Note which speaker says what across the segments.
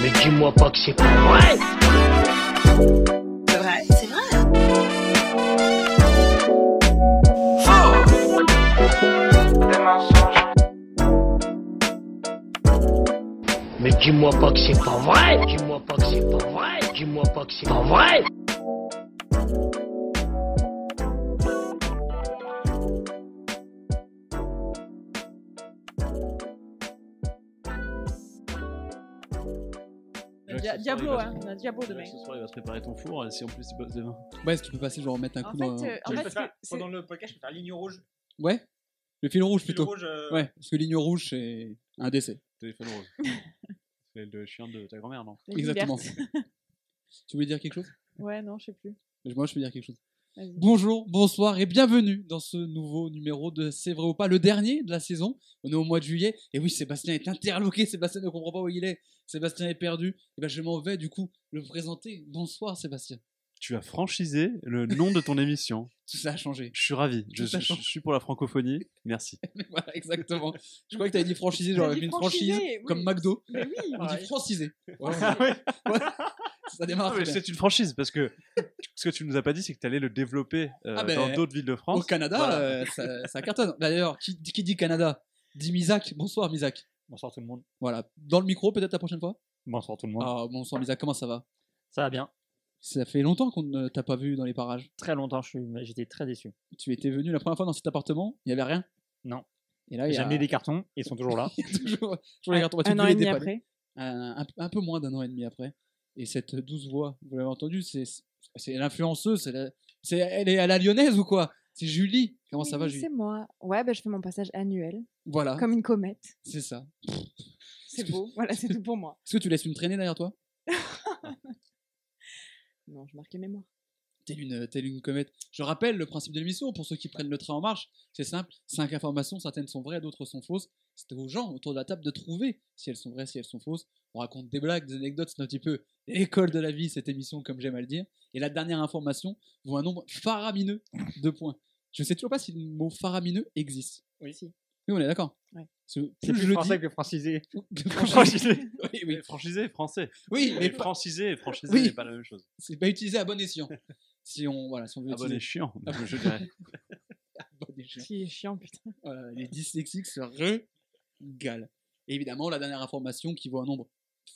Speaker 1: mais dis-moi pas que c'est pas vrai.
Speaker 2: C'est vrai. C'est vrai.
Speaker 1: Mais dis-moi pas que c'est pas vrai. Dis-moi pas que c'est pas vrai. Dis-moi pas que c'est pas vrai.
Speaker 3: Jack,
Speaker 2: Dia-
Speaker 3: ce soir,
Speaker 2: Diablo,
Speaker 3: il va
Speaker 2: hein. On a Diablo
Speaker 3: se- Jack,
Speaker 2: demain.
Speaker 3: ce soir, il va se préparer ton four. euh, Si en plus, il bosse demain.
Speaker 4: Ouais, est-ce que tu peux passer, genre, mettre un
Speaker 2: En
Speaker 4: coup
Speaker 2: fait,
Speaker 4: dans.
Speaker 2: euh, en
Speaker 5: Je
Speaker 2: fait,
Speaker 5: peux
Speaker 2: c'est-
Speaker 5: faire-
Speaker 2: c'est-
Speaker 5: pendant le podcast, je vais faire ligne rouge.
Speaker 4: Ouais Le fil rouge
Speaker 5: Fil
Speaker 4: plutôt.
Speaker 5: rouge, euh,
Speaker 4: Ouais, parce que ligne rouge, c'est un décès.
Speaker 3: Téléphone rose. C'est le chien de ta grand-mère, non
Speaker 2: la ligne
Speaker 4: Exactement.
Speaker 2: verte.
Speaker 4: tu voulais dire quelque chose
Speaker 2: Ouais, non, je sais plus.
Speaker 4: Moi, je peux dire quelque chose.
Speaker 2: Vas-y.
Speaker 4: Bonjour, bonsoir et bienvenue dans ce nouveau numéro de C'est vrai ou pas, le dernier de la saison. On est au mois de juillet et oui, Sébastien est interloqué, Sébastien ne comprend pas où il est, Sébastien est perdu. Et ben, je m'en vais du coup le présenter. Bonsoir Sébastien.
Speaker 3: Tu as franchisé le nom de ton émission.
Speaker 4: Tout ça a changé.
Speaker 3: Je suis ravi. Je,
Speaker 4: Tout à
Speaker 3: je- je suis pour la francophonie. Merci.
Speaker 4: voilà, exactement. Je croyais que tu avais dit franchisé, genre
Speaker 2: T'as
Speaker 4: avec
Speaker 2: dit
Speaker 4: une franchise
Speaker 2: franchisé, oui.
Speaker 4: comme McDo.
Speaker 2: Mais oui.
Speaker 4: On dit francisé. Ouais,
Speaker 3: Ah ouais.
Speaker 4: ça démarre
Speaker 3: Non, mais
Speaker 4: très bien.
Speaker 3: c'est une franchise parce que ce que tu nous as pas dit, c'est que tu allais le développer euh,
Speaker 4: Ah ben,
Speaker 3: dans d'autres villes de
Speaker 4: Au
Speaker 3: France.
Speaker 4: Canada,
Speaker 3: Voilà.
Speaker 4: euh, ça, ça cartonne. Bah, D'ailleurs, qui, qui dit Canada dit Misak. Bonsoir Misak.
Speaker 5: Bonsoir tout le monde.
Speaker 4: Voilà, dans le micro peut-être la prochaine fois.
Speaker 5: Bonsoir tout le monde.
Speaker 4: Ah, bonsoir Misak, comment ça va
Speaker 5: Ça va bien.
Speaker 4: Ça fait longtemps qu'on ne t'a pas vu dans les parages.
Speaker 5: Très longtemps, je suis- j'étais très déçu.
Speaker 4: Tu étais venu la première fois dans cet appartement, il n'y avait rien
Speaker 5: Non.
Speaker 4: Et là, Ah, il y
Speaker 5: J'ai
Speaker 4: a
Speaker 5: amené des cartons, ils sont toujours là.
Speaker 4: il y a toujours, toujours les cartons. Bah, tu
Speaker 2: Un an
Speaker 4: peux les
Speaker 2: et demi
Speaker 4: dépanner.
Speaker 2: après.
Speaker 4: Un, un- un peu moins d'un an et demi après. Et cette douce voix, vous l'avez entendu, c'est c'est l'influenceuse. c'est la- c'est- Elle est à la lyonnaise ou quoi C'est Julie. Comment ça va, Ah.
Speaker 2: Oui,
Speaker 4: Julie
Speaker 2: C'est moi. Ouais, bah, je fais mon passage annuel,
Speaker 4: Voilà,
Speaker 2: comme une comète.
Speaker 4: c'est ça.
Speaker 2: C'est beau. Voilà, c'est tout pour moi.
Speaker 4: Est-ce que tu laisses une traînée derrière toi
Speaker 2: Non, je marque les mémoires.
Speaker 4: Telle une, telle une comète. Je rappelle le principe de l'émission, pour ceux qui prennent le train en marche, c'est simple, cinq informations, certaines sont vraies, d'autres sont fausses. C'est aux gens autour de la table de trouver si elles sont vraies, si elles sont fausses. On raconte des blagues, des anecdotes, c'est un petit peu l'école de la vie, cette émission, comme j'aime à le dire. Et la dernière information vaut un nombre faramineux de points. Je sais toujours pas si le mot faramineux existe.
Speaker 5: Oui.
Speaker 2: Si.
Speaker 4: Oui, on est d'accord.
Speaker 2: Ouais.
Speaker 4: C'est
Speaker 5: C'est plus français que francisé.
Speaker 3: Franchisé.
Speaker 4: Oui, oui.
Speaker 3: Oui, franchisé, français.
Speaker 4: Oui, mais
Speaker 3: Mais
Speaker 4: pas-
Speaker 3: franchisé et franchisé
Speaker 4: Oui.
Speaker 3: n'est pas la même chose.
Speaker 4: c'est pas utilisé à bon escient. si on, voilà, si on veut
Speaker 3: Ah bon, est
Speaker 4: utiliser
Speaker 3: chiant. Je dirais.
Speaker 4: à bon escient.
Speaker 2: Si, chiant, putain.
Speaker 4: Voilà, Euh, les dyslexiques se régalent. Et évidemment, la dernière information qui vaut un nombre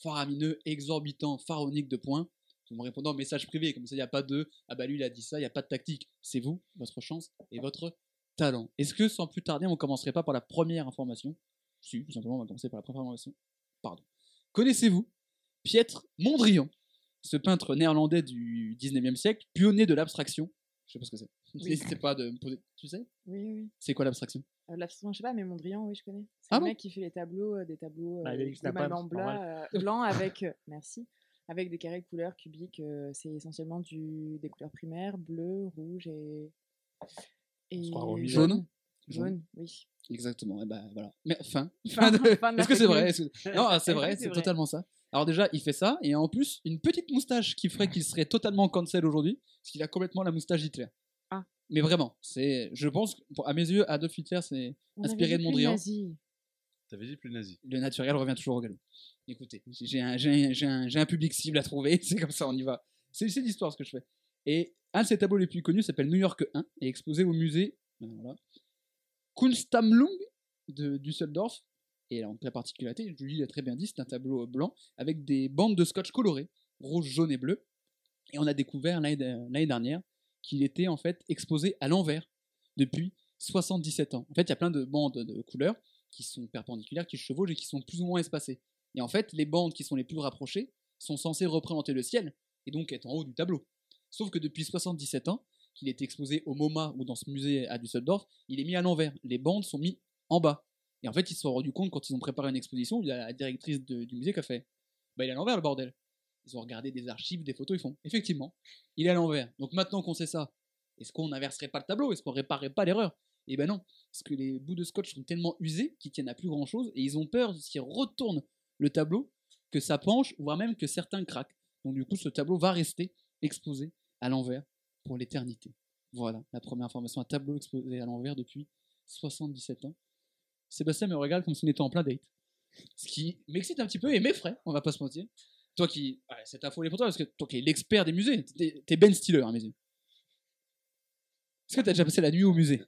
Speaker 4: faramineux, exorbitant, pharaonique de points. Vous me répondez en message privé, comme ça il n'y a pas de Ah bah lui il a dit ça, il n'y a pas de tactique. C'est vous, votre chance et votre talent. Est-ce que sans plus tarder, on commencerait pas par la première information Si, tout simplement, on va commencer par la première information. Pardon. Connaissez-vous Pietre Mondrian, ce peintre néerlandais du 19e siècle, pionnier de l'abstraction Je sais pas ce que c'est. N'hésitez pas de me poser. Tu sais
Speaker 2: Oui, oui, oui.
Speaker 4: C'est quoi l'abstraction
Speaker 2: Euh, L'abstraction, je sais pas, mais Mondrian, oui, je connais. C'est
Speaker 4: Ah
Speaker 2: le
Speaker 4: bon
Speaker 2: mec qui fait les tableaux, euh, des tableaux euh,
Speaker 5: Bah, il y a des petits
Speaker 2: globalement
Speaker 5: lapins, c'est
Speaker 2: blancs, euh, blancs avec, euh, merci, avec des carrés de couleurs cubiques. euh, c'est essentiellement du, des couleurs primaires, bleu, rouge et, et
Speaker 5: croirait au milieu.
Speaker 4: Jaune.
Speaker 2: Jaune, oui.
Speaker 4: Exactement. Et ben voilà. Mais fin.
Speaker 2: Fin-
Speaker 4: Fin de-
Speaker 2: fin de la
Speaker 4: Est-ce que c'est
Speaker 2: fake
Speaker 4: vrai
Speaker 2: news.
Speaker 4: Est-ce que- Non, ah, c'est vrai.
Speaker 2: que c'est
Speaker 4: C'est
Speaker 2: vrai
Speaker 4: totalement ça. Alors déjà, il fait ça et en plus une petite moustache qui ferait qu'il serait totalement cancel aujourd'hui, parce qu'il a complètement la moustache d'Hitler.
Speaker 2: Ah.
Speaker 4: Mais vraiment, c'est. Je pense, que, pour- à mes yeux, Adolf Hitler, c'est
Speaker 2: On avait
Speaker 4: Inspiré
Speaker 2: dit
Speaker 4: de
Speaker 2: plus
Speaker 4: Mondrian.
Speaker 2: nazi.
Speaker 3: T'avais dit plus nazi.
Speaker 4: le naturel revient toujours au galop. Écoutez, j'ai un, j'ai un- j'ai un- j'ai un public cible à trouver, c'est comme ça, on y va. C'est c'est l'histoire ce que je fais. Et un de ses tableaux les plus connus s'appelle New York 1 et est exposé au musée euh, voilà, Kunstsammlung de Düsseldorf. Et en la particularité, Julie l'a très bien dit, c'est un tableau blanc avec des bandes de scotch colorées, rouge, jaune et bleu. Et on a découvert l'année de- l'année dernière qu'il était en fait exposé à l'envers depuis 77 ans. En fait, il y a plein de bandes de couleurs qui sont perpendiculaires, qui se chevauchent et qui sont plus ou moins espacées. Et en fait, les bandes qui sont les plus rapprochées sont censées représenter le ciel et donc être en haut du tableau. Sauf que depuis 77 ans, qu'il est exposé au MoMA ou dans ce musée à Düsseldorf, il est mis à l'envers. Les bandes sont mises en bas. Et en fait, ils se sont rendus compte quand ils ont préparé une exposition, il y a la directrice de- du musée qui a fait Bah, il est à l'envers le bordel. Ils ont regardé des archives, des photos, ils font Effectivement, il est à l'envers. Donc maintenant qu'on sait ça, est-ce qu'on n'inverserait pas le tableau Est-ce qu'on réparerait pas l'erreur Eh ben non parce que les bouts de scotch sont tellement usés qu'ils tiennent à plus grand chose et ils ont peur s'ils retournent le tableau que ça penche, voire même que certains craquent. Donc du coup, ce tableau va rester exposé à l'envers pour l'éternité. Voilà la première information, un tableau exposé à l'envers depuis 77 ans. Sébastien me regarde comme si on était en plein date. Ce qui m'excite un petit peu et m'effraie, on va pas se mentir. Toi qui. ah, Ouais, cette info elle est pour toi, parce que toi qui es l'expert des musées, t'es t'es Ben Stiller à mes yeux. Est-ce que t'as déjà passé la nuit au musée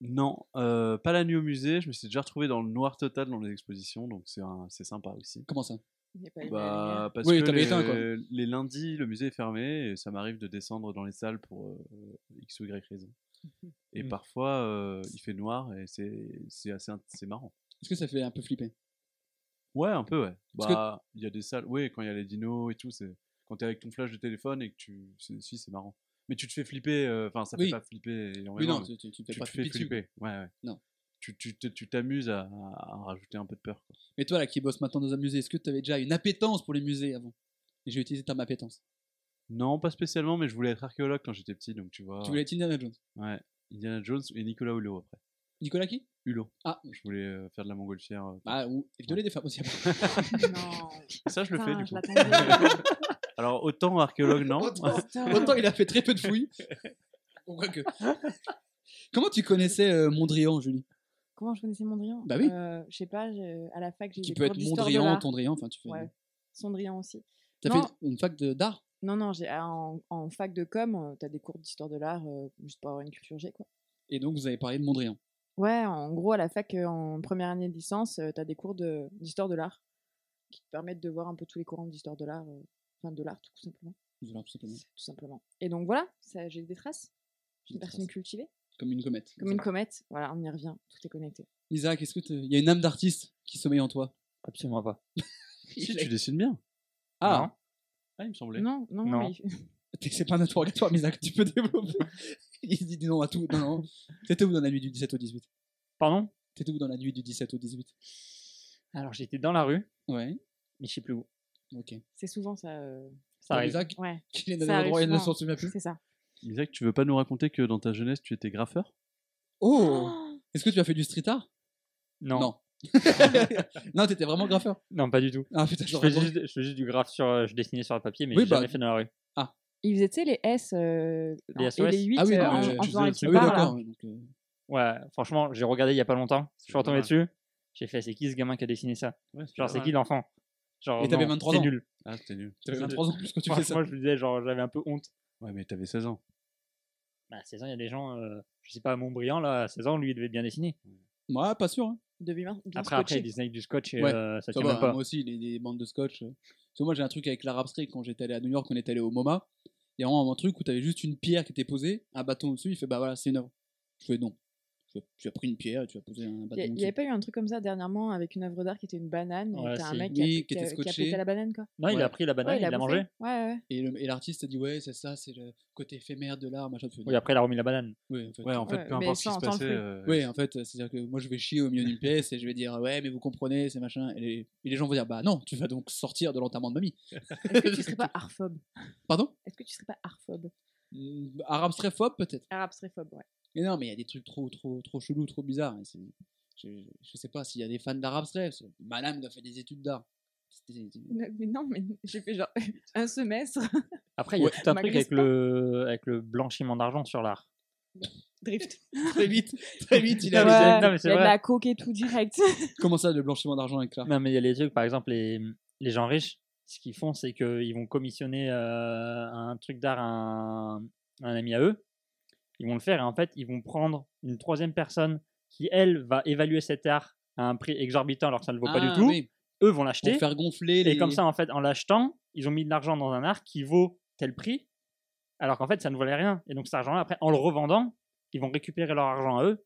Speaker 3: Non, euh, pas la nuit au musée. Je me suis déjà retrouvé dans le noir total dans les expositions, donc c'est un- c'est sympa aussi.
Speaker 4: Comment ça
Speaker 2: Il n'y a pas eu de hein. lumière.
Speaker 3: Bah, parce
Speaker 4: Oui,
Speaker 3: que
Speaker 4: t'avais
Speaker 3: les,
Speaker 4: éteint, quoi.
Speaker 3: les lundis, le musée est fermé et ça m'arrive de descendre dans les salles pour euh, x ou y raison. Et
Speaker 5: Mm.
Speaker 3: parfois, euh, il fait noir et c'est c'est assez int- c'est marrant.
Speaker 4: Est-ce que ça fait un peu flipper
Speaker 3: Ouais, un peu, ouais.
Speaker 4: Parce que-
Speaker 3: Bah, il y a des salles. Oui, quand il y a les dinos et tout, c'est quand t'es avec ton flash de téléphone et que tu. c'est- Si, c'est marrant. Mais tu te fais flipper. euh, Enfin, ça
Speaker 4: Oui.
Speaker 3: fait pas flipper. énormément,
Speaker 4: Oui, non,
Speaker 3: mais
Speaker 4: tu, tu- tu fais
Speaker 3: tu
Speaker 4: pas
Speaker 3: te fais
Speaker 4: flipper dessus.
Speaker 3: flipper. Ouais, ouais.
Speaker 4: Non.
Speaker 3: Tu tu te- tu t'amuses à, à rajouter un peu de peur. quoi.
Speaker 4: Mais toi, là, qui bosse maintenant dans un musée, est-ce que tu avais déjà une appétence pour les musées avant Et j'ai utilisé le terme appétence.
Speaker 3: Non, pas spécialement, mais je voulais être archéologue quand j'étais petit, donc tu vois.
Speaker 4: Tu voulais être Indiana Jones
Speaker 3: Ouais. Indiana Jones et Nicolas Hulot après.
Speaker 4: Nicolas qui
Speaker 3: Hulot.
Speaker 4: Ah,
Speaker 3: Je voulais euh, faire de la montgolfière. euh,
Speaker 4: bah, ou et violer des femmes aussi.
Speaker 2: Non.
Speaker 3: Ça, je Bah, le fais,
Speaker 2: Putain,
Speaker 3: du
Speaker 2: je
Speaker 3: coup.
Speaker 2: l'attendais.
Speaker 3: Alors, autant archéologue, non.
Speaker 4: Autant-
Speaker 2: Putain.
Speaker 4: Autant il a fait très peu de fouilles. Pourquoi que Comment tu connaissais euh, Mondrian, Julie
Speaker 2: Comment je connaissais Mondrian
Speaker 4: Bah oui.
Speaker 2: Euh, je sais pas, j'ai- à la fac, j'ai eu
Speaker 4: Qui
Speaker 2: des
Speaker 4: peut
Speaker 2: cours
Speaker 4: être
Speaker 2: d'histoire de
Speaker 4: Mondrian,
Speaker 2: l'art.
Speaker 4: Tondrian, enfin, tu fais.
Speaker 2: Ouais. Sondrian aussi.
Speaker 4: T'as
Speaker 2: Non.
Speaker 4: fait une fac de- d'art
Speaker 2: Non, non, j'ai en, en fac de com, euh, t'as des cours d'histoire de l'art, euh, juste pour avoir une culture G, quoi.
Speaker 4: et donc vous avez parlé de Mondrian.
Speaker 2: Ouais, en gros, à la fac, euh, en première année de licence, euh, t'as des cours de- d'histoire de, l'art qui te permettent de voir un peu tous les courants d'histoire de l'art, euh, enfin de l'art tout simplement,
Speaker 4: Voilà, tout simplement.
Speaker 2: tout simplement. Et donc voilà, ça, j'ai des traces, je suis
Speaker 4: J'ai
Speaker 2: une
Speaker 4: des
Speaker 2: personne
Speaker 4: traces.
Speaker 2: cultivée,
Speaker 4: Comme une comète.
Speaker 2: comme une comète, voilà, on y revient, tout est connecté.
Speaker 4: Isaac, est-ce que t'es- il y a une âme d'artiste qui sommeille en toi
Speaker 5: Absolument pas.
Speaker 3: Si, tu dessines bien.
Speaker 4: Ah,
Speaker 3: Ah, il me semblait.
Speaker 2: Non, non,
Speaker 5: Non.
Speaker 2: mais il-
Speaker 4: T'es- C'est pas un interrogatoire, mais Isaac, tu peux développer. Il se dit non à tout. Non, non. T'étais où dans la nuit du 17 au 18
Speaker 5: Pardon
Speaker 4: T'étais où dans la nuit du 17 au 18
Speaker 5: Alors j'étais dans la rue,
Speaker 4: Ouais,
Speaker 5: mais je sais plus où.
Speaker 4: ok.
Speaker 2: c'est souvent ça. euh,
Speaker 5: Ça
Speaker 4: Pour
Speaker 5: arrive.
Speaker 4: Isaac,
Speaker 2: Ouais,
Speaker 4: qu'il est dans
Speaker 2: Ça
Speaker 4: un
Speaker 2: arrive
Speaker 4: endroit et il ne
Speaker 2: souvent.
Speaker 4: s'en souvient plus.
Speaker 2: c'est ça.
Speaker 3: Isaac, tu veux pas nous raconter que dans ta jeunesse, tu étais graffeur
Speaker 4: Oh Est-ce que tu as fait du street art
Speaker 5: Non. non,
Speaker 4: Non, Non, t'étais vraiment graffeur.
Speaker 5: pas du tout.
Speaker 4: Ah putain,
Speaker 5: Je
Speaker 4: j'aurais
Speaker 5: faisais
Speaker 4: adoré.
Speaker 5: juste, je faisais juste du graphe sur, euh, je dessinais sur le papier, mais
Speaker 4: Oui,
Speaker 5: j'ai
Speaker 4: bah,
Speaker 5: jamais fait dans la rue.
Speaker 2: Ils faisaient, tu sais, les S euh,
Speaker 5: Les
Speaker 2: en-
Speaker 5: SOS?
Speaker 2: et les 8
Speaker 4: Ah oui,
Speaker 2: euh,
Speaker 4: non,
Speaker 2: en,
Speaker 4: mais
Speaker 2: en
Speaker 5: tu
Speaker 2: faisant
Speaker 5: faisais
Speaker 2: les
Speaker 5: le
Speaker 2: petits
Speaker 4: Ah
Speaker 5: truc
Speaker 4: oui,
Speaker 2: pas, là.
Speaker 4: d'accord. donc, euh,
Speaker 5: Ouais, franchement, j'ai regardé il y a pas longtemps. Je suis
Speaker 3: pas
Speaker 5: retombé
Speaker 3: mal.
Speaker 5: dessus. J'ai fait, c'est qui ce gamin qui a dessiné ça Genre, c'est qui l'enfant Genre,
Speaker 4: Et t'avais
Speaker 5: non,
Speaker 4: 23
Speaker 5: c'est
Speaker 4: ans.
Speaker 5: nul.
Speaker 3: Ah, c'était nul.
Speaker 4: T'avais 23 ans plus quand tu fais ça.
Speaker 5: Moi, je me disais, genre, j'avais un peu honte.
Speaker 3: Ouais, mais t'avais 16 ans.
Speaker 5: Bah, à 16 ans, il y a des gens, euh, je sais pas, à Montbriand, là, à 16 ans, lui, il devait bien dessiner.
Speaker 4: Ouais, pas sûr. hein.
Speaker 2: de bien, bien
Speaker 5: Après, après,
Speaker 2: scotché.
Speaker 5: il dessinait avec du scotch et
Speaker 4: Ouais,
Speaker 5: euh,
Speaker 4: Ça
Speaker 5: ça tient
Speaker 4: va, hein,
Speaker 5: même pas.
Speaker 4: moi aussi, les, les bandes de scotch. euh. Parce que moi, j'ai un truc avec l'art abstrait. Quand j'étais allé à New York, on est allé au MoMA. Il y a vraiment un truc où t'avais juste une pierre qui était posée, un bâton dessus. Il fait bah voilà, c'est une œuvre. Je fais non. Tu as, tu as pris une pierre et tu as posé un
Speaker 2: Il
Speaker 4: bâton.
Speaker 2: n'y
Speaker 4: dessus.
Speaker 2: avait pas eu un truc comme ça dernièrement avec une œuvre d'art qui était une banane et
Speaker 5: Ouais,
Speaker 2: t'as un
Speaker 5: si.
Speaker 2: mec
Speaker 4: Oui,
Speaker 2: qui,
Speaker 4: qui
Speaker 2: a,
Speaker 4: était
Speaker 2: qui a- qui a
Speaker 4: scotché.
Speaker 2: pété la banane quoi.
Speaker 5: Non, il
Speaker 4: Ouais.
Speaker 5: a pris la banane,
Speaker 2: Ouais,
Speaker 5: il
Speaker 2: bouffé.
Speaker 5: l'a mangée.
Speaker 2: Ouais, ouais.
Speaker 4: Et le- et l'artiste a dit ouais, c'est ça, c'est le côté éphémère de l'art, machin. Tu fais,
Speaker 5: Oui, après, il a remis la banane.
Speaker 4: Ouais, en fait,
Speaker 3: Ouais, en fait,
Speaker 2: Ouais,
Speaker 3: peu
Speaker 2: mais
Speaker 3: importe ce qui
Speaker 2: sans-
Speaker 3: se
Speaker 2: sans le
Speaker 3: passait.
Speaker 2: fruit.
Speaker 3: euh,
Speaker 4: Ouais, en fait, c'est-à-dire que moi je vais chier au milieu d'une pièce et je vais dire ah ouais, mais vous comprenez, c'est machin. Et les, et les gens vont dire bah non, tu vas donc sortir de l'enterrement de mamie.
Speaker 2: Est-ce que tu serais pas arphobe
Speaker 4: Pardon
Speaker 2: Est-ce que tu serais pas arphobe
Speaker 4: Mm, Arabe serait phobe peut-être.
Speaker 2: Arabe serait phobe, ouais.
Speaker 4: Mais non, mais il y a des trucs trop, trop, trop chelous, trop bizarres. Et c'est- je, je sais pas s'il y a des fans d'art abstrait. parce que Madame doit faire des études d'art. C'était-
Speaker 2: Non, Mais non, mais j'ai fait genre un semestre.
Speaker 5: Après, il y a
Speaker 4: Ouais.
Speaker 5: tout un truc
Speaker 2: Magritte
Speaker 5: avec
Speaker 2: pas.
Speaker 5: le, avec le blanchiment d'argent sur l'art.
Speaker 2: Drift.
Speaker 4: Très vite, très vite, il a
Speaker 5: mais c'est-
Speaker 2: Ah Ouais,
Speaker 5: non, mais c'est
Speaker 2: il y a de
Speaker 5: vrai.
Speaker 2: la coque et tout direct.
Speaker 4: Comment ça, le blanchiment d'argent avec l'art
Speaker 5: Non, mais il y a les trucs, par exemple, les, les gens riches, ce qu'ils font, c'est qu'ils vont commissionner euh, un truc d'art à un, un ami à eux. Ils vont le faire et en fait, ils vont prendre une troisième personne qui, elle, va évaluer cet art à un prix exorbitant alors que ça ne le vaut pas
Speaker 4: Ah,
Speaker 5: du tout.
Speaker 4: oui,
Speaker 5: Eux vont
Speaker 4: pour
Speaker 5: l'acheter.
Speaker 4: faire gonfler les.
Speaker 5: Et comme ça, en fait, en l'achetant, ils ont mis de l'argent dans un art qui vaut tel prix, alors qu'en fait, ça ne valait rien. Et donc, cet argent-là, après, en le revendant, ils vont récupérer leur argent à eux.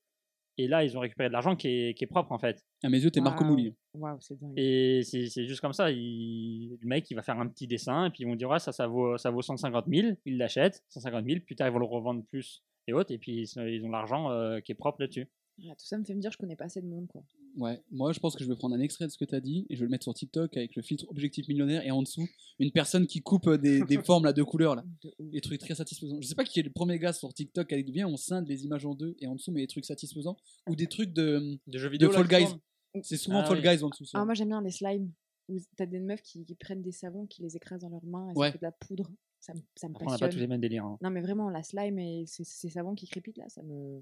Speaker 5: Et là, ils ont récupéré de l'argent qui est, qui est propre, en fait.
Speaker 4: À mes yeux, t'es Marco
Speaker 2: Waouh.
Speaker 4: Mouli.
Speaker 2: Waoule, c'est
Speaker 4: Mm.
Speaker 2: dingue.
Speaker 5: Et c'est c'est juste comme ça. il- le mec, il va faire un petit dessin, et puis ils vont dire, ouais, ça, ça vaut, ça vaut 150 000. Ils l'achètent, 150 000. Plus tard, ils vont le revendre plus et autres. Et puis, ils- ils ont l'argent euh, qui est propre là-dessus.
Speaker 2: Ah, tout ça me fait me dire que je connais pas assez de monde quoi.
Speaker 4: Ouais, moi je pense que je vais prendre un extrait de ce que t'as dit et je vais le mettre sur TikTok avec le filtre Objectif Millionnaire et en dessous, une personne qui coupe euh, des, des formes là, de couleurs. Là.
Speaker 2: De ouf.
Speaker 4: Les trucs très satisfaisants. Je sais pas qui est le premier gars sur TikTok avec bien on scinde les images en deux et en dessous, mais les trucs satisfaisants ou des trucs de. hum,
Speaker 5: De jeux
Speaker 4: vidéo, là, Fall je Guys. crois.
Speaker 2: Ou-
Speaker 4: C'est souvent
Speaker 5: Ah
Speaker 4: Fall
Speaker 5: oui.
Speaker 4: Guys en dessous. ça.
Speaker 2: Ah, moi j'aime bien les slimes où t'as des meufs qui, qui prennent des savons, qui les écrasent dans leurs mains et
Speaker 4: Ouais.
Speaker 2: ça fait de la poudre. Ça me, ça me
Speaker 5: Après, on n'a pas
Speaker 2: passionne.
Speaker 5: tous les mêmes délires. hein.
Speaker 2: Non, mais vraiment, la slime et ces, ces savons qui crépitent là, ça me.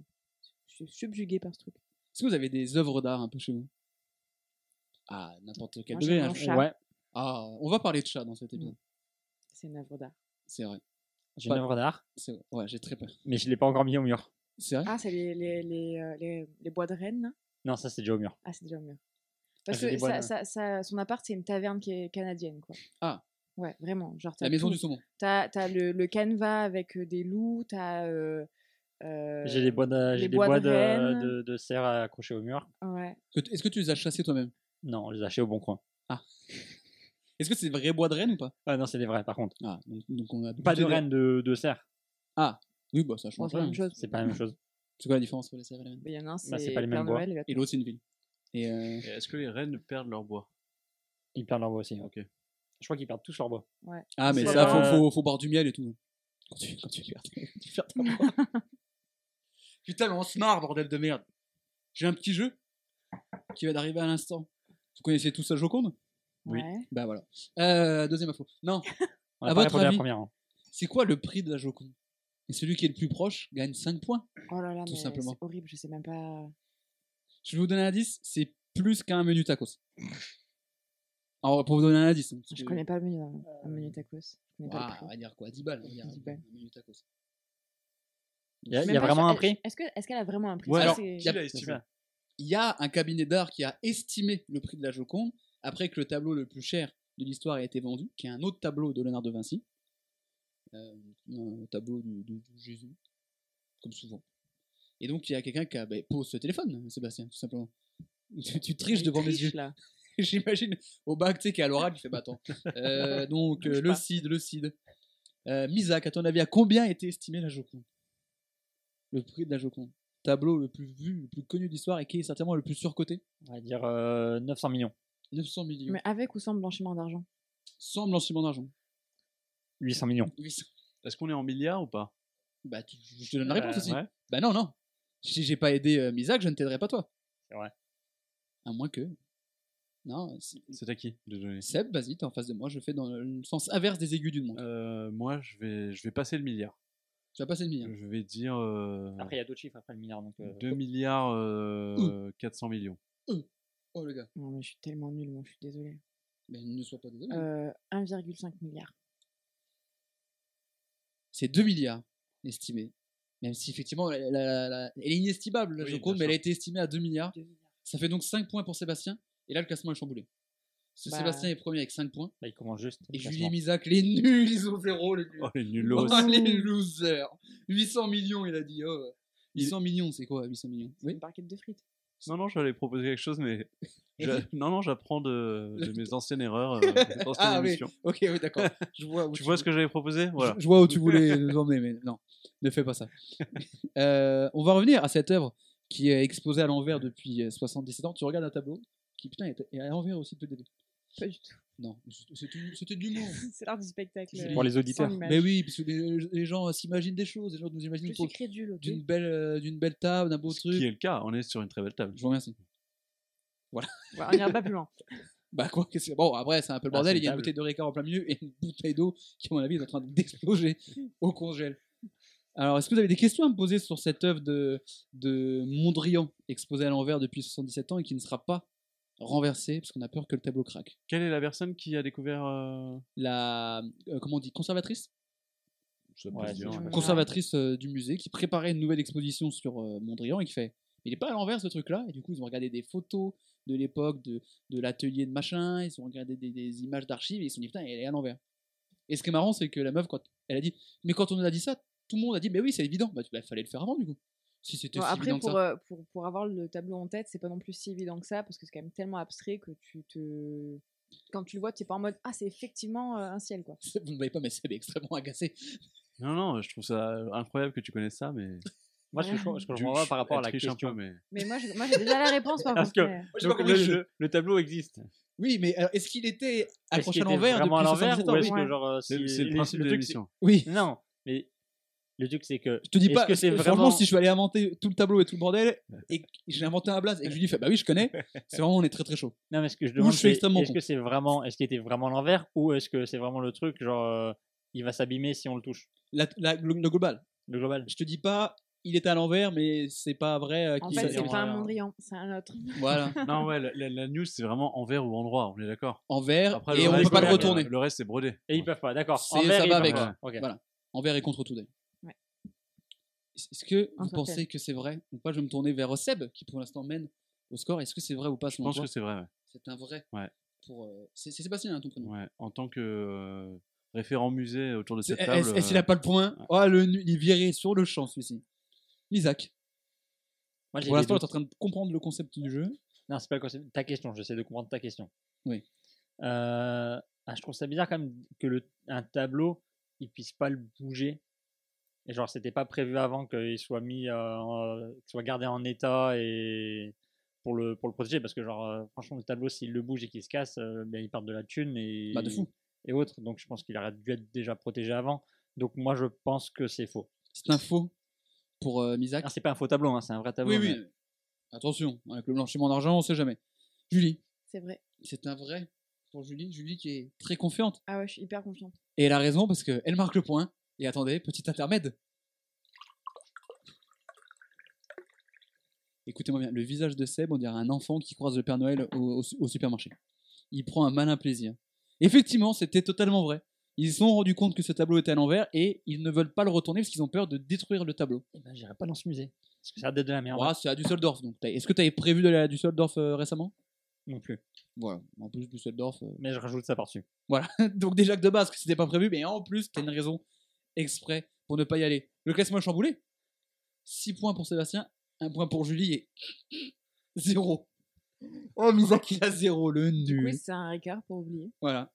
Speaker 2: Je suis subjuguée par ce truc.
Speaker 4: Est-ce que vous avez des œuvres d'art un peu chez vous Ah, n'importe quel
Speaker 2: Moi, j'ai
Speaker 4: degré.
Speaker 2: mon
Speaker 4: hein, je-
Speaker 2: chat. Mm.
Speaker 5: Ouais.
Speaker 4: Ah, on va parler de chat dans cet épisode.
Speaker 2: C'est une œuvre d'art.
Speaker 4: C'est vrai.
Speaker 5: J'ai
Speaker 4: Pas-
Speaker 5: une œuvre d'art,
Speaker 4: C'est vrai. Ouais, j'ai très peur.
Speaker 5: mais je l'ai pas encore mis au mur.
Speaker 4: C'est vrai
Speaker 2: Ah, c'est les, les, les, euh, les- les bois de Rennes. là
Speaker 5: Non, ça c'est déjà au mur.
Speaker 2: Ah, c'est déjà au mur. Parce
Speaker 5: Ah, j'ai
Speaker 2: que
Speaker 5: des euh. bois
Speaker 2: ça- ça-
Speaker 5: de-
Speaker 2: ça- son appart, c'est une taverne qui est canadienne. Quoi.
Speaker 4: Ah.
Speaker 2: Ouais, vraiment. Genre, t'as
Speaker 4: La maison
Speaker 2: tout.
Speaker 4: du saumon.
Speaker 2: T'as t'as le, le canevas avec euh, des loups, t'as. euh, euh,
Speaker 5: J'ai des bois de,
Speaker 2: les
Speaker 5: j'ai des
Speaker 2: bois
Speaker 5: bois
Speaker 2: de
Speaker 5: de,
Speaker 2: rennes.
Speaker 5: de, de serre accrochés au mur.
Speaker 2: euh, Ouais.
Speaker 4: Que t- Est-ce que tu les as chassés toi-même
Speaker 5: Non, on les a achetés au bon coin.
Speaker 4: Est-ce que c'est vrai bois de rennes ou pas
Speaker 5: Ah non, c'est des vrais par contre.
Speaker 4: Ah, donc, donc on a
Speaker 5: Pas de
Speaker 4: douté
Speaker 5: rennes de, de serre.
Speaker 4: Oui, bah ça
Speaker 2: Bon,
Speaker 4: change
Speaker 2: c'est la
Speaker 4: rien.
Speaker 2: même chose.
Speaker 5: C'est pas la même chose.
Speaker 4: C'est quoi la différence entre les serres et les rennes
Speaker 2: Mais Bah, Il y en a un, c'est
Speaker 5: Bah, c'est pas les
Speaker 2: Père
Speaker 5: mêmes bois.
Speaker 2: Noël et l'autre-
Speaker 4: Et l'autre, c'est une ville. Et euh,
Speaker 3: Et Est-ce que les rennes perdent leur bois
Speaker 5: Ils perdent leur bois aussi. ouais.
Speaker 3: Ok.
Speaker 5: Je crois qu'ils perdent tous leur bois.
Speaker 4: Ah, mais
Speaker 2: C'est
Speaker 4: ça,
Speaker 5: pas-
Speaker 4: faut, faut, faut boire du miel et tout. Quand tu, quand tu perds, tu perds ta voix. Putain, mais on se marre, bordel de merde. J'ai un petit jeu qui va d'arriver à l'instant. Vous connaissez tous la Joconde
Speaker 3: Oui.
Speaker 2: Ouais.
Speaker 4: Bah voilà. Euh, deuxième info. Non,
Speaker 5: On a
Speaker 4: À
Speaker 5: pas
Speaker 4: votre
Speaker 5: répondu à la
Speaker 4: avis
Speaker 5: première. hein.
Speaker 4: c'est quoi le prix de la Joconde Et celui qui est le plus proche gagne 5 points.
Speaker 2: Oh là là,
Speaker 4: Tout
Speaker 2: mais
Speaker 4: simplement.
Speaker 2: c'est horrible, je sais même pas.
Speaker 4: Je vais vous donner un indice, c'est plus qu'un menu tacos. Alors, pour vous donner un indice. hein, parce
Speaker 2: Je
Speaker 4: que-
Speaker 2: connais pas le menu, hein, un menu tacos. Je connais pas le
Speaker 4: Ouah,
Speaker 2: prix.
Speaker 4: on va dire quoi 10 balles. on va dire
Speaker 2: 10 balles.
Speaker 4: Un menu tacos.
Speaker 5: Il y a, il y
Speaker 2: Même
Speaker 5: a
Speaker 2: pas
Speaker 5: vraiment
Speaker 2: sûr.
Speaker 5: un prix
Speaker 2: Est- Est-ce que- est-ce qu'elle a vraiment un prix
Speaker 4: Ouais,
Speaker 2: Ça,
Speaker 4: alors,
Speaker 2: c'est-
Speaker 4: y a-
Speaker 3: Qui l'a
Speaker 5: C'est
Speaker 3: estimé
Speaker 5: ça.
Speaker 4: il y a un cabinet d'art qui a estimé le prix de la Joconde après que le tableau le plus cher de l'histoire ait été vendu, qui est un autre tableau de Léonard de Vinci, Euh, un tableau du, du- du Jésus, comme souvent. Et donc il y a quelqu'un qui a, ben, pose ce téléphone, Sébastien, tout simplement. Tu, tu triches
Speaker 2: il
Speaker 4: devant mes
Speaker 2: triche,
Speaker 4: yeux.
Speaker 2: là.
Speaker 4: J'imagine au bac, tu sais, qui est à l'oral, il fait bah attends. Euh, donc euh,
Speaker 2: Bouge
Speaker 4: le
Speaker 2: pas.
Speaker 4: CID, le CID. Euh, Misak, à ton avis, à combien était estimée la Joconde Le prix de la Joconde. Tableau le plus vu, le plus connu d'histoire et qui est certainement le plus surcoté
Speaker 5: On va dire euh, 900 millions.
Speaker 4: 900 millions.
Speaker 2: Mais avec ou sans blanchiment d'argent
Speaker 4: Sans blanchiment d'argent.
Speaker 5: 800 millions.
Speaker 4: 800.
Speaker 3: Est-ce qu'on est en milliards ou pas
Speaker 4: Bah, tu- je te donne la réponse
Speaker 5: Euh,
Speaker 4: aussi.
Speaker 5: ouais.
Speaker 4: Bah non, non. Si j'ai pas aidé euh, Misak, je ne t'aiderai pas toi.
Speaker 5: C'est vrai.
Speaker 4: À moins que. Non, c'est-
Speaker 3: C'est à qui de donner
Speaker 4: Seb, vas-y, t'es en face de moi, je fais dans le sens inverse des aigus d'une montre.
Speaker 3: Euh, Moi, je vais, je vais passer le milliard.
Speaker 4: Tu vas passer le milliard.
Speaker 3: Je vais dire euh,
Speaker 5: Après, il y a d'autres chiffres après le milliard. Donc, euh,
Speaker 3: 2 milliards euh, 400 millions.
Speaker 4: Oh le gars,
Speaker 2: Non, mais je suis tellement nulle, moi, je suis désolée.
Speaker 4: mais ne sois pas
Speaker 5: Mmh.
Speaker 4: désolé.
Speaker 2: Euh, 1,5 milliard.
Speaker 4: c'est 2 milliards estimés. Même si effectivement, la- la- la- elle est inestimable, la
Speaker 3: Oui,
Speaker 4: Joconde,
Speaker 3: bien
Speaker 4: mais elle a
Speaker 3: sûr.
Speaker 4: été estimée à 2 milliards.
Speaker 2: Deux milliards.
Speaker 4: Ça fait donc 5 points pour Sébastien. Et là, le classement est chamboulé. Parce que
Speaker 2: Bah.
Speaker 4: Sébastien est premier avec 5 points.
Speaker 5: Là, il commence juste.
Speaker 4: Et
Speaker 5: le classement.
Speaker 4: Julie et Misak, les nuls, ils ont 0, les nuls.
Speaker 3: Oh, les nuls
Speaker 4: Oh,
Speaker 3: aussi.
Speaker 4: les losers 800 millions, il a dit. oh. 800 millions, c'est quoi 800 millions
Speaker 2: C'est
Speaker 4: Oui.
Speaker 2: Une barquette de frites.
Speaker 3: Non, non, j'allais proposer quelque chose, mais. je- Non, non, j'apprends de, de mes anciennes erreurs, euh, des anciennes
Speaker 4: Ah, oui.
Speaker 3: émissions.
Speaker 4: Ok, oui, d'accord. Je vois où
Speaker 3: Tu vois ce que j'avais proposé Voilà. euh,
Speaker 4: Je, je vois où tu voulais nous emmener, mais non, ne fais pas ça. Euh, on va revenir à cette œuvre qui est exposée à l'envers depuis euh, 77 ans. Tu regardes un tableau qui, putain, est est à l'envers aussi depuis le début.
Speaker 2: Pas du tout.
Speaker 4: Non, c'est- c'était du- c'était du monde.
Speaker 2: c'est l'art du spectacle.
Speaker 4: C'est
Speaker 2: euh,
Speaker 5: pour les
Speaker 2: sans
Speaker 5: auditeurs.
Speaker 2: image.
Speaker 4: Mais oui, parce que les, les gens euh, s'imaginent des choses, les gens nous
Speaker 2: Je
Speaker 4: imaginent
Speaker 2: suis
Speaker 4: autour
Speaker 2: crédule, ok
Speaker 4: d'une belle, euh, d'une belle table, d'un beau
Speaker 3: Ce qui
Speaker 4: truc.
Speaker 3: est le cas, on est sur une très belle table.
Speaker 4: Je vous remercie.
Speaker 2: Ouais, On ira pas plus loin.
Speaker 4: Bah quoi que c'est. Bon, après, c'est un peu le
Speaker 5: Ah,
Speaker 4: bordel.
Speaker 5: c'est
Speaker 4: il y a une
Speaker 5: table.
Speaker 4: bouteille de Ricard en plein milieu et une bouteille d'eau qui, à mon avis, est en train d'exploser au congèle. Alors, est-ce que vous avez des questions à me poser sur cette œuvre de, de Mondrian exposée à l'envers depuis 77 ans et qui ne sera pas renversée parce qu'on a peur que le tableau craque
Speaker 3: Quelle est la personne qui a découvert euh,
Speaker 4: La, euh, comment on dit, conservatrice
Speaker 3: ça peut
Speaker 5: Ouais,
Speaker 3: se dire,
Speaker 2: c'est-
Speaker 3: ouais.
Speaker 4: Conservatrice euh, du musée qui préparait une nouvelle exposition sur euh, Mondrian et qui fait il n'est pas à l'envers ce truc-là. Et du coup, ils ont regardé des photos de l'époque, de, de l'atelier de machin, ils ont regardé des, des images d'archives et ils se sont dit putain, elle est à l'envers. Et ce qui est marrant, c'est que la meuf, quand elle a dit, mais quand on nous a dit ça, tout le monde a dit, mais oui, c'est évident. Bah, tu- bah, fallait le faire avant du coup. Si c'était
Speaker 2: Bon,
Speaker 4: si
Speaker 2: après,
Speaker 4: évident
Speaker 2: pour,
Speaker 4: que ça.
Speaker 2: euh, pour, pour avoir le tableau en tête, c'est pas non plus si évident que ça, parce que c'est quand même tellement abstrait que tu te. Quand tu le vois, t'es pas en mode Ah, c'est effectivement euh, un ciel, quoi.
Speaker 4: Vous ne voyez pas, mais c'est extrêmement agacé.
Speaker 3: Non, non, je trouve ça euh, incroyable que tu connaisses ça, mais.
Speaker 5: Moi, ce que je,
Speaker 2: Ouais.
Speaker 5: ce que je
Speaker 3: Du-
Speaker 5: comprends pas par rapport à
Speaker 3: elle
Speaker 5: la
Speaker 3: triche un peu,
Speaker 5: question.
Speaker 3: mais-
Speaker 2: Mais moi, j'ai moi, j'ai déjà la réponse, par
Speaker 5: Parce
Speaker 2: contre.
Speaker 5: que-
Speaker 2: mais-
Speaker 5: Donc, le, le- le tableau existe.
Speaker 4: Oui, mais alors, est-ce qu'il était
Speaker 5: Est-ce
Speaker 4: accroché
Speaker 5: qu'il
Speaker 4: à
Speaker 5: était
Speaker 4: l'envers
Speaker 5: vraiment
Speaker 4: depuis
Speaker 5: à l'envers
Speaker 4: 77
Speaker 5: ou
Speaker 4: ans
Speaker 5: est-ce
Speaker 2: oui.
Speaker 5: que genre euh,
Speaker 3: C'est
Speaker 5: si-
Speaker 3: c'est le principe de
Speaker 5: truc,
Speaker 3: l'émission.
Speaker 4: Oui.
Speaker 5: c'est- Non, mais le truc c'est que
Speaker 4: Je te dis
Speaker 5: Est-ce
Speaker 4: pas, euh,
Speaker 5: que c'est
Speaker 4: franchement,
Speaker 5: vraiment-
Speaker 4: si je suis allé inventer tout le tableau et tout le bordel, et que j'ai inventé un blaze, et que je lui fait, bah oui, je connais, c'est vraiment, on est très très chaud.
Speaker 5: non mais ce que je
Speaker 4: je
Speaker 5: demande
Speaker 4: suis
Speaker 5: c'est
Speaker 4: extrêmement
Speaker 5: est-ce
Speaker 4: con.
Speaker 5: que c'est vraiment est-ce qu'il était vraiment à l'envers ou est-ce que c'est vraiment le truc genre euh, il va s'abîmer si on le touche
Speaker 4: La- la- le, le global.
Speaker 5: le global
Speaker 4: Je te dis pas, il est à l'envers, mais c'est pas vrai. euh,
Speaker 2: En
Speaker 4: qu'il-
Speaker 2: fait,
Speaker 5: ça
Speaker 2: c'est
Speaker 5: dure,
Speaker 2: pas
Speaker 5: euh,
Speaker 2: un Mondrian, c'est un autre.
Speaker 4: Voilà,
Speaker 3: Non, ouais, la, la- la news, c'est vraiment envers ou endroit, on est d'accord.
Speaker 4: envers,
Speaker 3: Après,
Speaker 4: et on
Speaker 3: reste,
Speaker 4: peut pas le
Speaker 3: euh,
Speaker 4: retourner.
Speaker 3: Le reste, c'est brodé.
Speaker 5: Et ils peuvent pas, d'accord.
Speaker 4: C'est-
Speaker 5: Envers,
Speaker 4: ça
Speaker 5: ils
Speaker 4: va
Speaker 5: peuvent
Speaker 4: avec.
Speaker 5: pas. Ok.
Speaker 4: Voilà. Envers et contre tout d'ailleurs.
Speaker 2: Ouais.
Speaker 4: Est-ce que vous
Speaker 2: Antoine.
Speaker 4: pensez que c'est vrai ou pas Je vais me tourner vers euh, Seb, qui pour l'instant mène au score. Est-ce que c'est vrai ou pas
Speaker 3: Je pense que c'est vrai, ouais.
Speaker 4: c'est un vrai.
Speaker 3: Ouais.
Speaker 4: Pour, euh, C'est c'est Sébastien, hein, ton prénom.
Speaker 3: Ouais, En tant que euh, référent musée autour de
Speaker 4: C'est-
Speaker 3: cette table.
Speaker 4: Est-ce est-ce qu'il
Speaker 3: euh,
Speaker 4: a pas le point
Speaker 3: ouais.
Speaker 4: Oh, le, nu- il est viré sur le champ, celui-ci. Isaac,
Speaker 5: Moi, j'ai
Speaker 4: pour
Speaker 5: des
Speaker 4: l'instant,
Speaker 5: doutes.
Speaker 4: tu es en train de comprendre le concept du jeu.
Speaker 5: Non, c'est pas le concept. Ta question, j'essaie de comprendre ta question.
Speaker 4: Oui.
Speaker 5: Euh, ah, je trouve ça bizarre quand même que le, un tableau, il puisse pas le bouger. Et genre, c'était pas prévu avant qu'il soit mis, euh, en- qu'il soit gardé en état et pour le, pour le protéger. Parce que, genre, euh, franchement, le tableau, s'il le bouge et qu'il se casse, euh, ben, ils perdent de la thune et,
Speaker 4: Bah, de fou.
Speaker 5: et autres. Donc, je pense qu'il aurait dû être déjà protégé avant. Donc, moi, je pense que c'est faux.
Speaker 4: C'est un faux pour euh, Isaac.
Speaker 5: Ah, c'est pas un faux tableau, hein, c'est un vrai tableau.
Speaker 4: oui, oui.
Speaker 5: mais-
Speaker 4: Attention, avec le blanchiment d'argent, on sait jamais. Julie,
Speaker 2: C'est vrai.
Speaker 4: c'est un vrai pour Julie. Julie qui est très confiante.
Speaker 2: Ah ouais, je suis hyper confiante.
Speaker 4: Et elle a raison parce qu'elle marque le point. Et attendez, petit intermède. Écoutez-moi bien, le visage de Seb, on dirait un enfant qui croise le Père Noël au, au su- au supermarché. Il prend un malin plaisir. Effectivement, c'était totalement vrai. Ils se sont rendus compte que ce tableau était à l'envers et ils ne veulent pas le retourner parce qu'ils ont peur de détruire le tableau.
Speaker 5: Eh ben, j'irai pas dans ce musée. Parce que ça a de la merde.
Speaker 4: Ouah, c'est à Düsseldorf. Donc, t'as- Est-ce que tu avais prévu d'aller à Düsseldorf euh, récemment
Speaker 5: Non plus.
Speaker 4: Voilà, en plus Düsseldorf. euh,
Speaker 5: Mais je rajoute ça par-dessus.
Speaker 4: Voilà. Donc déjà que de base, que c'était pas prévu, mais en plus, t'as une raison exprès pour ne pas y aller. Le classement est chamboulé. 6 points pour Sébastien, 1 point pour Julie et 0. Oh, Misak, il a 0, le nul.
Speaker 2: Oui, c'est un Ricard pour oublier.
Speaker 4: Voilà.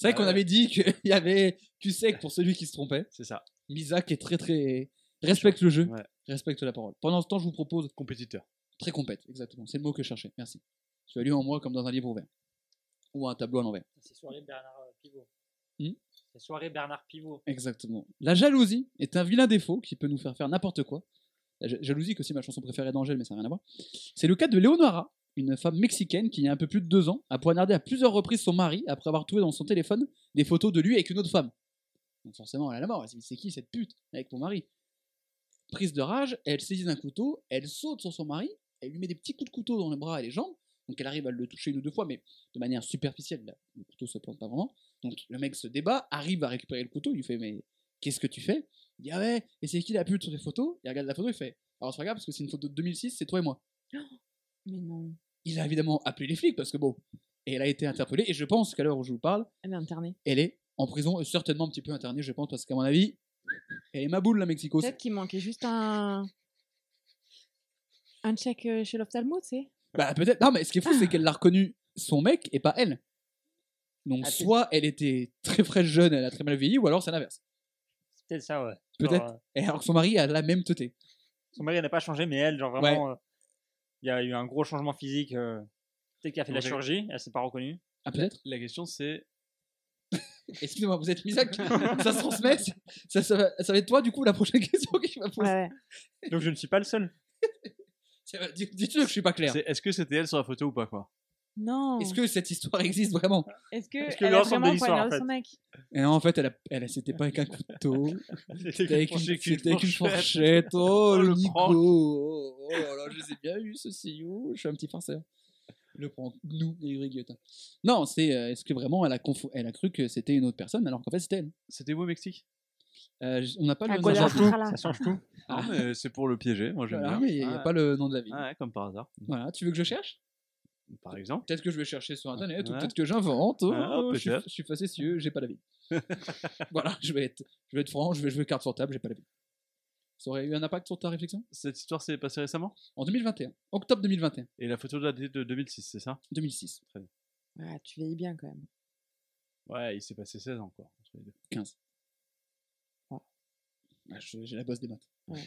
Speaker 4: C'est vrai
Speaker 5: Ah
Speaker 4: qu'on
Speaker 5: ouais.
Speaker 4: avait dit qu'il y avait tu sais que pour celui qui se trompait.
Speaker 3: C'est ça.
Speaker 4: Misak est très très... Respecte le jeu,
Speaker 3: Ouais.
Speaker 4: respecte la parole. Pendant ce temps, je vous propose
Speaker 3: Compétiteur.
Speaker 4: très compète, exactement. C'est le mot que je cherchais, merci. Tu as lu en moi comme dans un livre ouvert. Ou un tableau à l'envers.
Speaker 5: C'est soirée Bernard euh, Pivot.
Speaker 4: Hmm
Speaker 5: C'est soirée Bernard Pivot.
Speaker 4: Exactement. La jalousie est un vilain défaut qui peut nous faire faire n'importe quoi. La ja- jalousie, que c'est ma chanson préférée d'Angèle, mais ça n'a rien à voir. C'est le cas de Leonora, une femme mexicaine qui, il y a un peu plus de deux ans, a poignardé à plusieurs reprises son mari après avoir trouvé dans son téléphone des photos de lui avec une autre femme. Donc forcément, elle a la mort. Elle s'est dit, c'est qui cette pute avec mon mari Prise de rage, elle saisit un couteau, elle saute sur son mari, elle lui met des petits coups de couteau dans les bras et les jambes. Donc elle arrive à le toucher une ou deux fois, mais de manière superficielle. là, Le couteau se plante pas vraiment. Donc le mec se débat, arrive à récupérer le couteau, il lui fait mais qu'est-ce que tu fais Il dit ah ouais, et c'est qui la pute sur les photos Il regarde la photo, il fait alors c'est pas grave parce que c'est une photo de 2006, c'est toi et moi.
Speaker 2: Mais non,
Speaker 4: Il a évidemment appelé les flics parce que bon, et elle a été interpellée et je pense qu'à l'heure où je vous parle,
Speaker 2: elle est internée.
Speaker 4: elle est en prison, et certainement un petit peu internée, je pense parce qu'à mon avis, elle est ma boule la Mexico.
Speaker 2: Peut-être qu'il manquait juste un. Un check euh, chez l'ophtalmo, tu sais.
Speaker 4: Bah peut-être. Non mais ce qui est fou c'est qu'elle l'a reconnu son mec et pas elle. Donc
Speaker 5: Ah,
Speaker 4: soit elle était très fraîche jeune, elle a très mal vieilli, ou alors c'est l'inverse.
Speaker 5: C'est peut-être ça, ouais.
Speaker 4: Peut-être.
Speaker 5: Genre, euh,
Speaker 4: Et alors que son mari a la même teuté.
Speaker 5: son mari n'a pas changé, mais elle, genre vraiment, euh, il y a eu un gros changement physique. euh, peut-être qu'elle a fait de la
Speaker 3: Ouais.
Speaker 5: chirurgie, elle s'est pas reconnue.
Speaker 4: Ah peut-être.
Speaker 3: La question, c'est.
Speaker 4: Excusez-moi, vous êtes Misak Ça se transmet c'est- ça, ça, va- ça va être toi, du coup, la prochaine question que tu vas poser.
Speaker 2: Ouais, ouais.
Speaker 5: Donc je ne suis pas le seul.
Speaker 4: C'est- euh, dis- Dites-le que je suis pas clair.
Speaker 3: c'est- Est-ce que c'était elle sur la photo ou pas, quoi
Speaker 2: Non.
Speaker 4: Est-ce que cette histoire existe vraiment
Speaker 2: Est-ce que.
Speaker 5: est-ce que
Speaker 2: elle a
Speaker 5: l'ensemble de
Speaker 2: vraiment
Speaker 5: l'histoire,
Speaker 2: poignardé
Speaker 5: en
Speaker 2: son mec
Speaker 4: Et non, en fait, elle, a- elle c'était pas avec un couteau, c'était avec une, c'était avec une
Speaker 3: fourchette.
Speaker 4: fourchette. Oh,
Speaker 3: Oh,
Speaker 4: le
Speaker 3: le
Speaker 4: Nico
Speaker 3: prank.
Speaker 4: oh, oh là là, je les ai bien eu, ce CEO Je suis un petit farceur. Le prank, nous, Grégory Guillotin. Non, c'est euh, est-ce que vraiment elle a, confo- elle a cru que c'était une autre personne alors qu'en fait c'était elle
Speaker 3: C'était où au Mexique
Speaker 4: Euh, j- On n'a pas
Speaker 2: Ah,
Speaker 4: le nom de la
Speaker 2: Guadalajara.
Speaker 4: ville.
Speaker 5: Ça change tout.
Speaker 4: Ah.
Speaker 3: Non, mais c'est pour le piéger, moi j'aime
Speaker 4: Voilà,
Speaker 3: bien.
Speaker 4: mais il n'y a
Speaker 3: Ouais.
Speaker 4: pas le nom de la ville.
Speaker 3: Ah ouais, comme par hasard.
Speaker 4: Voilà, tu veux que je cherche
Speaker 3: Par exemple.
Speaker 4: Peut-être que je vais chercher sur internet ou
Speaker 3: Ouais.
Speaker 4: peut-être que j'invente. Oh,
Speaker 3: Ah,
Speaker 4: je, suis,
Speaker 3: peut-être.
Speaker 4: je suis facétieux, j'ai pas la vie. voilà, je vais être, je vais être franc, je vais jouer carte sur table, j'ai pas la vie. Ça aurait eu un impact sur ta réflexion
Speaker 3: Cette histoire s'est passée récemment
Speaker 4: En 2021, octobre 2021,
Speaker 3: Et la photo date de 2006, c'est ça
Speaker 4: 2006,
Speaker 2: Ah, tu vieillis bien quand même.
Speaker 3: Ouais, il s'est passé 16 ans, quoi. entre les deux.
Speaker 4: 15.
Speaker 2: Ouais.
Speaker 4: Ah, je- j'ai la bosse des maths.
Speaker 2: Ouais.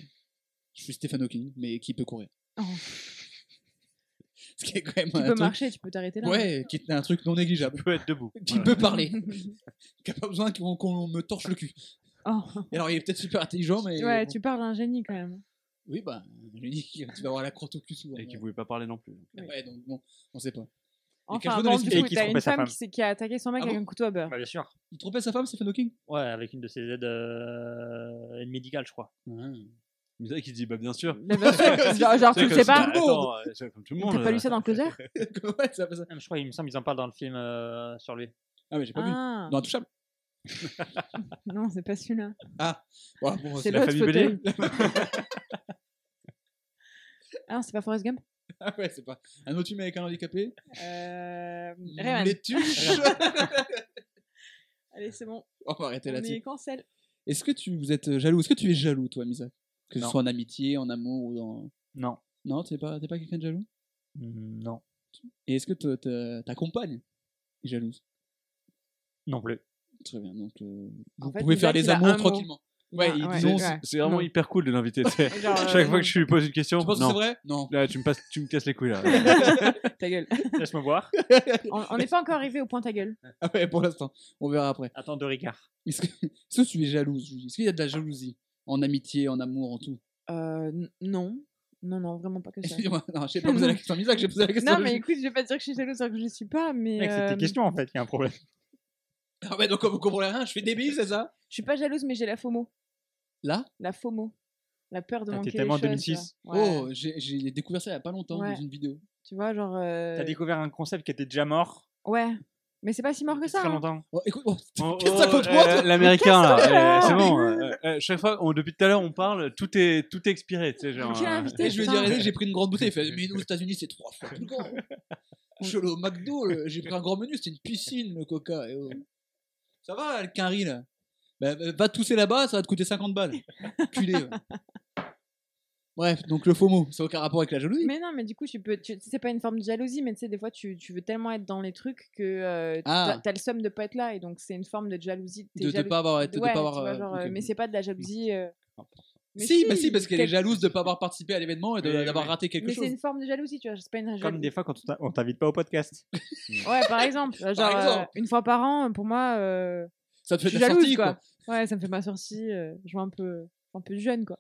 Speaker 4: Je suis Stephen Hawking, mais qui peut courir
Speaker 2: Oh.
Speaker 4: Ce qui est quand même
Speaker 2: Tu
Speaker 4: un
Speaker 2: peux
Speaker 4: truc.
Speaker 2: marcher, tu peux t'arrêter là.
Speaker 4: Ouais, qui est un truc non négligeable.
Speaker 3: Il peut être debout.
Speaker 4: Qui
Speaker 3: Voilà.
Speaker 4: peut parler, qui a pas besoin qu'on qu'on me torche le cul.
Speaker 2: Oh.
Speaker 4: Et alors, il est peut-être super intelligent, mais.
Speaker 2: Ouais, tu parles d'un génie quand même.
Speaker 4: Oui, bah, je lui dis que tu vas avoir la crotte au cul souvent.
Speaker 3: Et qui
Speaker 4: ouais.
Speaker 3: pouvait pas parler non plus.
Speaker 4: Ouais, donc bon, on sait pas. quelque
Speaker 2: Enfin,
Speaker 4: chose dans
Speaker 2: bon,
Speaker 4: les
Speaker 2: du
Speaker 5: idées.
Speaker 2: coup,
Speaker 5: Et qui
Speaker 2: t'as
Speaker 5: trompait
Speaker 2: une
Speaker 5: sa
Speaker 2: femme
Speaker 5: femme.
Speaker 2: qui, s'est- qui a attaqué son mec
Speaker 4: Ah
Speaker 2: avec
Speaker 4: bon
Speaker 2: un couteau à beurre.
Speaker 5: Bah, bien sûr.
Speaker 4: Il trompait sa femme, Stephen Hawking
Speaker 5: Ouais, avec une de ses aides euh, aides médicales, je crois.
Speaker 3: Miyazaki qui dit bah bien sûr.
Speaker 2: Mais bien sûr, genre, genre, tu
Speaker 3: C'est
Speaker 2: le sais
Speaker 3: comme-
Speaker 2: pas
Speaker 3: bah, attends, euh, c'est comme tout le monde.
Speaker 2: T'as pas
Speaker 3: euh.
Speaker 2: lu ça dans Closer
Speaker 4: Ouais, ça va, ça.
Speaker 5: Même, Ah, Je crois, il me semble, ils en parlent dans le film euh, sur lui.
Speaker 4: Ah, mais j'ai pas vu.
Speaker 2: Ah,
Speaker 4: Dans Intouchable.
Speaker 2: non, c'est pas celui-là.
Speaker 4: Ouais, bon,
Speaker 2: C'est
Speaker 4: la
Speaker 2: l'autre
Speaker 4: famille Bélier.
Speaker 2: fauteuil. Ah non, c'est pas Forrest Gump
Speaker 4: Ah ouais, c'est pas. Un autre film avec un handicapé.
Speaker 2: euh... Rayman.
Speaker 4: Les tuches.
Speaker 2: Allez, c'est bon.
Speaker 4: On va arrêter
Speaker 2: On
Speaker 4: là-dessus.
Speaker 2: est cancel.
Speaker 4: Est-ce que tu vous êtes euh, jaloux Est-ce que tu es jaloux, toi, Misa Que ce
Speaker 5: Non.
Speaker 4: soit en amitié, en amour ou dans.
Speaker 5: Non.
Speaker 4: Non, t'es pas, t'es pas quelqu'un de jaloux
Speaker 5: Mm, Non.
Speaker 4: Et est-ce que te- te- ta compagne est jalouse
Speaker 5: Non plus.
Speaker 4: Très
Speaker 5: Très
Speaker 4: bien, donc euh,
Speaker 2: En
Speaker 4: vous
Speaker 2: fait,
Speaker 4: pouvez
Speaker 2: Misa,
Speaker 4: faire
Speaker 2: il
Speaker 4: les
Speaker 2: a un
Speaker 4: amours
Speaker 2: mot.
Speaker 4: tranquillement. Ouais,
Speaker 2: Ah,
Speaker 4: ils
Speaker 2: ouais.
Speaker 4: disons.
Speaker 2: Ouais.
Speaker 4: c'est-
Speaker 3: C'est vraiment
Speaker 2: Non.
Speaker 3: hyper cool de l'inviter. tu sais.
Speaker 2: Genre, euh,
Speaker 3: Chaque
Speaker 2: non.
Speaker 3: fois que je lui pose une question,
Speaker 4: Tu penses que
Speaker 3: non.
Speaker 4: c'est vrai Non.
Speaker 3: Là, tu me passes, tu me casses les couilles là.
Speaker 2: Ta gueule.
Speaker 5: Laisse-moi voir.
Speaker 2: On on n'est pas encore arrivé au point ta gueule.
Speaker 4: Ah ouais, pour l'instant. On verra après.
Speaker 5: Attends, de Ricard.
Speaker 4: Est-ce que, est-ce que tu es jalouse Julie Est-ce qu'il y a de la jalousie En amitié, en amour, en tout
Speaker 2: Euh, n- non. Non, non, vraiment pas que ça.
Speaker 4: Excusez-moi, non, j'ai pas posé la question à Misa que j'ai posé la question à
Speaker 2: Non, mais
Speaker 4: Julie.
Speaker 2: écoute, je vais pas dire que je suis jalouse alors que je le suis pas, mais.
Speaker 5: Mec, C'est
Speaker 2: euh,
Speaker 5: tes questions en fait qui a un problème.
Speaker 4: euh, Ah ouais, donc vous comprenez rien, je fais des billes, c'est ça
Speaker 2: Je suis pas jalouse, mais j'ai la FOMO.
Speaker 4: Là
Speaker 2: La FOMO. La peur de
Speaker 5: Ah, t'es
Speaker 2: manquer les
Speaker 5: tellement en
Speaker 2: choses,
Speaker 5: 2006.
Speaker 2: tu vois. Ouais.
Speaker 4: Oh, j'ai, j'ai découvert ça il y a pas longtemps
Speaker 2: Ouais.
Speaker 4: dans une vidéo.
Speaker 2: Tu vois, genre. euh,
Speaker 5: T'as découvert un concept qui était déjà mort.
Speaker 2: Ouais. Mais c'est pas si mort que
Speaker 5: depuis
Speaker 2: ça.
Speaker 5: Très
Speaker 2: hein.
Speaker 5: longtemps.
Speaker 4: Oh, écoute, oh,
Speaker 3: Oh,
Speaker 4: qu'est-ce que
Speaker 3: oh,
Speaker 4: ça compte moi
Speaker 3: euh,
Speaker 4: toi
Speaker 3: L'américain là,
Speaker 2: là
Speaker 3: euh, c'est bon. euh, euh, chaque fois, on- depuis tout à l'heure, on parle, tout est tout est expiré, tu sais genre.
Speaker 2: Quel
Speaker 3: euh,
Speaker 2: invité
Speaker 4: Eh, je lui ai dit,
Speaker 2: putain.
Speaker 4: regardez, j'ai pris une grande bouteille. Il fait, mais nous, aux États-Unis, c'est trois fois plus grand. Je suis allé au McDo, le- j'ai pris un grand menu, c'était une piscine, le coca. et oh. Ça va, le quinri, là Bah, bah, Va te tousser là-bas, ça va te coûter 50 balles. Culé. ouais. Bref, donc le faux mot, ça n'a aucun rapport avec la jalousie.
Speaker 2: Mais non, mais du coup, tu peux. tu- C'est pas une forme de jalousie, mais tu sais, des fois, tu, tu veux tellement être dans les trucs que euh,
Speaker 4: Ah.
Speaker 2: t'as- t'as le somme de pas être là, et donc c'est une forme de jalousie. t'es
Speaker 4: de ne
Speaker 2: jaloux-
Speaker 4: pas avoir. De, de
Speaker 2: Ouais,
Speaker 4: pas
Speaker 2: tu
Speaker 4: avoir
Speaker 2: vois,
Speaker 4: euh,
Speaker 2: genre, euh,
Speaker 4: ok.
Speaker 2: mais c'est pas de la jalousie. euh, mais
Speaker 4: si, bah si, parce qu'elle est
Speaker 2: quel-
Speaker 4: jalouse de ne pas avoir participé à l'événement et de-
Speaker 5: Mais
Speaker 4: d'avoir
Speaker 5: ouais.
Speaker 4: raté quelque
Speaker 2: Mais
Speaker 4: chose.
Speaker 2: c'est une forme de jalousie, tu vois. C'est pas une jalousie.
Speaker 5: Comme des fois quand on t'a- on t'invite pas au podcast.
Speaker 2: Ouais, par exemple. Genre, euh,
Speaker 4: exemple.
Speaker 2: une fois par an, pour moi, euh,
Speaker 4: Ça te
Speaker 2: je
Speaker 4: fait
Speaker 2: suis
Speaker 4: de la
Speaker 2: jalouse,
Speaker 4: sortie, quoi.
Speaker 2: quoi. Ouais, ça me fait ma sortie. euh, je vois un peu, un peu jeune, quoi.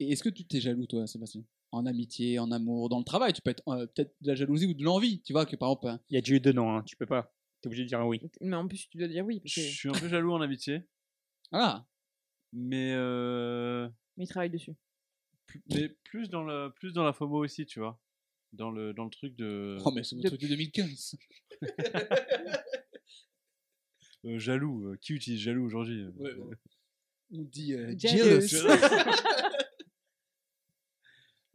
Speaker 4: Et est-ce que tu t'es jaloux, toi, Sébastien En amitié, en amour, dans le travail Tu peux être euh, peut-être de la jalousie ou de l'envie. Tu vois, que par exemple, un-
Speaker 5: Il y a déjà eu deux noms, hein, tu peux pas. T'es obligé de dire oui.
Speaker 2: Mais en plus, tu dois dire oui. Parce
Speaker 3: Je
Speaker 2: que...
Speaker 3: suis un peu jaloux en amitié,
Speaker 4: Ah
Speaker 3: mais euh,
Speaker 2: Mais il travaille dessus.
Speaker 3: plus- mais plus dans le plus dans la FOMO aussi, tu vois, dans le dans le truc Euh, de
Speaker 4: Oh, mais c'est votre
Speaker 2: de-
Speaker 4: truc de 2015.
Speaker 3: euh, jaloux. euh, qui utilise jaloux aujourd'hui euh,
Speaker 4: Ouais, ouais. On dit euh,
Speaker 2: Jealous.
Speaker 4: jealous.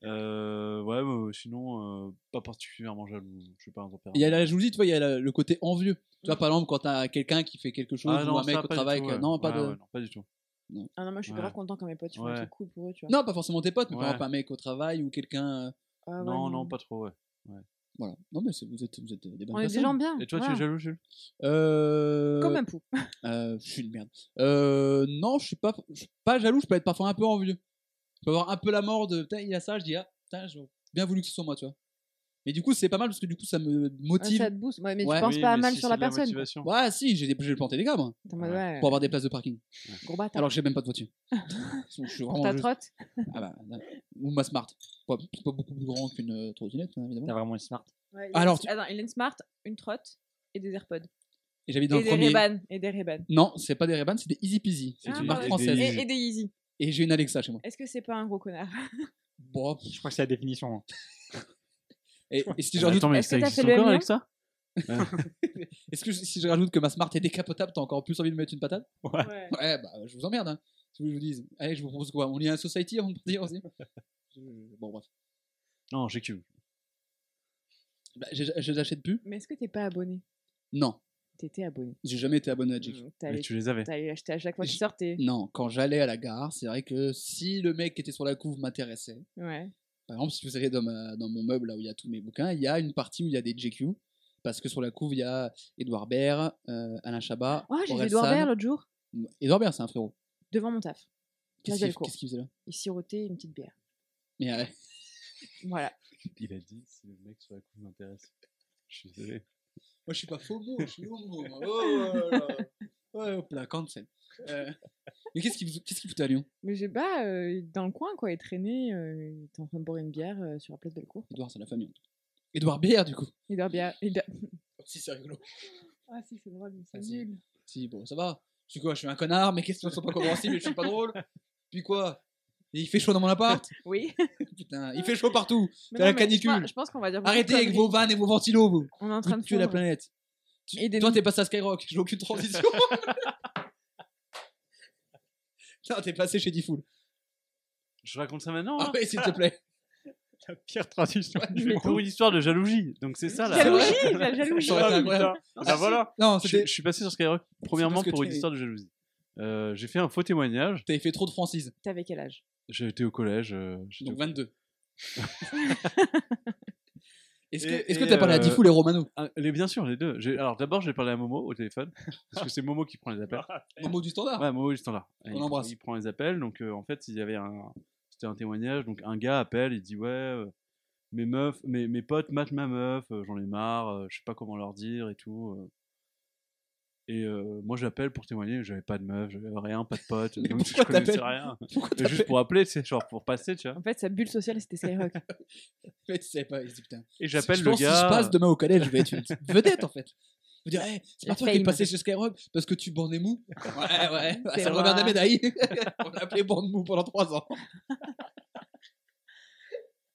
Speaker 3: Euh, ouais, mais sinon euh, pas particulièrement jaloux. Je suis pas un tempérament.
Speaker 4: Il y a la jalousie, tu vois, il y a la- le côté envieux. Tu vois, par exemple, quand t'as quelqu'un qui fait quelque chose
Speaker 3: Ah
Speaker 4: ou
Speaker 3: non,
Speaker 4: un mec
Speaker 3: ça,
Speaker 4: au
Speaker 3: pas du
Speaker 4: travail.
Speaker 3: tout,
Speaker 4: que-
Speaker 3: ouais.
Speaker 4: Non, pas
Speaker 3: Ouais,
Speaker 4: de...
Speaker 3: ouais, non, pas du tout.
Speaker 2: Ah non, moi, je suis
Speaker 3: Ouais.
Speaker 2: grave contente quand mes potes ils font un
Speaker 3: Ouais.
Speaker 2: truc cool pour eux, tu vois.
Speaker 4: Non, pas forcément tes potes, mais
Speaker 3: Ouais.
Speaker 4: par exemple, un mec au travail ou quelqu'un. euh,
Speaker 2: Ah ouais,
Speaker 3: non, non, pas trop. Ouais.
Speaker 4: Voilà. Non, mais c'est- vous êtes, vous êtes des bonnes
Speaker 2: On est des
Speaker 4: personnes.
Speaker 2: gens bien.
Speaker 3: Et toi, tu
Speaker 2: voilà.
Speaker 3: es jaloux, Jules
Speaker 4: Euh...
Speaker 2: Comme un pou. Ah,
Speaker 4: Euh, je suis une merde. Euh, non, je suis pas, je suis pas jaloux, je peux être parfois un peu envieux. Je peux avoir un peu la mort de putain, il a ça, je dis ah, putain, j'aurais bien voulu que ce soit moi, tu vois. Mais du coup, c'est pas mal parce que du coup, ça me
Speaker 2: Ah,
Speaker 4: motive.
Speaker 2: ça te booste. Ouais, mais
Speaker 4: Ouais.
Speaker 2: tu penses
Speaker 3: Oui,
Speaker 2: pas
Speaker 3: mais
Speaker 2: mal
Speaker 3: si
Speaker 2: sur
Speaker 3: c'est
Speaker 2: la
Speaker 3: de
Speaker 2: personne. quoi.
Speaker 3: motivation.
Speaker 4: Ouais, si, j'ai j'ai planté des gammes
Speaker 2: T'es en mode,
Speaker 3: Ouais.
Speaker 2: ouais,
Speaker 4: pour avoir des places de parking.
Speaker 2: gros bâtard.
Speaker 4: Alors que j'ai même pas de voiture. je suis
Speaker 2: Pour
Speaker 4: vraiment
Speaker 2: ta
Speaker 4: juste-
Speaker 2: trotte.
Speaker 4: Ah bah, là- ou ma smart. Pas- C'est pas beaucoup plus grand qu'une euh, trottinette, hein, évidemment.
Speaker 5: T'as vraiment une smart.
Speaker 2: Ouais, il a
Speaker 4: Alors,
Speaker 2: une-
Speaker 4: tu-
Speaker 2: Attends, il a une Smart, une trotte et des AirPods.
Speaker 4: Et j'avais dans
Speaker 2: Et
Speaker 4: le
Speaker 2: des
Speaker 4: premier.
Speaker 2: Ray-Ban. Et des ray
Speaker 4: Non, c'est pas des Ray-Ban, c'est des Easy Peasy. C'est
Speaker 2: Ah,
Speaker 4: une
Speaker 2: bah
Speaker 4: marque
Speaker 2: ouais.
Speaker 4: française.
Speaker 3: Yeezy.
Speaker 2: Et, et des Yeezy.
Speaker 4: Et j'ai une Alexa chez moi.
Speaker 2: Est-ce que c'est pas un gros connard
Speaker 4: Bon,
Speaker 5: Je crois que c'est la définition. hein.
Speaker 4: et, et si je rajoute
Speaker 3: Attends, mais
Speaker 2: Est-ce
Speaker 3: ça
Speaker 2: que t'as
Speaker 3: existe
Speaker 2: fait le
Speaker 3: encore
Speaker 2: M1?
Speaker 3: avec ça
Speaker 4: Est-ce que je- si je rajoute que ma smart est décapotable, t'as encore plus envie de me mettre une patate
Speaker 2: Ouais.
Speaker 4: Ouais, bah je vous emmerde. Hein. Si vous voulez que je vous dise, allez, je vous propose quoi On lit un society avant de partir aussi Je- Bon, bref.
Speaker 3: Non, GQ.
Speaker 4: Bah, je, je les achète plus
Speaker 2: Mais est-ce que t'es pas abonné
Speaker 4: Non,
Speaker 2: T'étais abonné.
Speaker 4: j'ai jamais été abonné à GQ.
Speaker 2: Donc,
Speaker 3: Mais
Speaker 2: T'allais
Speaker 3: tu les avais.
Speaker 2: t'allais l'acheter à chaque fois que tu
Speaker 4: J-
Speaker 2: sortais.
Speaker 4: Non, quand j'allais à la gare, c'est vrai que si le mec qui était sur la couve m'intéressait,
Speaker 2: Ouais.
Speaker 4: par exemple, si vous allez dans, ma- dans mon meuble là où il y a tous mes bouquins, il y a une partie où il y a des GQ. Parce que sur la couve, il y a Edouard Baird, euh, Alain Chabat.
Speaker 2: Oh, j'ai vu
Speaker 4: Orelsan.
Speaker 2: Edouard Baird l'autre jour,
Speaker 4: Edouard Baird, c'est un frérot.
Speaker 2: devant mon taf. Place
Speaker 4: Qu'est-ce qu'il
Speaker 2: Delcourt.
Speaker 4: qu'est-ce qu'il faisait là
Speaker 2: Il sirotait une petite bière.
Speaker 4: Mais, euh,
Speaker 2: Voilà.
Speaker 3: Il a dit si le mec sur la coupe m'intéresse. Je suis désolé.
Speaker 4: Moi, je suis pas faux mot, je suis homo. moi. Oh là là. Ouais, hop là, cancel. Euh, Mais qu'est-ce qui vous qu'est-ce qui foutait à Lyon
Speaker 2: Mais j'ai pas, euh, dans le coin, quoi. Il traînait, euh, il était en train de boire une bière euh, sur la place Bellecour.
Speaker 4: Edouard, c'est la famille. en tout cas. Edouard Baird, du coup.
Speaker 2: Edouard Baird. Edouard-
Speaker 4: Oh, Si, c'est rigolo.
Speaker 2: Ah si, c'est drôle, mais c'est
Speaker 4: Vas-y.
Speaker 2: nul.
Speaker 4: Si, bon, ça va. Je suis quoi Je suis un connard, mes questions sont pas compréhensibles, je suis pas drôle. Puis quoi Et il fait chaud dans mon appart.
Speaker 2: Oui.
Speaker 4: Putain, il fait chaud partout.
Speaker 2: Mais
Speaker 4: T'as la
Speaker 2: non, mais je
Speaker 4: canicule.
Speaker 2: pense- Je pense qu'on va dire. beaucoup de
Speaker 4: Arrêtez avec
Speaker 2: conneries.
Speaker 4: vos vannes et vos ventilos, vous.
Speaker 2: On est en train
Speaker 4: Vous
Speaker 2: de
Speaker 4: tuez la
Speaker 2: fondre.
Speaker 4: planète. Tu-
Speaker 2: Et des
Speaker 4: Toi,
Speaker 2: noms.
Speaker 4: t'es passé à Skyrock. J'ai aucune transition. Non, t'es passé chez Diffoul.
Speaker 3: Je raconte ça maintenant.
Speaker 4: Ah
Speaker 3: là
Speaker 4: oui, s'il te plaît.
Speaker 5: La pire transition.
Speaker 3: Je vais pour une histoire de jalousie. Donc c'est ça là.
Speaker 2: Jalousie, de la jalousie.
Speaker 4: Ça aurait été incroyable.
Speaker 3: Ah, bah voilà.
Speaker 4: Non,
Speaker 3: Je,
Speaker 4: c'était.
Speaker 3: je suis passé sur Skyrock premièrement
Speaker 4: parce que
Speaker 3: pour
Speaker 4: t'es-
Speaker 3: une histoire de jalousie. Euh, j'ai fait un faux témoignage.
Speaker 4: T'avais fait trop de Francis.
Speaker 2: T'avais quel âge
Speaker 3: J'ai été au collège. euh, j'étais
Speaker 4: Donc
Speaker 3: au-
Speaker 4: 22. Est-ce que
Speaker 3: Et-
Speaker 4: est-ce que
Speaker 3: et,
Speaker 4: t'as parlé à
Speaker 3: euh,
Speaker 4: Diffoul et Romano
Speaker 3: Ah, les, bien sûr, les deux. J'ai- Alors d'abord, j'ai parlé à Momo au téléphone parce que c'est Momo qui prend les appels.
Speaker 4: Au mot du standard
Speaker 3: Ouais, Momo, il est là.
Speaker 4: On
Speaker 3: il,
Speaker 4: l'embrasse.
Speaker 3: Il prend les appels. Donc, euh, en fait, il y avait un. C'était un témoignage. Donc, un gars appelle, il dit Ouais, euh, mes meufs, mes, mes potes matent ma meuf, euh, j'en ai marre, euh, je sais pas comment leur dire et tout. euh. Et euh, moi, j'appelle pour témoigner, j'avais pas de meuf, j'avais rien, pas de potes.
Speaker 4: Mais
Speaker 3: donc, je
Speaker 4: pourquoi
Speaker 3: connaissais
Speaker 4: t'appelles
Speaker 3: rien.
Speaker 4: Pourquoi
Speaker 3: Mais
Speaker 4: t'as
Speaker 3: juste
Speaker 4: fait
Speaker 3: pour appeler, tu sais, genre pour passer, tu vois.
Speaker 2: En fait, sa bulle sociale, c'était Skyrock.
Speaker 4: Ouais, tu savais pas, il se dit, putain.
Speaker 3: Et j'appelle
Speaker 4: je
Speaker 3: le
Speaker 4: pense que
Speaker 3: gars.
Speaker 4: Si je passe demain au collège, je vais être une petite vedette en fait. Je vais dire, hey, c'est pas
Speaker 2: Le
Speaker 4: toi qui es
Speaker 2: fame.
Speaker 4: passé chez Skyrock parce que tu bandais mou Ouais, ouais,
Speaker 2: C'est
Speaker 4: c'est le
Speaker 2: vrai.
Speaker 4: revers de la médaille. On l'a appelé bande mou pendant 3 ans.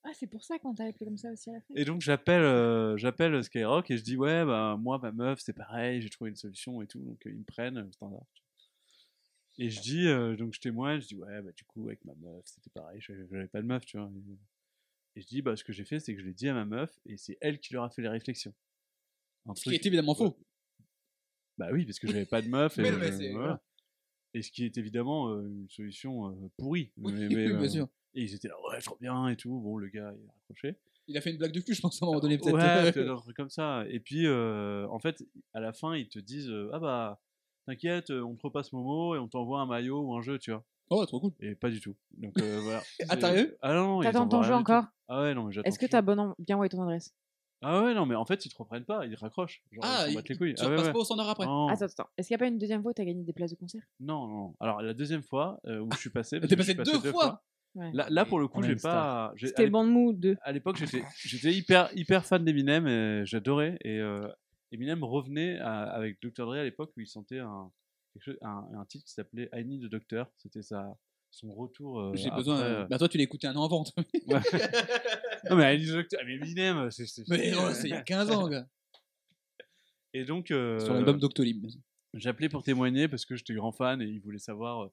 Speaker 2: ah, c'est pour ça qu'on t'a appelé comme ça aussi à la fin.
Speaker 3: Et donc j'appelle euh, j'appelle Skyrock et je dis ouais bah moi ma meuf c'est pareil j'ai trouvé une solution et tout donc euh, ils me prennent euh, standard. Et je dis euh, donc je témoigne je dis ouais bah du coup avec ma meuf c'était pareil j'avais j'avais pas de meuf tu vois. Et je dis bah ce que j'ai fait c'est que je l'ai dit à ma meuf et c'est elle qui leur a fait les réflexions. Un
Speaker 4: Ce qui
Speaker 3: truc-
Speaker 4: est évidemment faux.
Speaker 3: Bah oui parce que j'avais pas de meuf. et,
Speaker 4: Oui, non, mais
Speaker 3: euh,
Speaker 4: c'est-
Speaker 3: voilà.
Speaker 4: voilà.
Speaker 3: Et ce qui est évidemment euh, une solution euh, pourrie.
Speaker 4: Oui,
Speaker 3: Mais-
Speaker 4: oui,
Speaker 3: mais, euh,
Speaker 4: bien sûr.
Speaker 3: Et ils étaient là ouais trop bien et tout bon le gars il a raccroché.
Speaker 4: Il a fait une blague de cul, je pense, à un moment donné, peut-être.
Speaker 3: Ouais, peut-être un truc comme ça. Et puis, euh, en fait, à la fin, ils te disent euh, Ah bah, t'inquiète, euh, on te repasse Momo et on t'envoie un maillot ou un jeu, tu vois.
Speaker 4: Oh, trop cool.
Speaker 3: Et pas du tout. Donc euh, voilà.
Speaker 4: Ah, t'as rien eu
Speaker 3: Ah non, non, ils
Speaker 2: T'attends
Speaker 3: t'envoient
Speaker 2: ton jeu
Speaker 3: rien du tout.
Speaker 2: encore
Speaker 3: Ah ouais, non, mais j'attends.
Speaker 2: Est-ce que
Speaker 3: toujours.
Speaker 2: t'as bon en- bien envoyé ton adresse
Speaker 3: Ah ouais, non, mais en fait, ils te reprennent pas, ils raccrochent. Genre, ils
Speaker 4: Ah,
Speaker 3: s'en
Speaker 4: il-
Speaker 3: battent les couilles.
Speaker 4: Tu
Speaker 3: Ah ouais,
Speaker 4: repasses
Speaker 3: ouais.
Speaker 4: pas au standard après.
Speaker 3: Non,
Speaker 2: Attends, attends. Est-ce qu'il n'y a pas une deuxième fois où t'as gagné des places de concert
Speaker 3: non, non. Alors, la deuxième fois euh, où je suis passé.
Speaker 4: Ah, T'es
Speaker 3: parce que je
Speaker 4: passé
Speaker 3: suis
Speaker 4: deux fois
Speaker 2: Ouais.
Speaker 3: Là, là, pour le coup,
Speaker 5: On est
Speaker 3: j'ai
Speaker 5: une star.
Speaker 3: pas. j'ai- à
Speaker 2: C'était
Speaker 3: l'époque-
Speaker 2: Bande Mou 2.
Speaker 3: à l'époque, j'étais, j'étais hyper, hyper fan d'Eminem, et j'adorais. Et euh, Eminem revenait à- avec Dr. Dre à l'époque où il sentait un, quelque chose- un, un titre qui s'appelait I Need a Doctor. C'était sa, son retour. euh,
Speaker 4: J'ai
Speaker 3: après,
Speaker 4: besoin.
Speaker 3: euh,
Speaker 4: Bah, toi, tu l'as écouté un an avant. toi.
Speaker 3: Non, mais I Need a Doctor, mais Eminem, c'est. c'est-
Speaker 4: Mais oh, c'est il y a 15 ans, gars.
Speaker 3: Et donc, euh,
Speaker 4: Sur l'album Doctolib.
Speaker 3: j'appelais pour témoigner parce que j'étais grand fan et il voulait savoir euh,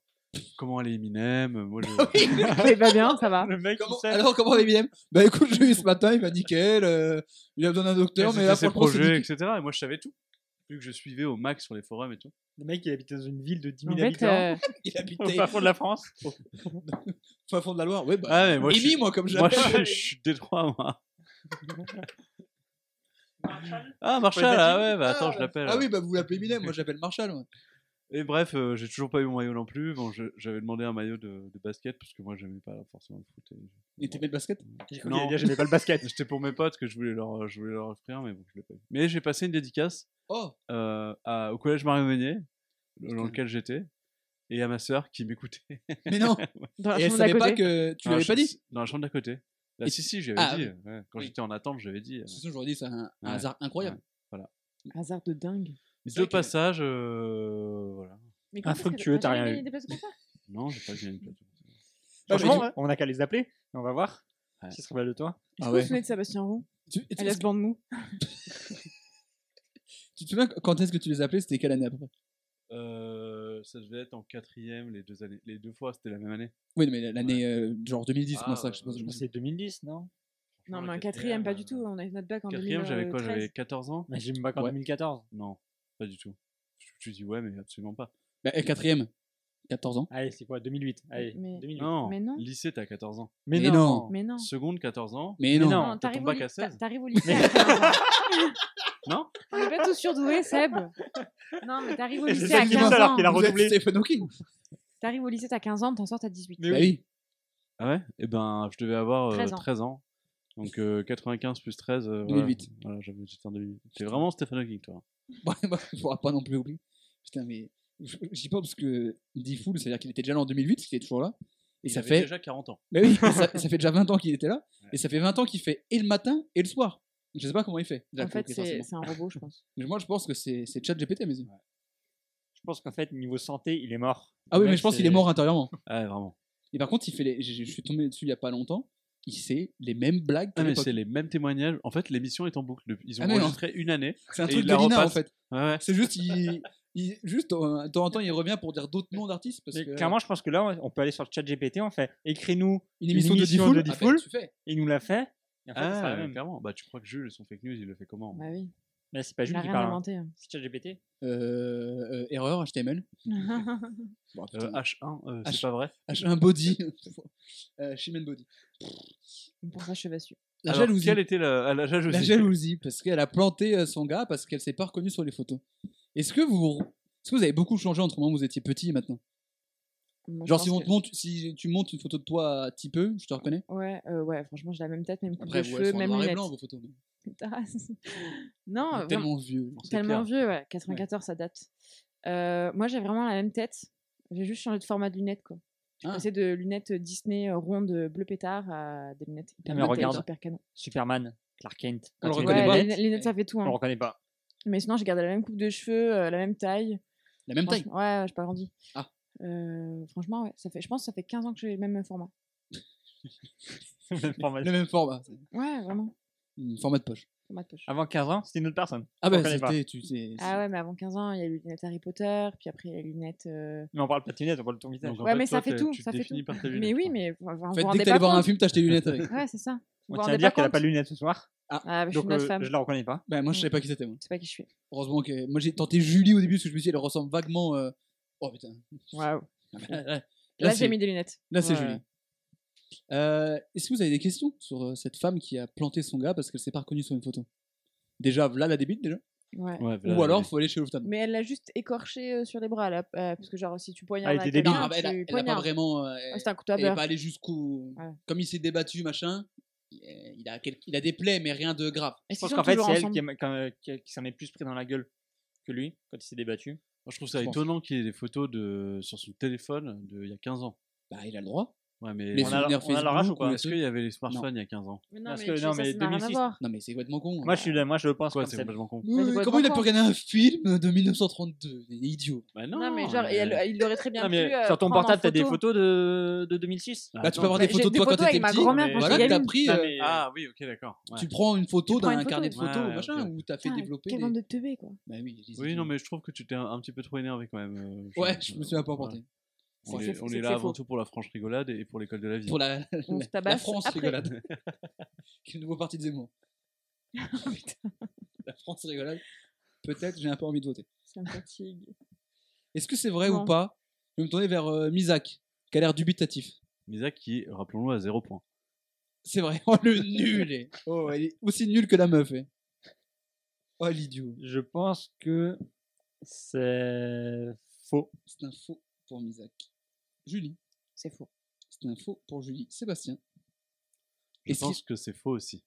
Speaker 3: comment allait Eminem. euh, Moi, je-
Speaker 2: Ça va Eh, bah bien, ça va.
Speaker 5: Le mec,
Speaker 4: Comment- alors comment va Eminem Bah écoute, je l'ai eu ce matin, il m'a nickel, euh, il a besoin d'un
Speaker 3: quels
Speaker 4: docteur, mais
Speaker 3: étaient
Speaker 4: là
Speaker 3: ses
Speaker 4: pour projet.
Speaker 3: projets, etc. Et moi, je savais tout. Vu que je suivais au max sur les forums et tout.
Speaker 5: le mec, il habite dans une ville de 10
Speaker 2: En
Speaker 5: 000
Speaker 2: fait,
Speaker 5: habitants.
Speaker 2: euh,
Speaker 4: Il
Speaker 5: Au
Speaker 4: habitait
Speaker 5: fin fond de la France.
Speaker 4: au fin fond de la Loire, ouais bah.
Speaker 3: Ah, mais moi, je
Speaker 4: Émi,
Speaker 3: suis-
Speaker 4: moi comme
Speaker 3: Moi, je,
Speaker 4: j'appelle.
Speaker 3: je suis de Détroit, moi. ah, Marshall, ah ouais, bah attends, je l'appelle.
Speaker 4: Ah oui, bah vous l'appelez Eminem, moi j'appelle Marshall. moi.
Speaker 3: Et bref, euh, j'ai toujours pas eu mon maillot non plus. Bon, je- j'avais demandé un maillot de, de basket parce que moi, j'aimais pas forcément le foot. et-
Speaker 4: Et t'aimais le basket
Speaker 5: J'ai
Speaker 3: Non.
Speaker 5: cru j'aimais pas le basket.
Speaker 3: C'était pour mes potes que je voulais leur, je voulais leur offrir, mais bon, je l'ai pas eu. Mais j'ai passé une dédicace
Speaker 4: Oh
Speaker 3: euh, à- au collège Mario Meunier, dans lequel j'étais, et à ma sœur qui m'écoutait.
Speaker 4: Mais non
Speaker 2: dans la
Speaker 4: Et elle
Speaker 2: chambre d'à
Speaker 4: savait pas
Speaker 2: côté.
Speaker 4: que. Tu
Speaker 3: Dans la
Speaker 4: l'avais pas
Speaker 3: chambre-
Speaker 4: dit
Speaker 3: Dans la chambre d'à côté. Là,
Speaker 4: Et-
Speaker 3: si, si, j'avais
Speaker 4: Ah,
Speaker 3: dit. ouais, quand
Speaker 4: Oui.
Speaker 3: j'étais en attente, j'avais dit. euh,
Speaker 4: Sinon j'aurais dit c'est un, un
Speaker 3: Ouais.
Speaker 4: hasard incroyable.
Speaker 2: Hasard de dingue.
Speaker 4: C'est vrai
Speaker 3: Deux
Speaker 4: que-
Speaker 3: passages, euh, voilà.
Speaker 2: Mais
Speaker 5: comment fructueux, t'as rien eu.
Speaker 3: Non, j'ai pas gagné de plateau.
Speaker 4: Ah, mais
Speaker 5: Franchement,
Speaker 4: tu-
Speaker 5: on a qu'à les appeler. et On va voir.
Speaker 3: Ouais.
Speaker 5: Si ça se trouve, de
Speaker 4: Ah
Speaker 5: toi.
Speaker 2: Ah
Speaker 4: ouais.
Speaker 2: Vous vous souvenez de Sébastien Roux
Speaker 4: Tu, tu-
Speaker 2: Alias Bande Mou
Speaker 4: tu te souviens quand est-ce que tu les appelais C'était quelle année à peu près
Speaker 3: Euh, ça devait être en quatrième les deux années. Les deux fois, c'était la même année.
Speaker 4: Oui, mais l'année euh, genre 2010,
Speaker 3: Ah,
Speaker 4: moi ça, je sais pas.
Speaker 3: euh,
Speaker 4: je me souviens.
Speaker 5: C'est 2010, non
Speaker 2: Non,
Speaker 3: Franchement,
Speaker 2: mais
Speaker 3: la
Speaker 2: un quatrième, pas
Speaker 3: euh,
Speaker 2: du tout. On a eu notre bac en euh,
Speaker 3: Quatrième,
Speaker 2: 2013.
Speaker 3: j'avais quoi J'avais 14 ans
Speaker 5: Mais J'aime pas qu'en
Speaker 4: Ouais.
Speaker 5: 2014.
Speaker 3: Non, pas du tout. Je me suis dit ouais, mais absolument pas.
Speaker 4: Bah, eh, quatrième, 14 ans.
Speaker 5: Allez, c'est quoi 2008. Allez,
Speaker 2: Mais-
Speaker 5: 2008.
Speaker 3: Non,
Speaker 2: Mais non.
Speaker 3: lycée, t'as 14 ans.
Speaker 5: Mais,
Speaker 4: Mais non.
Speaker 2: Mais non.
Speaker 3: Seconde, 14 ans.
Speaker 4: Mais
Speaker 5: Mais
Speaker 4: non.
Speaker 5: non.
Speaker 2: Non, t'arrives
Speaker 3: ton
Speaker 2: au,
Speaker 3: bac
Speaker 2: lyc-
Speaker 3: à 16.
Speaker 2: t'a- t'arrives au lycée.
Speaker 5: Mais-
Speaker 2: à 15 ans.
Speaker 3: Non
Speaker 2: On n'est pas tous surdoués, Seb. Non, mais t'arrives au
Speaker 5: C'est
Speaker 2: lycée
Speaker 5: ça
Speaker 2: à
Speaker 5: qui dit
Speaker 2: 15
Speaker 5: ça, alors
Speaker 2: ans.
Speaker 5: qu'il a
Speaker 4: Vous êtes
Speaker 5: redoublé.
Speaker 4: Stephen Hawking.
Speaker 2: T'arrives au lycée, t'as 15 ans, t'en sors, t'as 18.
Speaker 5: Eh
Speaker 4: Bah oui.
Speaker 3: Ah ouais Eh ben, je devais avoir euh,
Speaker 2: 13 ans.
Speaker 3: 13 ans. Donc euh, 95 plus 13. euh,
Speaker 4: 2008.
Speaker 3: Voilà, voilà j'avais- j'étais en 2008. T'es vraiment Stephen Hawking, toi.
Speaker 4: Ouais, bah, il faudra pas non plus oublier. Putain, mais je je dis pas parce que Diffoul, c'est-à-dire qu'il était déjà là en 2008, parce qu'il est toujours là. Et
Speaker 3: Il
Speaker 4: ça
Speaker 3: avait
Speaker 4: fait,
Speaker 3: déjà 40 ans.
Speaker 4: bah oui, ça, ça fait déjà 20 ans qu'il était là. Et ça fait 20 ans qu'il fait et le matin et le soir. Je sais pas comment il fait.
Speaker 2: En
Speaker 4: Jacques
Speaker 2: fait,
Speaker 4: Fauquet,
Speaker 2: c'est
Speaker 4: forcément.
Speaker 2: c'est un robot, je pense.
Speaker 4: Mais Moi, je pense que c'est c'est ChatGPT à mes yeux.
Speaker 5: Je pense qu'en fait, niveau santé, il est mort.
Speaker 4: Ah oui,
Speaker 5: Le
Speaker 4: mais
Speaker 5: mec,
Speaker 4: je pense qu'il
Speaker 5: c'est-
Speaker 4: est mort intérieurement.
Speaker 3: Ah, vraiment.
Speaker 4: Et par contre, il fait les... je, je- je suis tombé dessus il y a pas longtemps. Il sait les mêmes blagues. qu'à
Speaker 3: Ah, mais
Speaker 4: l'époque.
Speaker 3: c'est les mêmes témoignages. En fait, l'émission est en boucle. depuis- Ils ont
Speaker 4: Ah, mais non.
Speaker 3: enregistré une année.
Speaker 4: C'est un
Speaker 3: Et
Speaker 4: truc
Speaker 3: il
Speaker 4: de
Speaker 3: la
Speaker 4: Lina en
Speaker 3: repasse.
Speaker 4: fait.
Speaker 3: Ouais, ouais.
Speaker 4: C'est juste, il, il- juste euh, de temps en temps, il revient pour dire d'autres noms d'artistes parce
Speaker 5: Mais
Speaker 4: que
Speaker 5: Clairement, je pense que là, on peut aller sur le chat GPT, on fait écris-nous,
Speaker 4: une émission,
Speaker 5: une émission
Speaker 4: de
Speaker 5: de
Speaker 4: Diffoul, ah,
Speaker 5: Diffoul.
Speaker 4: ben, tu fais.
Speaker 5: il nous l'a fait. Et en fait, c'est la
Speaker 3: Ah,
Speaker 5: même.
Speaker 3: clairement. Bah, tu crois que Jules, son fake news, il le fait comment
Speaker 2: Bah oui,
Speaker 5: Mais c'est pas
Speaker 2: il
Speaker 5: Jules
Speaker 2: a
Speaker 5: qui
Speaker 2: rien
Speaker 5: parle. hein.
Speaker 2: inventé. hein.
Speaker 5: C'est chat GPT.
Speaker 4: Euh, euh, erreur HTML. Bon,
Speaker 3: Euh,
Speaker 4: putain,
Speaker 3: H1, euh,
Speaker 4: H-
Speaker 3: c'est pas vrai.
Speaker 4: H1 body. euh, Chimène body.
Speaker 2: Pour ça, je vais su.
Speaker 4: La
Speaker 3: Alors,
Speaker 4: jalousie.
Speaker 3: Quelle était la, ah, la jalousie
Speaker 4: La jalousie parce qu'elle a planté euh, son gars parce qu'elle s'est pas reconnue sur les photos. Est-ce que vous est-ce que vous avez beaucoup changé entre le moment où vous étiez petit et maintenant
Speaker 2: Moi, je
Speaker 4: Genre si,
Speaker 2: pense
Speaker 4: on te
Speaker 2: que-
Speaker 4: monte, si tu montes une photo de toi à petit peu, je te reconnais
Speaker 2: Ouais, euh, ouais, franchement, j'ai la même tête, même coupe
Speaker 4: Après,
Speaker 2: de
Speaker 4: vous, elles
Speaker 2: cheveux,
Speaker 4: sont en
Speaker 2: même
Speaker 4: noir et
Speaker 2: lunettes.
Speaker 4: blanc vos photos. mais
Speaker 2: Tasse. non,
Speaker 4: on est
Speaker 2: vraiment, tellement,
Speaker 4: tellement vieux.
Speaker 3: c'est clair.
Speaker 2: vieux, ouais. 94, ça date. Euh, moi, j'ai vraiment la même tête. J'ai juste changé de format de lunettes, quoi. Je
Speaker 4: Ah.
Speaker 2: passais de lunettes Disney euh, rondes bleu pétard à des lunettes hyper,
Speaker 5: Ah, mais
Speaker 2: rondes avec
Speaker 5: regarde.
Speaker 2: hyper canon.
Speaker 5: Superman, Clark Kent.
Speaker 4: On le
Speaker 5: Quand il
Speaker 4: reconnaît
Speaker 2: Ouais,
Speaker 5: est
Speaker 4: pas.
Speaker 2: les
Speaker 5: net,
Speaker 2: lunettes- les lunettes, ça fait tout.
Speaker 5: On
Speaker 2: hein.
Speaker 5: le reconnaît pas.
Speaker 2: Mais sinon, j'ai gardé la même coupe de cheveux, euh, la même taille.
Speaker 4: La même taille.
Speaker 2: Franchement- Ouais, ouais, j'ai pas grandi.
Speaker 4: Ah.
Speaker 2: Euh, franchement, ouais, ça fait, je pense que ça fait 15 ans que j'ai le même format.
Speaker 5: Même format.
Speaker 4: Le même format. c'est
Speaker 2: Ouais, vraiment.
Speaker 4: un Format de poche.
Speaker 2: Format de poche.
Speaker 5: Avant 15 ans, c'était une autre personne.
Speaker 4: Ah
Speaker 5: On
Speaker 4: bah
Speaker 5: reconnaît pas.
Speaker 4: c'était tu sais.
Speaker 2: Ah ouais, mais avant 15 ans, il y a eu les lunettes Harry Potter, puis après, il y a les lunettes. euh,
Speaker 5: Mais on parle pas de lunettes, on parle de ton visage.
Speaker 3: Donc, en
Speaker 2: Ouais, mais
Speaker 3: toi,
Speaker 2: ça fait
Speaker 3: t'es-
Speaker 2: tout,
Speaker 3: Tu te
Speaker 2: ça fait
Speaker 3: définis
Speaker 2: tout.
Speaker 3: par ta
Speaker 2: Mais
Speaker 3: lunette,
Speaker 2: oui,
Speaker 3: quoi.
Speaker 2: mais enfin, vous
Speaker 4: En
Speaker 2: vous
Speaker 4: fait, dès
Speaker 2: rendez
Speaker 4: que t'allais
Speaker 2: pas
Speaker 4: voir un
Speaker 2: compte.
Speaker 4: film, t'as acheté des lunettes avec.
Speaker 2: Ouais, c'est ça. Vous vous
Speaker 5: On tient à
Speaker 2: rendez
Speaker 5: dire
Speaker 2: pas
Speaker 5: qu'elle a pas
Speaker 2: compte
Speaker 5: de lunettes ce soir.
Speaker 2: Ah, bah, je suis
Speaker 5: Donc
Speaker 2: une autre
Speaker 5: euh,
Speaker 2: femme.
Speaker 5: je la reconnais pas.
Speaker 4: Bah moi je savais pas qui c'était moi.
Speaker 2: C'est pas qui je suis.
Speaker 4: Heureusement que moi j'ai tenté Julie au début parce que je me suis dit elle ressemble vaguement. euh, Oh putain.
Speaker 2: Waouh.
Speaker 4: Là, là,
Speaker 2: Là,
Speaker 4: c'est-
Speaker 2: j'ai mis des lunettes.
Speaker 4: Là, c'est
Speaker 2: Ouais.
Speaker 4: Julie. Euh, Est-ce que vous avez des questions sur euh, cette femme qui a planté son gars parce qu'elle s'est pas reconnue sur une photo Déjà, là, la débite, déjà.
Speaker 2: Ouais.
Speaker 3: Ouais, bah,
Speaker 4: Ou
Speaker 3: voilà,
Speaker 4: alors,
Speaker 3: mais-
Speaker 4: faut aller chez l'ophtalmo.
Speaker 2: Mais elle l'a juste écorché euh, sur les bras, là. euh, parce que, genre, si tu poignardes.
Speaker 5: Ah, elle était
Speaker 2: la
Speaker 5: débile.
Speaker 2: quelqu'un,
Speaker 4: Non, bah, elle, a,
Speaker 2: tu
Speaker 4: elle a pas
Speaker 2: poignardes.
Speaker 4: vraiment. euh,
Speaker 2: Ouais, c'est un couteau à
Speaker 4: elle est
Speaker 2: beurre.
Speaker 4: pas allée jusqu'au.
Speaker 2: Ouais.
Speaker 4: Comme il s'est débattu, machin. euh, Il a, quel- il a des plaies, mais rien de grave.
Speaker 2: Et
Speaker 5: Je
Speaker 2: s'ils
Speaker 5: pense
Speaker 2: sont
Speaker 5: qu'en fait,
Speaker 2: toujours
Speaker 5: c'est elle
Speaker 2: ensemble.
Speaker 5: qui, aime- quand, euh, qui- qui s'en est plus pris dans la gueule que lui quand il s'est débattu.
Speaker 3: Moi, je trouve ça
Speaker 4: Je pense.
Speaker 3: étonnant qu'il y ait des photos de... sur son téléphone d'il y a 15 ans.
Speaker 4: Bah, il a le droit.
Speaker 3: Ouais, mais
Speaker 4: Les
Speaker 5: on a-
Speaker 3: est-ce
Speaker 4: souvenirs
Speaker 5: on a l'arrache
Speaker 4: Facebook
Speaker 5: ou pas
Speaker 4: ou les
Speaker 5: Est-ce
Speaker 3: qu'il
Speaker 4: trucs.
Speaker 3: y avait les smartphones il y a 15 ans
Speaker 2: Mais non,
Speaker 5: Parce
Speaker 2: mais,
Speaker 5: que-
Speaker 2: tu
Speaker 5: non,
Speaker 2: sais,
Speaker 5: mais
Speaker 2: ça, ça n'a rien à
Speaker 5: 2006,
Speaker 2: voir.
Speaker 4: Non, mais c'est complètement con.
Speaker 5: Moi, je suis là, moi, je pense
Speaker 3: Quoi,
Speaker 5: comme
Speaker 3: c'est
Speaker 5: c'est-
Speaker 3: complètement con.
Speaker 4: Oui,
Speaker 2: Mais c'est
Speaker 4: comment il a pu
Speaker 2: complètement
Speaker 4: regarder un film de 1932 Il est idiot.
Speaker 3: Bah
Speaker 2: Non, mais genre, et elle- il aurait très bien
Speaker 5: Non, mais
Speaker 2: pu. euh,
Speaker 5: sur ton
Speaker 2: prendre en
Speaker 5: portable, t'as des photos de, de 2006
Speaker 3: Ah,
Speaker 4: Là, Bah, tu
Speaker 3: non,
Speaker 4: peux avoir
Speaker 3: mais-
Speaker 4: des
Speaker 2: J'ai
Speaker 4: photos de
Speaker 2: des
Speaker 4: toi quand
Speaker 2: photos
Speaker 4: t'étais
Speaker 2: avec ma
Speaker 4: petit.
Speaker 2: grand-mère
Speaker 3: quand
Speaker 4: mais Voilà,
Speaker 3: j'étais
Speaker 4: t'as
Speaker 2: gamine.
Speaker 4: pris.
Speaker 5: Non,
Speaker 4: euh,
Speaker 5: mais-
Speaker 3: Ah, oui, ok, d'accord. ouais.
Speaker 4: Tu prends une photo
Speaker 2: Tu prends
Speaker 4: d'un
Speaker 2: une
Speaker 4: carnet de
Speaker 2: photo.
Speaker 4: photos,
Speaker 3: Ouais, ouais,
Speaker 4: machin,
Speaker 3: ok.
Speaker 4: où t'as fait
Speaker 2: Putain,
Speaker 4: développer.
Speaker 2: Quelle
Speaker 4: des-
Speaker 2: bande de teubés, quoi.
Speaker 4: Bah oui, les
Speaker 3: Oui,
Speaker 4: idiots.
Speaker 3: non, mais je trouve que tu t'es un, un petit peu trop énervé quand même. euh, je-
Speaker 4: Ouais, je me suis un peu
Speaker 3: Ouais.
Speaker 4: emporté.
Speaker 3: On
Speaker 2: C'est-
Speaker 3: est,
Speaker 2: c'est-
Speaker 3: on
Speaker 2: c'est-
Speaker 3: est là
Speaker 2: c'est
Speaker 3: avant
Speaker 2: faux.
Speaker 3: tout pour la franche rigolade et pour l'école de la vie.
Speaker 4: Pour la,
Speaker 2: On
Speaker 4: la-
Speaker 2: se tabasse
Speaker 4: la France
Speaker 2: après.
Speaker 4: rigolade. Quel nouveau parti de Zemmour.
Speaker 2: Oh, Putain,
Speaker 4: La France rigolade. Peut-être, j'ai un peu envie de voter.
Speaker 2: ça me fatigue.
Speaker 4: Est-ce que c'est vrai ou
Speaker 2: Non.
Speaker 4: pas Je vais me tourner vers euh, Misak, qui a l'air dubitatif.
Speaker 3: Misa qui, rappelons-le, à zéro point.
Speaker 4: C'est vrai. Oh, le nul est. Oh, elle est aussi nulle que la meuf. eh. Oh, l'idiot.
Speaker 5: Je pense que c'est faux.
Speaker 4: C'est un faux pour Misak. Julie.
Speaker 2: C'est faux.
Speaker 4: C'est un faux pour Julie. Sébastien.
Speaker 3: Je
Speaker 4: Est-ce qu'il-
Speaker 3: pense que c'est faux aussi.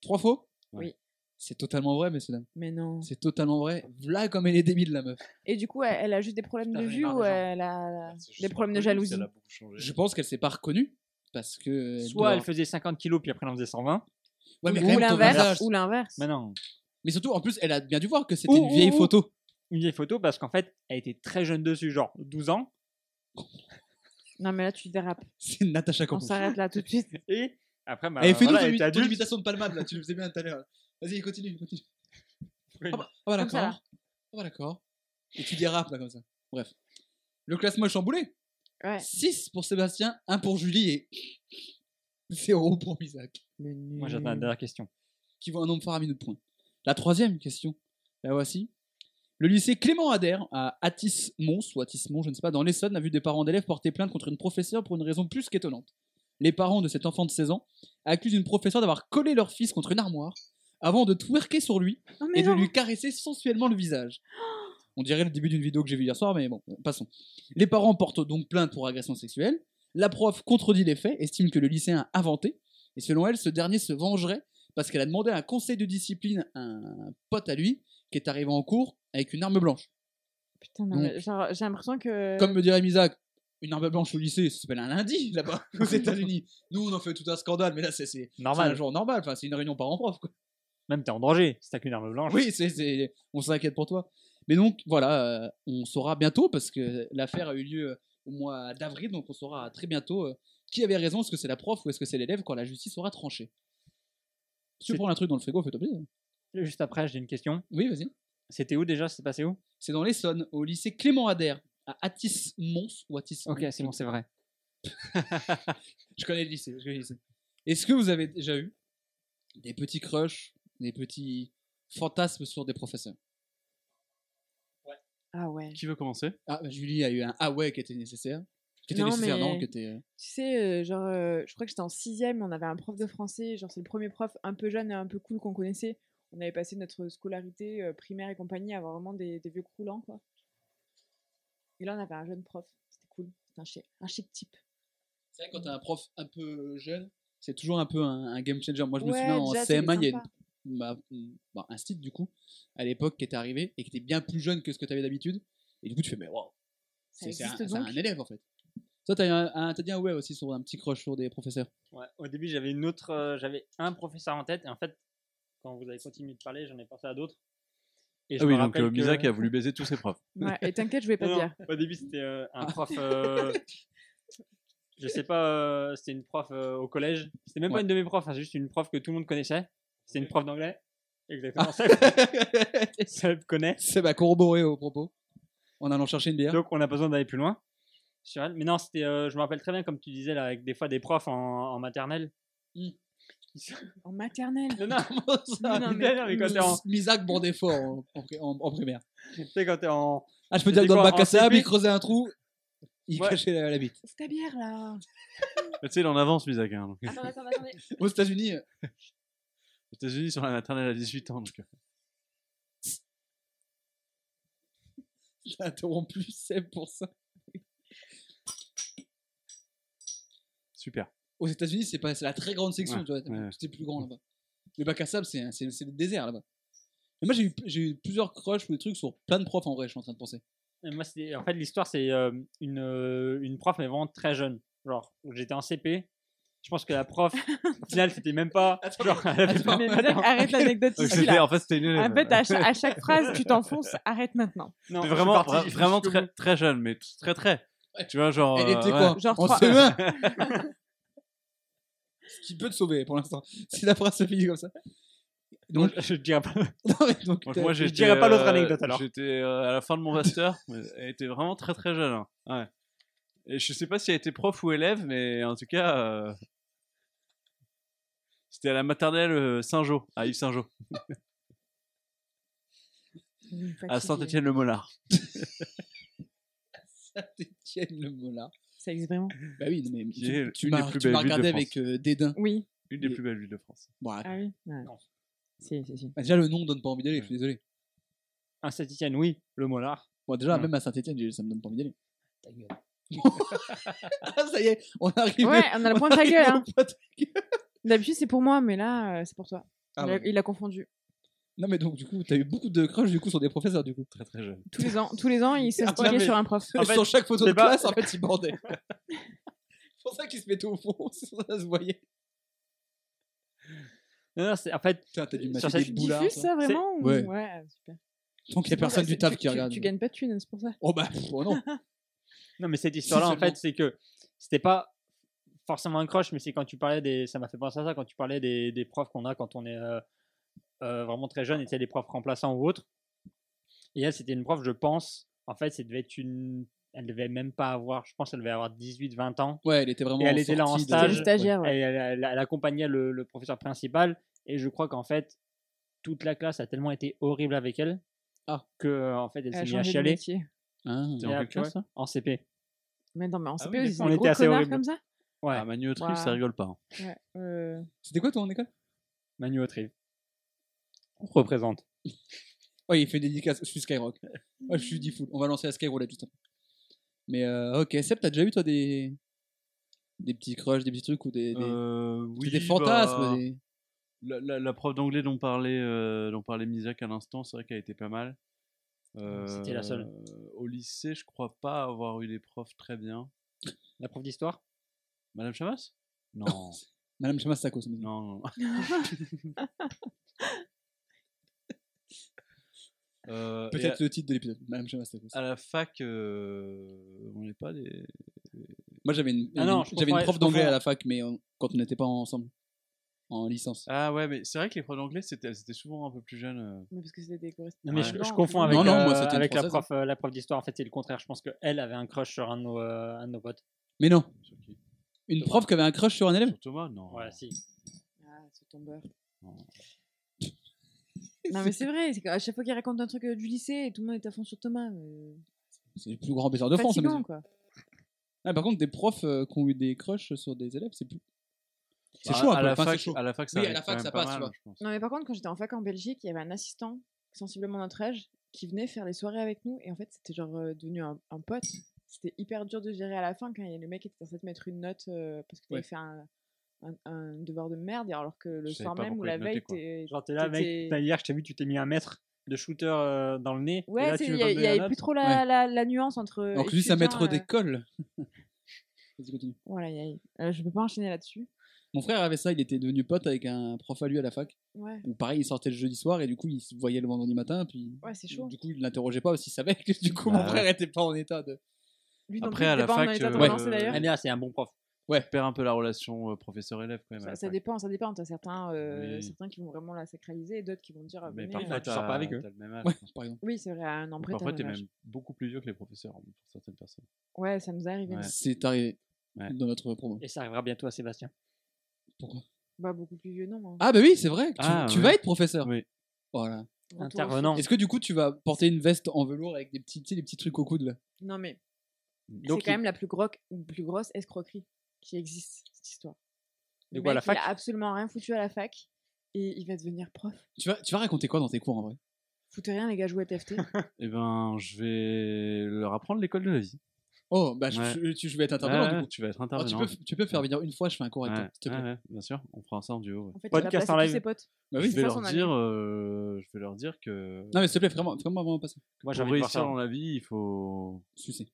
Speaker 4: Trois faux
Speaker 3: Ouais.
Speaker 2: Oui.
Speaker 4: C'est totalement vrai, messieurs dames.
Speaker 2: Mais non.
Speaker 4: C'est totalement vrai. V'là comme elle est débile, la meuf.
Speaker 2: Et du coup, elle, elle a juste des problèmes
Speaker 3: Putain,
Speaker 2: de
Speaker 3: j'en ai
Speaker 2: vue
Speaker 3: marre
Speaker 2: ou
Speaker 3: des gens.
Speaker 2: elle a des problèmes de jalousie
Speaker 4: Je pense qu'elle s'est pas reconnue parce que. elle
Speaker 5: Soit elle
Speaker 4: doit-
Speaker 5: faisait 50 kilos, puis après elle en faisait 120.
Speaker 4: Ouais, mais quand
Speaker 2: Ou
Speaker 4: même, ton visage.
Speaker 2: l'inverse. Ou l'inverse.
Speaker 5: Mais non.
Speaker 4: Mais surtout, en plus, elle a bien dû voir que c'était
Speaker 5: Ouh,
Speaker 4: une vieille
Speaker 5: ouh, ouh.
Speaker 4: photo.
Speaker 5: Une vieille photo parce qu'en fait, elle était très jeune dessus, genre 12 ans.
Speaker 2: Non, mais là, tu dérapes.
Speaker 4: C'est Natacha
Speaker 2: On
Speaker 4: Campos.
Speaker 2: s'arrête là tout de suite.
Speaker 5: Et après, bah,
Speaker 4: Allez, fais-nous
Speaker 5: voilà,
Speaker 4: ton
Speaker 5: elle
Speaker 4: imi-
Speaker 5: était
Speaker 4: ton
Speaker 5: adulte.
Speaker 4: imitation de Palmable, là. Tu le faisais bien tout à l'heure. Vas-y, continue, continue.
Speaker 5: Oui.
Speaker 4: Ah bah, ah bah,
Speaker 2: Comme ça, là.
Speaker 4: d'accord. Ah bah, d'accord. Et tu dérapes, là, comme ça. Bref. Le classement est chamboulé.
Speaker 2: Ouais.
Speaker 4: 6 pour Sébastien, 1 pour Julie et 0 pour Isaac.
Speaker 2: Le
Speaker 5: Moi, j'attends la
Speaker 2: nul.
Speaker 5: dernière question.
Speaker 4: qui vaut un nombre faramineux de points. La troisième question, la voici. Le lycée Clément Adair à atis mons ou atis mons je ne sais pas, dans l'Essonne, a vu des parents d'élèves porter plainte contre une professeure pour une raison plus qu'étonnante. Les parents de cet enfant de 16 ans accusent une professeure d'avoir collé leur fils contre une armoire avant de twerker sur lui
Speaker 2: Non,
Speaker 4: et
Speaker 2: mais
Speaker 4: de
Speaker 2: non.
Speaker 4: lui caresser sensuellement le visage. On dirait le début d'une vidéo que j'ai vue hier soir, mais bon, euh, passons. Les parents portent donc plainte pour agression sexuelle. La prof contredit les faits, estime que le lycéen a inventé, et selon elle, ce dernier se vengerait parce qu'elle a demandé un conseil de discipline à un pote à lui qui est arrivé en cours avec une arme blanche.
Speaker 2: Putain, non,
Speaker 4: Donc-
Speaker 2: mais genre, j'ai l'impression que.
Speaker 4: Comme me dirait Misak, une arme blanche au lycée, ça s'appelle un lundi là-bas aux États-Unis. Nous, on en fait tout un scandale, mais là, c'est c'est- c'est un
Speaker 5: Normal.
Speaker 4: jour normal. Enfin, c'est une réunion parents-prof. quoi.
Speaker 5: Même t'es en danger si t'as qu'une arme blanche.
Speaker 4: Oui, c'est, c'est- on s'inquiète pour toi. Mais donc, voilà, euh, on saura bientôt parce que l'affaire a eu lieu au mois d'avril, donc on saura très bientôt euh, qui avait raison, est-ce que c'est la prof ou est-ce que c'est l'élève quand la justice aura tranché. Si tu
Speaker 5: C'est-
Speaker 4: prends un truc dans le frigo, fais-toi plaisir.
Speaker 5: Juste après, j'ai une question.
Speaker 4: Oui, vas-y.
Speaker 5: C'était où déjà C'est passé où
Speaker 4: C'est dans l'Essonne, au lycée Clément Adair, à Atis Mons ou Atis.
Speaker 5: Ok, c'est bon, c'est vrai.
Speaker 4: Je connais le lycée. je connais le lycée. Est-ce que vous avez déjà eu des petits crushs, des petits fantasmes sur des professeurs
Speaker 2: Ah ouais.
Speaker 3: Qui veut commencer
Speaker 4: Ah, bah, Julie a eu un ah ouais qui était nécessaire. Qui était
Speaker 2: Non,
Speaker 4: nécessaire,
Speaker 2: mais-
Speaker 4: non qui était, euh,
Speaker 2: Tu sais, euh, genre, euh, je crois que j'étais en sixième, on avait un prof de français, genre c'est le premier prof un peu jeune et un peu cool qu'on connaissait. On avait passé notre scolarité euh, primaire et compagnie à avoir vraiment des, des vieux croulants, quoi. Et là, on avait un jeune prof, c'était cool, c'était un chic, un chic type.
Speaker 4: C'est vrai, quand t'as un prof un peu jeune, c'est toujours un peu un, un game changer. Moi, je me
Speaker 2: Ouais,
Speaker 4: souviens en
Speaker 2: déjà, c'était
Speaker 4: CM1, il y a une-
Speaker 2: sympa.
Speaker 4: bah, mm, bah, un style, du coup, à l'époque, qui était arrivé et qui était bien plus jeune que ce que t'avais d'habitude. Et du coup, tu fais, mais waouh,
Speaker 2: Ça
Speaker 4: c'est c'est un,
Speaker 2: existe
Speaker 4: c'est
Speaker 2: donc
Speaker 4: un élève en fait. Toi, t'as eu un- un- t'as dit un ouais aussi sur un petit crush sur des professeurs.
Speaker 5: Ouais, au début, j'avais une autre, euh, j'avais un professeur en tête, et en fait, quand vous avez continué de parler, j'en ai pensé à d'autres. Et je
Speaker 3: Ah
Speaker 5: me
Speaker 3: oui, donc
Speaker 5: rappelle
Speaker 3: euh, Misa
Speaker 5: que-
Speaker 3: qui a voulu baiser tous ses profs.
Speaker 2: Ouais, et t'inquiète, je vais pas
Speaker 5: Non,
Speaker 2: te
Speaker 5: non,
Speaker 2: dire.
Speaker 5: Au début, c'était euh, un prof. euh, je sais pas, euh, c'était une prof euh, au collège. C'était même
Speaker 4: Ouais.
Speaker 5: pas une de mes profs, hein, c'est juste une prof que tout le monde connaissait. C'était une prof d'anglais. Exactement, ça Seb connaît.
Speaker 4: C'est bah corroboré au propos. En allant chercher une bière.
Speaker 5: Donc, on a pas besoin d'aller plus loin sur elle. Mais non, c'était, euh, je me rappelle très bien, comme tu disais, là, avec des fois des profs en, en maternelle.
Speaker 4: Hmm.
Speaker 2: En maternelle.
Speaker 5: Non, non,
Speaker 4: Comment ça
Speaker 5: Ah, non, mais- non, mais quand t'es en-
Speaker 4: Misac bordait fort en, en- en- en primaire.
Speaker 5: tu sais, quand t'es en.
Speaker 4: Ah, je peux
Speaker 5: C'était
Speaker 4: dire que dans le
Speaker 5: quoi,
Speaker 4: bac
Speaker 5: en
Speaker 4: à sable,
Speaker 5: CP?
Speaker 4: il creusait un trou, il
Speaker 5: Ouais.
Speaker 4: cachait la, la bite.
Speaker 2: C'est ta bière, là.
Speaker 3: Mais Tu sais, il en avance, Misa. Hein, donc.
Speaker 2: Attends, attends, attendez.
Speaker 4: Aux États-Unis, euh,
Speaker 3: Aux États-Unis, sur la maternelle à 18 ans. Donc... euh,
Speaker 4: t'as interrompu Seb pour ça.
Speaker 3: Super.
Speaker 4: Aux États-Unis, c'est pas, c'est la très grande section,
Speaker 3: Ouais,
Speaker 4: tu vois. t'as-
Speaker 3: ouais.
Speaker 4: Tout est plus grand là-bas. Le bac à sable, c'est, un- c'est, c'est le désert là-bas. Mais moi, j'ai eu, j'ai eu plusieurs crushs ou des trucs sur plein de profs en vrai, je suis en train de penser.
Speaker 5: Et Moi, c'était- en fait, l'histoire, c'est euh, une, euh, une prof, mais vraiment très jeune. Genre, j'étais en CP. Je pense que la prof, au final, c'était même pas.
Speaker 2: Ah,
Speaker 4: Attends,
Speaker 5: genre, elle avait
Speaker 4: attends,
Speaker 5: pas-
Speaker 2: Mais madame, arrête l'anecdote
Speaker 3: Donc,
Speaker 2: ici,
Speaker 3: c'était-
Speaker 2: là.
Speaker 3: en fait, c'était une
Speaker 2: En
Speaker 3: élève.
Speaker 2: fait, à cha- à chaque phrase, tu t'enfonces, arrête maintenant.
Speaker 3: Mais
Speaker 5: Non, Ah, je suis
Speaker 3: vraiment,
Speaker 5: parti
Speaker 3: vra-
Speaker 5: jusqu'au
Speaker 3: vraiment
Speaker 5: bout.
Speaker 3: très, très jeune, mais t- très très.
Speaker 4: Ouais.
Speaker 3: Tu vois, genre.
Speaker 4: Elle
Speaker 3: euh,
Speaker 4: était
Speaker 3: ouais.
Speaker 4: quoi
Speaker 2: Genre
Speaker 4: En
Speaker 2: trois-
Speaker 4: CE1 Ce qui peut te sauver pour l'instant. Si la phrase se finit comme ça.
Speaker 5: Donc, je, je dirais pas.
Speaker 4: Non, mais donc,
Speaker 3: Donc,
Speaker 4: t'as-
Speaker 3: moi,
Speaker 5: je
Speaker 3: j'étais,
Speaker 5: dirais pas l'autre
Speaker 3: euh,
Speaker 5: anecdote, alors.
Speaker 3: J'étais euh, à la fin de mon master. mais elle était vraiment très très jeune. hein. Ouais. Et je sais pas si elle était prof ou élève, mais en tout cas, euh, c'était à la maternelle euh, Saint-Jean, à Yves Saint-Jean,
Speaker 2: Vous me
Speaker 3: à
Speaker 2: fatiguez.
Speaker 3: Saint-Étienne-le-Molard.
Speaker 4: ça t'étienne le mot là.
Speaker 2: Ça existe vraiment
Speaker 4: Bah oui, non, mais
Speaker 3: Qui
Speaker 4: tu-
Speaker 3: est
Speaker 4: tu
Speaker 3: une des
Speaker 4: m'as
Speaker 3: plus
Speaker 4: tu
Speaker 3: belles villes
Speaker 4: m'as
Speaker 3: de
Speaker 4: regardé
Speaker 3: France.
Speaker 4: avec euh, dédain.
Speaker 2: Oui.
Speaker 3: Une des
Speaker 4: Et-
Speaker 3: plus belles villes de France.
Speaker 4: Bon,
Speaker 2: Ah oui Ouais.
Speaker 5: Non.
Speaker 2: Si, si, si.
Speaker 4: bah, déjà, le nom donne pas envie d'aller, je suis désolé.
Speaker 5: Un Saint-Etienne, oui, le Molard.
Speaker 4: Bon, déjà,
Speaker 5: Hmm.
Speaker 4: même à Saint-Etienne, ça me donne pas envie d'aller. Ta gueule. ah, ça y est, on est arrivé.
Speaker 2: Ouais, on a le point de ta gueule. Hein.
Speaker 4: au point de-
Speaker 2: D'habitude, c'est pour moi, mais là, euh, c'est pour toi.
Speaker 4: Ah,
Speaker 2: il, a,
Speaker 4: ouais.
Speaker 2: il a confondu.
Speaker 4: Non, mais donc, du coup, t'as eu beaucoup de crush du coup sur des professeurs, du coup.
Speaker 3: Très très jeune.
Speaker 2: Tous les ans, tous les ans il
Speaker 4: Ah ouais,
Speaker 2: s'instillait
Speaker 4: mais-
Speaker 2: sur un prof.
Speaker 5: En fait,
Speaker 4: sur chaque photo de
Speaker 5: c'est pas-
Speaker 4: classe, en fait, il bordait. c'est pour ça qu'il se mettait au fond, c'est pour ça que ça se voyait.
Speaker 5: Non, non, c'est- en fait,
Speaker 4: Putain, t'as dû
Speaker 5: Sur
Speaker 4: mâcher
Speaker 5: cette-
Speaker 4: des
Speaker 5: Tu
Speaker 4: boulards.
Speaker 2: Diffuse ça vraiment ou-
Speaker 4: Ouais.
Speaker 2: ouais, super.
Speaker 4: Donc, il y a
Speaker 2: Non,
Speaker 4: personne
Speaker 2: bah,
Speaker 4: du
Speaker 2: c'est-
Speaker 4: taf
Speaker 2: tu-
Speaker 4: qui
Speaker 2: tu-
Speaker 4: regarde.
Speaker 2: Tu gagnes pas de thunes, c'est pour ça.
Speaker 4: Oh bah, pff, oh non.
Speaker 5: non, mais cette histoire-là, en
Speaker 4: seulement.
Speaker 5: fait, c'est que c'était pas forcément un crush, mais c'est quand tu parlais des. Ça m'a fait penser à ça quand tu parlais des, des profs qu'on a quand on est euh, euh, vraiment très jeune, et tu sais, des profs remplaçants ou autres. Et elle, c'était une prof, je pense. En fait, ça devait être une. Elle devait même pas avoir. Je pense elle devait avoir 18-20 ans.
Speaker 4: Ouais, elle était vraiment.
Speaker 5: Et elle était là
Speaker 4: sortie
Speaker 5: en
Speaker 4: de-
Speaker 2: C'était
Speaker 5: stage.
Speaker 2: le stagiaire, ouais.
Speaker 5: Elle, elle- elle- elle accompagnait le, le professeur principal et je crois qu'en fait toute la classe a tellement été horrible avec elle
Speaker 4: Ah.
Speaker 5: que euh, en fait elle
Speaker 2: Elle a
Speaker 5: s'est mise à
Speaker 2: changé de
Speaker 5: chialer
Speaker 2: métier.
Speaker 4: Ah.
Speaker 3: T'es en
Speaker 5: Et
Speaker 3: quelle
Speaker 5: après-
Speaker 3: classe, là
Speaker 5: en CP.
Speaker 2: Mais non, mais on sait
Speaker 3: oui,
Speaker 2: pas,
Speaker 3: mais
Speaker 2: ils
Speaker 5: on
Speaker 2: sont des
Speaker 5: était
Speaker 2: gros
Speaker 5: assez
Speaker 2: connards
Speaker 5: horrible.
Speaker 2: comme ça.
Speaker 5: Ouais.
Speaker 3: Ah, Manu Autriche,
Speaker 2: Ouah.
Speaker 3: ça rigole pas. hein.
Speaker 2: Ouais, euh,
Speaker 4: C'était quoi ton école
Speaker 5: Manu Autrive. On représente.
Speaker 4: Ouais, il fait une dédicace. Je suis Skyrock. Ouais, je suis dit full. On va lancer la Skyroulette juste après. Mais euh, ok, Seb, t'as déjà eu toi des des petits crushs, des petits trucs ou des des,
Speaker 3: Euh,
Speaker 4: des
Speaker 3: oui,
Speaker 4: fantasmes
Speaker 3: bah,
Speaker 4: des-
Speaker 3: La, la- la prof d'anglais dont parlait, euh, dont parlait Misak à l'instant, c'est vrai qu'elle était pas mal. Euh,
Speaker 5: C'était la seule.
Speaker 3: Au lycée, je crois pas avoir eu des profs très bien.
Speaker 5: La prof d'histoire
Speaker 3: Madame Chamas Non.
Speaker 4: Madame Chamasako, ça me dit.
Speaker 3: non, non. Euh, et Ah.
Speaker 4: Peut-être le titre de l'épisode, Madame Chamastakos.
Speaker 3: à, à la fac, euh, on n'est pas des.
Speaker 4: Moi, j'avais une,
Speaker 5: Ah non,
Speaker 4: une-
Speaker 5: je
Speaker 4: j'avais une
Speaker 5: comprends-
Speaker 4: prof
Speaker 5: je
Speaker 4: d'anglais
Speaker 5: comprends.
Speaker 4: à la fac, mais on- quand on n'était pas ensemble, en licence.
Speaker 3: Ah ouais, mais c'est vrai que les profs d'anglais, c'était elles étaient souvent un peu plus jeunes. euh.
Speaker 2: Mais parce que c'était des choristes.
Speaker 5: Non, mais
Speaker 3: Ouais.
Speaker 5: je,
Speaker 2: Non,
Speaker 5: je confonds
Speaker 2: non,
Speaker 5: avec,
Speaker 4: non, moi,
Speaker 5: euh,
Speaker 4: c'était une
Speaker 5: avec la
Speaker 2: hein.
Speaker 4: Française.
Speaker 5: prof, euh, la prof d'histoire. En fait, c'est le contraire. Je pense qu'elle avait un crush sur un de nos, euh, un de nos potes.
Speaker 4: Mais non,
Speaker 3: Sur qui
Speaker 4: une prof qui avait un crush sur un élève.
Speaker 3: Sur Thomas Non.
Speaker 5: Ouais, si.
Speaker 2: Ah, ce tombeur.
Speaker 3: Non.
Speaker 2: Non, mais c'est vrai, c'est qu'à chaque fois qu'il raconte un truc euh, du lycée, tout le monde est à fond sur Thomas. euh,
Speaker 4: C'est le plus grand baiser de France. hein, à mes
Speaker 2: fatigant,
Speaker 4: yeux.
Speaker 2: quoi.
Speaker 4: Ah, par contre, des profs euh, qui ont eu des crushs sur des élèves, c'est plus. C'est
Speaker 3: Bah,
Speaker 4: chaud, un
Speaker 3: à
Speaker 4: peu,
Speaker 3: la
Speaker 4: enfin, c'est
Speaker 3: fac,
Speaker 4: chaud.
Speaker 3: à la fac, ça
Speaker 4: Oui, à
Speaker 3: arrive
Speaker 4: la fac,
Speaker 3: quand même
Speaker 4: ça
Speaker 3: pas mal,
Speaker 4: passe, tu vois.
Speaker 3: je pense.
Speaker 2: Non, mais par contre, quand j'étais en fac en Belgique, il y avait un assistant, sensiblement notre âge, qui venait faire les soirées avec nous. Et en fait, c'était genre euh, devenu un, un pote. C'était hyper dur de gérer à la fin quand il y a le mec qui était censé te mettre une note euh, parce que t'avais
Speaker 4: Ouais.
Speaker 2: fait un, un- un devoir de merde, alors que le
Speaker 3: Je savais
Speaker 2: soir
Speaker 3: pas
Speaker 2: même ou
Speaker 3: pourquoi
Speaker 2: la
Speaker 3: il te notait,
Speaker 2: veille,
Speaker 3: quoi.
Speaker 2: t'es-
Speaker 5: Genre, t'es là,
Speaker 2: t'étais-
Speaker 5: mec. t'as- Hier, je t'ai vu, tu t'es mis un mètre de shooter euh, dans le nez. et
Speaker 2: Ouais,
Speaker 5: là,
Speaker 2: c'est-
Speaker 5: tu
Speaker 2: il
Speaker 5: veux
Speaker 2: n'y
Speaker 5: pas me donner la
Speaker 2: avait
Speaker 5: note
Speaker 2: plus trop la,
Speaker 4: Ouais.
Speaker 2: la, la nuance entre. euh,
Speaker 4: Alors que lui, ça
Speaker 2: étudiant,
Speaker 4: maître
Speaker 2: euh,
Speaker 4: d'école. Vas-y, continue.
Speaker 2: Voilà, y a- euh, je peux pas enchaîner là-dessus.
Speaker 4: Mon frère avait ça, il était devenu pote avec un prof à lui à la fac.
Speaker 2: Ouais,
Speaker 4: Ou pareil, il sortait le jeudi soir et du coup, il se voyait le vendredi matin. Puis
Speaker 2: ouais c'est chaud. hein.
Speaker 4: du coup, il l'interrogeait pas parce qu'il savait que du coup,
Speaker 3: Bah
Speaker 4: mon frère était pas en état de.
Speaker 2: Lui non
Speaker 3: Après,
Speaker 2: plus, il
Speaker 3: à
Speaker 2: était
Speaker 3: la
Speaker 2: pas en
Speaker 3: fac,
Speaker 2: état de
Speaker 3: euh,
Speaker 2: relancer,
Speaker 3: ouais.
Speaker 2: d'ailleurs.
Speaker 5: Ah, mais là, c'est un bon prof.
Speaker 3: Tu perds un peu la relation euh, professeur-élève quand même. à
Speaker 2: Ça,
Speaker 3: la
Speaker 2: ça
Speaker 3: fac.
Speaker 2: dépend, ça dépend. T'as certains, euh,
Speaker 3: Oui.
Speaker 2: certains qui vont vraiment la sacraliser et d'autres qui vont dire. ah,
Speaker 3: Mais
Speaker 2: venez,
Speaker 3: parfois,
Speaker 2: euh,
Speaker 5: tu sors pas avec
Speaker 3: t'as-
Speaker 5: eux.
Speaker 3: t'as le même âge.
Speaker 4: Ouais, par exemple.
Speaker 2: Oui, c'est vrai, à un an près.
Speaker 3: Parfois,
Speaker 2: t'as
Speaker 3: t'es
Speaker 2: un âge.
Speaker 3: même beaucoup plus vieux que les professeurs hein, pour certaines personnes.
Speaker 2: Ouais, ça nous est arrivé.
Speaker 3: Ouais.
Speaker 2: nous.
Speaker 4: C'est arrivé
Speaker 3: Ouais.
Speaker 4: dans notre promo.
Speaker 5: Et ça arrivera bientôt à Sébastien.
Speaker 4: Pourquoi
Speaker 2: Bah, beaucoup plus vieux, non. hein.
Speaker 4: Ah, bah oui, c'est vrai. Tu,
Speaker 3: Ah,
Speaker 4: tu
Speaker 3: ouais.
Speaker 4: vas être professeur.
Speaker 3: Oui.
Speaker 4: Voilà.
Speaker 2: Retour au
Speaker 5: Intervenant.
Speaker 4: Est-ce que du coup, tu vas porter une veste en velours avec des petits, tu sais, les petits trucs au coude là
Speaker 2: foot. Non, mais c'est
Speaker 5: Donc,
Speaker 2: quand même la plus, groc- plus grosse escroquerie qui existe, cette histoire.
Speaker 5: De
Speaker 2: Le
Speaker 5: quoi, à
Speaker 2: mec,
Speaker 5: la
Speaker 2: il
Speaker 5: fac
Speaker 2: a absolument rien foutu à la fac et il va devenir prof.
Speaker 4: tu vas, tu vas raconter quoi dans tes cours en vrai
Speaker 2: Foutez rien, les gars, jouez à TFT.
Speaker 3: Eh ben, je vais leur apprendre l'école de la vie.
Speaker 4: Oh, bah, je-
Speaker 3: Ouais.
Speaker 4: je, tu- je vais être intervenant
Speaker 3: Ouais,
Speaker 4: du
Speaker 3: ouais,
Speaker 4: coup.
Speaker 3: tu vas être
Speaker 4: Alors, tu,
Speaker 3: intervenant.
Speaker 4: peux, tu peux faire venir une fois, je fais un cours avec
Speaker 3: Ouais,
Speaker 4: toi, s'il te plaît.
Speaker 3: ouais, ouais, bien sûr, on fera ça en duo. ouais.
Speaker 2: En fait, il
Speaker 5: Podcast
Speaker 2: va placer
Speaker 5: en
Speaker 2: tous
Speaker 5: live.
Speaker 2: ses potes.
Speaker 4: Bah
Speaker 3: je,
Speaker 4: oui.
Speaker 3: vais
Speaker 2: ça,
Speaker 3: leur
Speaker 2: son ami.
Speaker 3: dire, euh, je vais leur dire que
Speaker 4: Non, mais s'il te plaît, vraiment, vraiment, vraiment pas ça.
Speaker 5: moi, j'ai
Speaker 3: pour
Speaker 5: envie de voir
Speaker 3: réussir
Speaker 5: ça. hein.
Speaker 3: dans la vie, il faut.
Speaker 4: Sucer.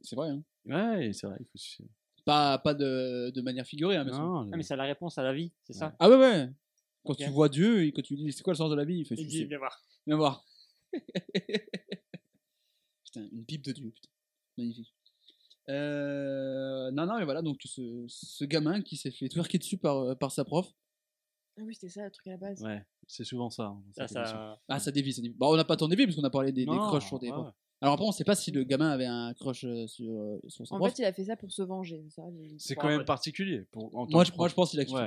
Speaker 4: c'est vrai, hein.
Speaker 3: Ouais, c'est vrai, il faut sucer.
Speaker 4: Pas, pas de, de manière figurée, hein, bien sûr.
Speaker 3: Non,
Speaker 5: Ah, mais c'est la réponse à la vie, c'est ça
Speaker 4: Ah ouais, ouais. Quand
Speaker 5: Ok.
Speaker 4: tu vois Dieu et que tu lui dis c'est quoi le sens de la vie, il fait
Speaker 5: Il dit,
Speaker 4: sucer.
Speaker 5: viens voir.
Speaker 4: Viens voir. putain, une pipe de Dieu, putain. Magnifique. Euh, non, non, mais voilà, donc ce, ce gamin qui s'est fait twerker dessus par, euh, par sa prof.
Speaker 2: Ah oui, c'était ça le truc à la base.
Speaker 3: ouais, c'est souvent ça. hein,
Speaker 5: Ça,
Speaker 3: cette émission.
Speaker 5: ça...
Speaker 4: Ah, ça dévie, ça dévie. Bon, on n'a pas tant dévié parce qu'on a parlé des, des
Speaker 3: Non,
Speaker 4: crushs sur des
Speaker 3: ouais,
Speaker 4: profs.
Speaker 3: ouais.
Speaker 4: Alors après, on sait pas si le gamin avait un crush euh, sur, euh, sur son
Speaker 2: En
Speaker 4: prof.
Speaker 2: fait, il a fait ça pour se venger. c'est Ça, il-
Speaker 3: C'est
Speaker 5: Bon,
Speaker 3: quand même
Speaker 5: ouais.
Speaker 3: particulier. Pour, en tant
Speaker 4: moi,
Speaker 3: que
Speaker 4: je, moi, je pense qu'il a kiffé.
Speaker 3: Ouais.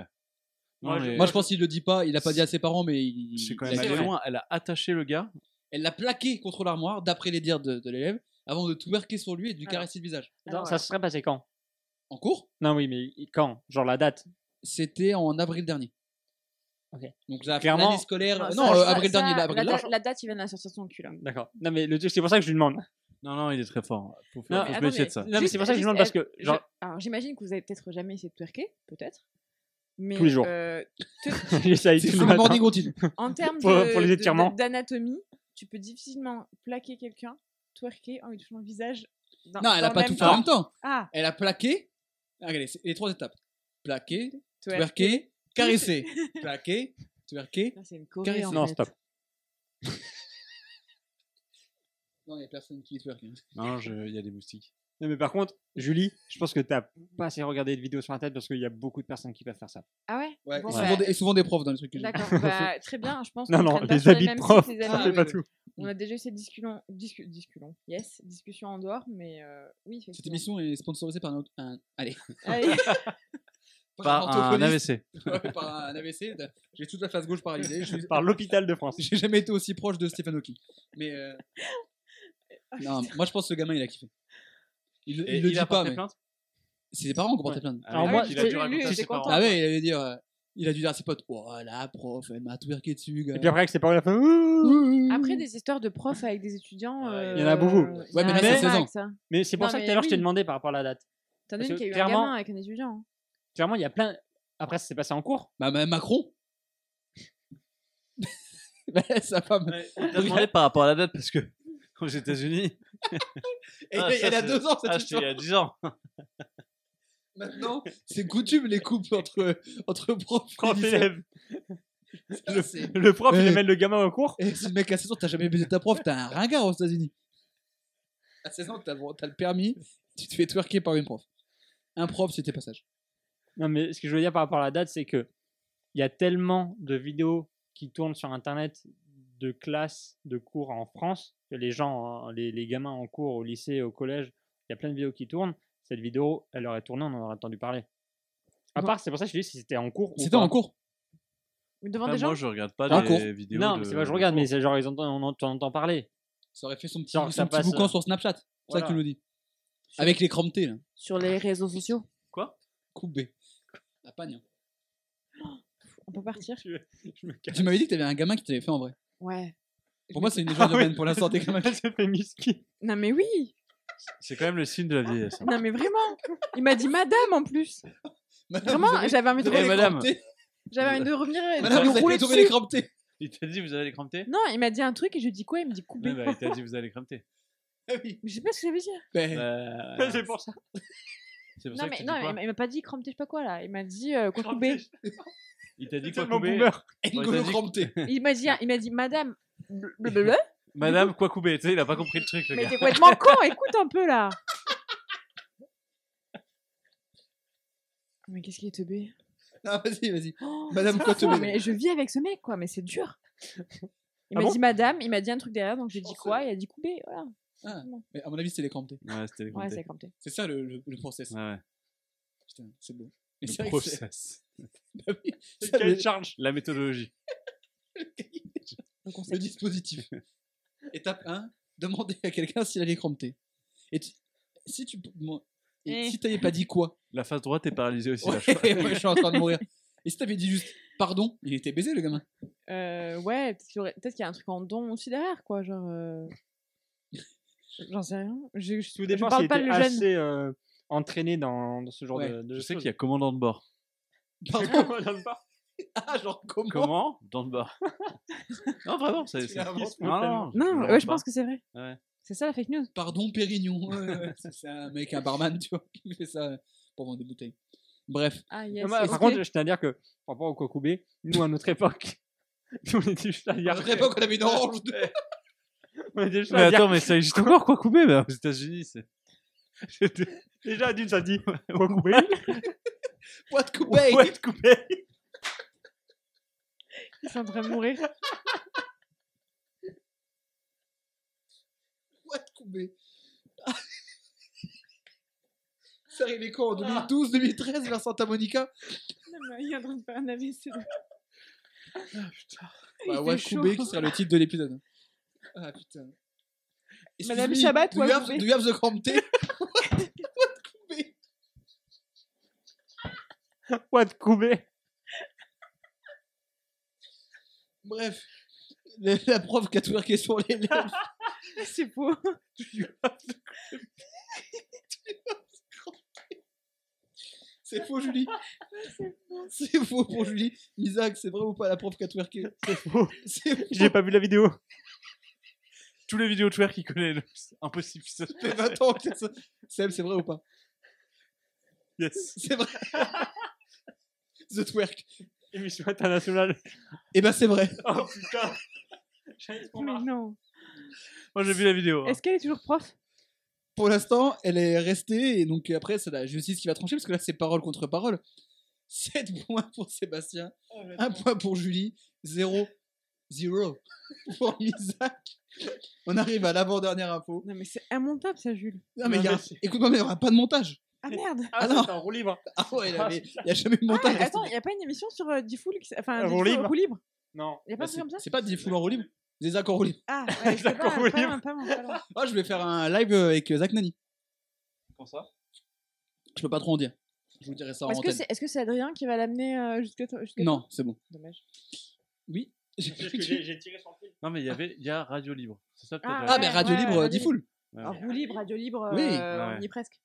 Speaker 3: Non,
Speaker 5: Moi, je-
Speaker 3: mais
Speaker 4: Moi, je pense qu'il le dit pas. Il a pas dit à ses parents, mais il.
Speaker 3: c'est quand
Speaker 4: il
Speaker 3: même
Speaker 4: a
Speaker 3: allé
Speaker 4: kiffé.
Speaker 3: loin. Elle a attaché le gars.
Speaker 4: Elle l'a plaqué contre l'armoire, d'après les dires de, de l'élève, avant de twerker sur lui et de lui
Speaker 2: Alors.
Speaker 4: caresser le visage.
Speaker 5: Non,
Speaker 2: Alors,
Speaker 5: ça se serait passé quand
Speaker 4: En cours,
Speaker 5: Non, oui, mais quand Genre la date
Speaker 4: c'était en avril dernier.
Speaker 5: Ok.
Speaker 4: Donc la
Speaker 5: Clairement-
Speaker 4: l'année scolaire.
Speaker 2: voilà.
Speaker 4: non,
Speaker 2: Ça,
Speaker 4: euh,
Speaker 2: ça,
Speaker 4: avril
Speaker 2: ça,
Speaker 4: dernier, là, avril
Speaker 2: la,
Speaker 4: dernier.
Speaker 2: date- la date, il vient de la sortir de son cul. hein.
Speaker 5: D'accord. Non, mais le truc, c'est pour ça que je lui demande.
Speaker 3: Non, non, il est très fort. Faut, faire-
Speaker 5: Non,
Speaker 3: faut
Speaker 2: mais
Speaker 3: se méfier
Speaker 2: attendez.
Speaker 3: de ça.
Speaker 5: Non, mais
Speaker 2: Juste-
Speaker 5: c'est pour ça que je
Speaker 2: juste,
Speaker 5: lui demande parce que,
Speaker 2: elle-
Speaker 5: genre,
Speaker 2: je- alors j'imagine que vous avez peut-être jamais essayé de twerker, peut-être. Mais
Speaker 5: Tous les jours.
Speaker 2: euh,
Speaker 5: j'essaye
Speaker 4: C'est
Speaker 5: tout
Speaker 4: le
Speaker 5: le matin.
Speaker 4: morning routine.
Speaker 2: en termes
Speaker 5: Pour-
Speaker 2: de-
Speaker 5: pour les
Speaker 2: de-
Speaker 5: étirements.
Speaker 2: de- d'anatomie, tu peux difficilement plaquer quelqu'un, twerker hein, en lui touchant le visage. dans-
Speaker 4: Non, elle a
Speaker 2: dans
Speaker 4: pas
Speaker 2: le
Speaker 4: tout
Speaker 2: même
Speaker 4: fait en
Speaker 2: temps.
Speaker 4: même temps.
Speaker 2: Ah,
Speaker 4: Elle a plaqué. Regardez, c'est les trois étapes. Plaqué,
Speaker 2: twerker.
Speaker 4: twerker, caresser. Plaqué, twerker.
Speaker 2: Putain, C'est une Corée en
Speaker 5: Non,
Speaker 2: fait.
Speaker 5: stop.
Speaker 4: Non, il y a personne qui twerk. hein.
Speaker 3: Non, je- il y a des moustiques.
Speaker 5: Non, mais par contre, Julie, je pense que t'as pas assez regardé de vidéos sur Internet parce qu'il y a beaucoup de personnes qui peuvent faire ça.
Speaker 2: Ah ouais.
Speaker 4: Ouais,
Speaker 2: Bon,
Speaker 4: et,
Speaker 2: bah,
Speaker 4: souvent des, et souvent des profs dans les trucs que j'ai.
Speaker 2: D'accord. bah, très bien. Je pense.
Speaker 5: Non,
Speaker 2: qu'on
Speaker 5: non,
Speaker 2: traîne pas
Speaker 5: les
Speaker 2: sur
Speaker 5: habits de
Speaker 2: mêmes
Speaker 5: prof,
Speaker 2: sites, les
Speaker 5: ça
Speaker 2: amis.
Speaker 5: fait
Speaker 4: oui,
Speaker 5: pas
Speaker 4: oui.
Speaker 5: tout.
Speaker 2: On a déjà eu cette discussion, discu- disculon- yes, discussion en dehors, mais euh, oui.
Speaker 4: Cette
Speaker 2: effectivement. Ah,
Speaker 4: émission est sponsorisée par un. autre- un- allez.
Speaker 2: Allez.
Speaker 3: Par un
Speaker 4: orthophoniste.
Speaker 3: AVC.
Speaker 4: Ouais, par un AVC. J'ai toute la face gauche paralysée. Je suis-
Speaker 5: Par l'hôpital de France.
Speaker 4: J'ai jamais été aussi proche de Stephen Hawking. Mais euh,
Speaker 2: Ah,
Speaker 4: non, moi je pense que ce gamin il a kiffé. Il,
Speaker 3: Et
Speaker 4: il le dit
Speaker 3: a
Speaker 4: pas,
Speaker 3: porté
Speaker 4: mais
Speaker 3: plainte Ah,
Speaker 4: c'est ses parents qui ont porté plainte.
Speaker 5: Alors moi,
Speaker 3: il
Speaker 5: je
Speaker 3: a
Speaker 5: peux-
Speaker 3: dû raconter
Speaker 2: lui,
Speaker 3: à
Speaker 2: il
Speaker 3: ses
Speaker 2: était
Speaker 3: parents.
Speaker 2: content.
Speaker 4: Ah ouais, il avait dit, euh, il a dû dire à ses potes, oh la prof, elle m'a twerké dessus. Gars.
Speaker 5: Et puis après, avec ses parents, il a fait. Ouh
Speaker 2: Après, des histoires de profs avec des étudiants.
Speaker 3: Ouais,
Speaker 2: euh,
Speaker 5: il y en a beaucoup.
Speaker 2: il y
Speaker 4: Ouais, mais
Speaker 2: en
Speaker 4: là,
Speaker 2: a
Speaker 4: c'est
Speaker 2: pas
Speaker 4: 16
Speaker 2: avec
Speaker 4: ans.
Speaker 2: ça.
Speaker 5: Mais c'est pour
Speaker 2: Non,
Speaker 5: ça que
Speaker 2: mais
Speaker 5: tout à l'heure, je t'ai
Speaker 2: oui.
Speaker 5: demandé par rapport à la date.
Speaker 2: hein. T'en as
Speaker 5: Parce
Speaker 2: une
Speaker 5: que
Speaker 2: qui a eu un
Speaker 5: clairement-
Speaker 2: gamin avec un étudiant. hein.
Speaker 5: Clairement, il y a plein. Après, ça s'est passé en cours.
Speaker 4: Bah, ma- Macron Bah, Sa femme.
Speaker 3: On t'a demandé par rapport à la date parce que aux États-Unis,
Speaker 4: Et
Speaker 3: Ah,
Speaker 4: elle
Speaker 3: ça,
Speaker 4: a
Speaker 3: c'est-
Speaker 4: deux ans cette
Speaker 3: ah, c'était
Speaker 4: histoire.
Speaker 3: il y a 10 ans.
Speaker 4: Maintenant, c'est coutume les couples entre, entre profs. et lycéens.
Speaker 5: élève. Le,
Speaker 4: C'est-
Speaker 5: le prof, il
Speaker 4: Eh.
Speaker 5: amène le gamin au cours.
Speaker 4: Eh, si le mec à 16 ans, t'as jamais baisé ta prof, t'as un ringard aux États-Unis. À 16 ans, t'as le, droit- t'as le permis, tu te fais twerker par une prof. Un prof, c'était pas sage.
Speaker 5: Non, mais ce que je veux dire par rapport à la date, c'est que il y a tellement de vidéos qui tournent sur Internet de classes, de cours en France, que les gens, hein, les, les gamins en cours, au lycée, au collège, il y a plein de vidéos qui tournent. Cette vidéo, elle aurait tourné, on en aurait entendu parler. À
Speaker 2: Non.
Speaker 5: part, c'est pour ça que je dis si c'était en cours. ou
Speaker 4: C'était
Speaker 5: pas.
Speaker 4: en cours.
Speaker 2: Mais devant
Speaker 5: Bah,
Speaker 3: Enfin,
Speaker 2: des gens
Speaker 3: moi, je regarde pas
Speaker 4: Un
Speaker 3: des
Speaker 4: cours.
Speaker 3: vidéos.
Speaker 5: Non,
Speaker 3: de-
Speaker 5: mais c'est pas que je regarde, mais c'est genre, ils entendent- on en on entend parler.
Speaker 4: Ça aurait fait son petit,
Speaker 5: Genre,
Speaker 4: son
Speaker 5: ça
Speaker 4: petit
Speaker 5: passe,
Speaker 4: boucan
Speaker 5: euh,
Speaker 4: sur Snapchat. C'est ça
Speaker 5: voilà.
Speaker 4: que tu nous dis. Avec les cramptés, là.
Speaker 2: sur les réseaux sociaux.
Speaker 4: Coupe B. À Pagne. hein.
Speaker 2: On peut partir
Speaker 5: Je me
Speaker 4: Tu m'avais dit que t'avais un gamin qui t'avait fait en vrai.
Speaker 2: Ouais.
Speaker 4: Pour moi, c'est une légende
Speaker 5: Ah oui.
Speaker 4: urbaine pour l'instant. T'es quand même.
Speaker 5: Elle se fait misquine.
Speaker 2: Non mais oui
Speaker 3: C'est quand même le signe de la vieillesse. hein.
Speaker 2: Non mais vraiment Il m'a dit madame en plus
Speaker 4: Madame, vous
Speaker 2: Vraiment,
Speaker 4: avez-
Speaker 2: j'avais envie
Speaker 4: vous
Speaker 2: de
Speaker 3: Eh,
Speaker 4: avez les
Speaker 2: revenir.
Speaker 3: madame.
Speaker 4: cramptés.
Speaker 2: J'avais envie de revenir et de
Speaker 4: Madame,
Speaker 2: lui
Speaker 4: vous
Speaker 2: rouler
Speaker 4: avez tombé les
Speaker 2: dessus.
Speaker 4: cramptés.
Speaker 3: Il t'a dit, vous allez les crampter
Speaker 2: Non, il m'a dit un truc et je lui ai dit quoi Il me dit couper.
Speaker 3: Ouais, bah, Il t'a dit, vous allez les crampter.
Speaker 4: Ah oui.
Speaker 2: Mais je sais pas ce que ça veut dire.
Speaker 4: Ben,
Speaker 3: Bah,
Speaker 5: C'est pour ça.
Speaker 3: C'est pour
Speaker 2: Non
Speaker 3: ça que
Speaker 2: mais,
Speaker 3: tu
Speaker 2: non,
Speaker 3: dis
Speaker 2: il
Speaker 3: quoi
Speaker 2: m'a- il m'a pas dit crampté je sais pas quoi là. Il m'a dit euh, quoi couper.
Speaker 3: Il t'a dit
Speaker 5: C'est
Speaker 3: quoi
Speaker 5: tellement
Speaker 3: couper
Speaker 5: boomer.
Speaker 4: N'Golo
Speaker 3: t'as dit-
Speaker 4: crampté.
Speaker 2: Il m'a dit, il m'a dit madame. Blablabla.
Speaker 3: Madame quoi couper Tu sais, il a pas compris le truc, le
Speaker 2: Mais
Speaker 3: gars.
Speaker 2: t'es complètement con, écoute un peu là. Mais qu'est-ce qu'il est teubé
Speaker 4: Non, vas-y, vas-y.
Speaker 2: Oh,
Speaker 4: Madame
Speaker 2: c'est
Speaker 4: quoi
Speaker 2: fou,
Speaker 4: teubé
Speaker 2: Mais je vis avec ce mec quoi, mais c'est dur. Il
Speaker 5: Ah
Speaker 2: m'a
Speaker 5: bon
Speaker 2: dit madame, il m'a dit un truc derrière, donc j'ai dit
Speaker 4: pense,
Speaker 2: quoi Il a dit coupé, voilà.
Speaker 4: Mais à mon avis, c'est les cramptés.
Speaker 3: Ouais, c'était les
Speaker 2: Ouais,
Speaker 3: cramptés.
Speaker 2: c'est crampté.
Speaker 4: C'est ça le, le, le process.
Speaker 3: Ouais, ouais.
Speaker 4: Putain, c'est beau. Mais c'est
Speaker 3: Le
Speaker 4: vrai que c'est-
Speaker 3: process.
Speaker 4: Bah oui, ça, le-
Speaker 3: Quelle charge La méthodologie.
Speaker 2: Le
Speaker 4: le
Speaker 2: conseil.
Speaker 4: dispositif. Étape 1, demander à quelqu'un s'il allait crampter. Et tu- si tu moi- et
Speaker 2: Eh.
Speaker 4: si t'avais pas dit quoi
Speaker 3: La face droite est paralysée aussi.
Speaker 4: Ouais,
Speaker 3: là, je crois.
Speaker 4: ouais, je suis en train de mourir. Et si t'avais dit juste pardon, il était baisé le gamin.
Speaker 2: Euh, ouais, peut-être qu'il y aurait- peut-être qu'il y a un truc en don aussi derrière quoi, genre. euh, J'en sais rien. Je, je,
Speaker 5: Tout
Speaker 2: je
Speaker 5: dépend
Speaker 2: parle
Speaker 5: s'il
Speaker 2: pas
Speaker 5: était
Speaker 2: le jeune.
Speaker 5: assez euh, entraîné dans, dans ce genre
Speaker 4: Ouais,
Speaker 5: de, de
Speaker 3: Je sais
Speaker 5: choses.
Speaker 3: qu'il y a commandant de bord.
Speaker 4: Pardon Ah, genre comment,
Speaker 3: Comment Dans le bord. Non, vraiment, c'est.
Speaker 4: Tu
Speaker 3: c'est-
Speaker 4: l'as
Speaker 3: Non,
Speaker 4: inventé
Speaker 3: non,
Speaker 2: Non, ouais, je pense que c'est vrai.
Speaker 3: Ouais.
Speaker 2: C'est ça la fake news.
Speaker 4: Pardon Pérignon. Ouais, ouais, ouais. c'est- c'est un mec, un barman, tu vois, qui fait ça pour vendre des bouteilles. Bref,
Speaker 2: Ah,
Speaker 5: Non,
Speaker 2: yes.
Speaker 5: mais
Speaker 2: ok.
Speaker 5: Par contre, je tiens à dire que par rapport au Kokubé, nous à notre époque, on était juste à
Speaker 4: à
Speaker 5: dire.
Speaker 4: notre époque, on avait
Speaker 2: euh,
Speaker 4: une orange. de-
Speaker 5: on était juste
Speaker 3: Mais
Speaker 5: à dire-
Speaker 3: attends, mais ça existe encore quoi couper mais aux États-Unis, c'est. C'était-
Speaker 5: Déjà adulte, ça dit Kokubé.
Speaker 4: Ah, What Koubey
Speaker 5: Ouais, Kokubé.
Speaker 2: Ils sont en train de mourir.
Speaker 4: What Koubé C'est arrivé quand En
Speaker 2: Ah.
Speaker 4: 2012, 2013, vers Santa Monica
Speaker 2: Non, mais il est en train de faire un AVC. Il
Speaker 4: bah,
Speaker 2: fait
Speaker 4: What
Speaker 2: chaud.
Speaker 4: Koubé, qui sera le titre de l'épisode. Ah putain. Excuse
Speaker 2: Madame
Speaker 4: me,
Speaker 2: Chabat,
Speaker 4: do
Speaker 2: What
Speaker 4: you have-
Speaker 2: Koubé
Speaker 4: Do you have the Crampté What Koubé
Speaker 5: What Koubé.
Speaker 4: Bref, Le- la prof qui a twerké sur les lèvres.
Speaker 2: C'est beau.
Speaker 4: C'est faux, Julie. C'est faux pour Julie. Isaac, c'est vrai ou pas la prof qui a twerké C'est
Speaker 5: faux.
Speaker 4: C'est faux.
Speaker 5: J'ai pas vu la vidéo.
Speaker 3: Tous les vidéos twerk qui connaissent. c'est Impossible. ça.
Speaker 4: Ça fait 20 ans que c'est ça. Seb, c'est vrai ou pas
Speaker 3: Yes.
Speaker 4: C'est vrai. The twerk.
Speaker 5: Émission internationale.
Speaker 4: Eh ben, c'est vrai.
Speaker 5: Oh putain. J'avais trop
Speaker 2: Mais
Speaker 4: Ah,
Speaker 5: marre.
Speaker 2: non.
Speaker 3: Moi, j'ai vu la vidéo. hein.
Speaker 2: Est-ce qu'elle est toujours prof
Speaker 4: Pour l'instant, elle est restée. Et donc, euh, après, c'est la justice qui va trancher. Parce que là, c'est parole contre parole. 7 points pour Sébastien.
Speaker 5: Oh,
Speaker 4: 1 point pour Julie. 0. 0 pour Isaac. On arrive à l'avant-dernière info.
Speaker 2: Non, mais c'est immontable ça, Jules.
Speaker 4: Non, mais,
Speaker 5: Non,
Speaker 4: il y a-
Speaker 5: mais c'est-
Speaker 4: écoute-moi, mais il n'y aura pas de montage.
Speaker 2: Ah merde
Speaker 5: Ah,
Speaker 4: non.
Speaker 5: c'est en roue libre.
Speaker 4: Ah ouais,
Speaker 5: Ah,
Speaker 4: il n'y a jamais eu de montage. dans
Speaker 2: Attends,
Speaker 4: cette-
Speaker 2: il n'y a pas une émission sur euh, Diffoul qui s- Enfin,
Speaker 5: Ah,
Speaker 2: Diffoul
Speaker 5: roue libre.
Speaker 2: au coup libre
Speaker 5: Non.
Speaker 2: Il n'y a pas
Speaker 4: Bah,
Speaker 2: un truc
Speaker 4: c'est-
Speaker 2: comme ça
Speaker 4: c'est pas des foules en roue libre, des accords roue libre.
Speaker 2: Ah, ouais, je sais pas,
Speaker 5: D'accord,
Speaker 2: pas
Speaker 5: roue
Speaker 2: loin,
Speaker 5: libre.
Speaker 2: pas loin, pas loin.
Speaker 4: Ah, je vais faire un live euh, avec euh, Zach Nani.
Speaker 5: Pour ça.
Speaker 4: Je peux pas trop en dire. Je vous dirai ça en
Speaker 2: Est-ce que
Speaker 4: antenne.
Speaker 2: c'est est -ce c'est Adrien qui va l'amener euh, jusqu'à toi jusqu'à-
Speaker 4: Non, c'est bon.
Speaker 2: Dommage.
Speaker 4: Oui.
Speaker 5: tiré son fil.
Speaker 3: Non, mais il y avait. Il y a Radio Libre. C'est ça peut-être.
Speaker 2: Ah,
Speaker 3: la-
Speaker 4: Ah, mais
Speaker 2: Ouais,
Speaker 4: Radio
Speaker 2: ouais,
Speaker 4: Libre,
Speaker 2: Radio
Speaker 4: euh, dit foules.
Speaker 5: Ah,
Speaker 3: Ouais,
Speaker 2: Alors,
Speaker 3: ouais.
Speaker 2: roue libre, radio libre,
Speaker 4: Oui.
Speaker 2: euh, on
Speaker 3: Ouais.
Speaker 2: y est presque.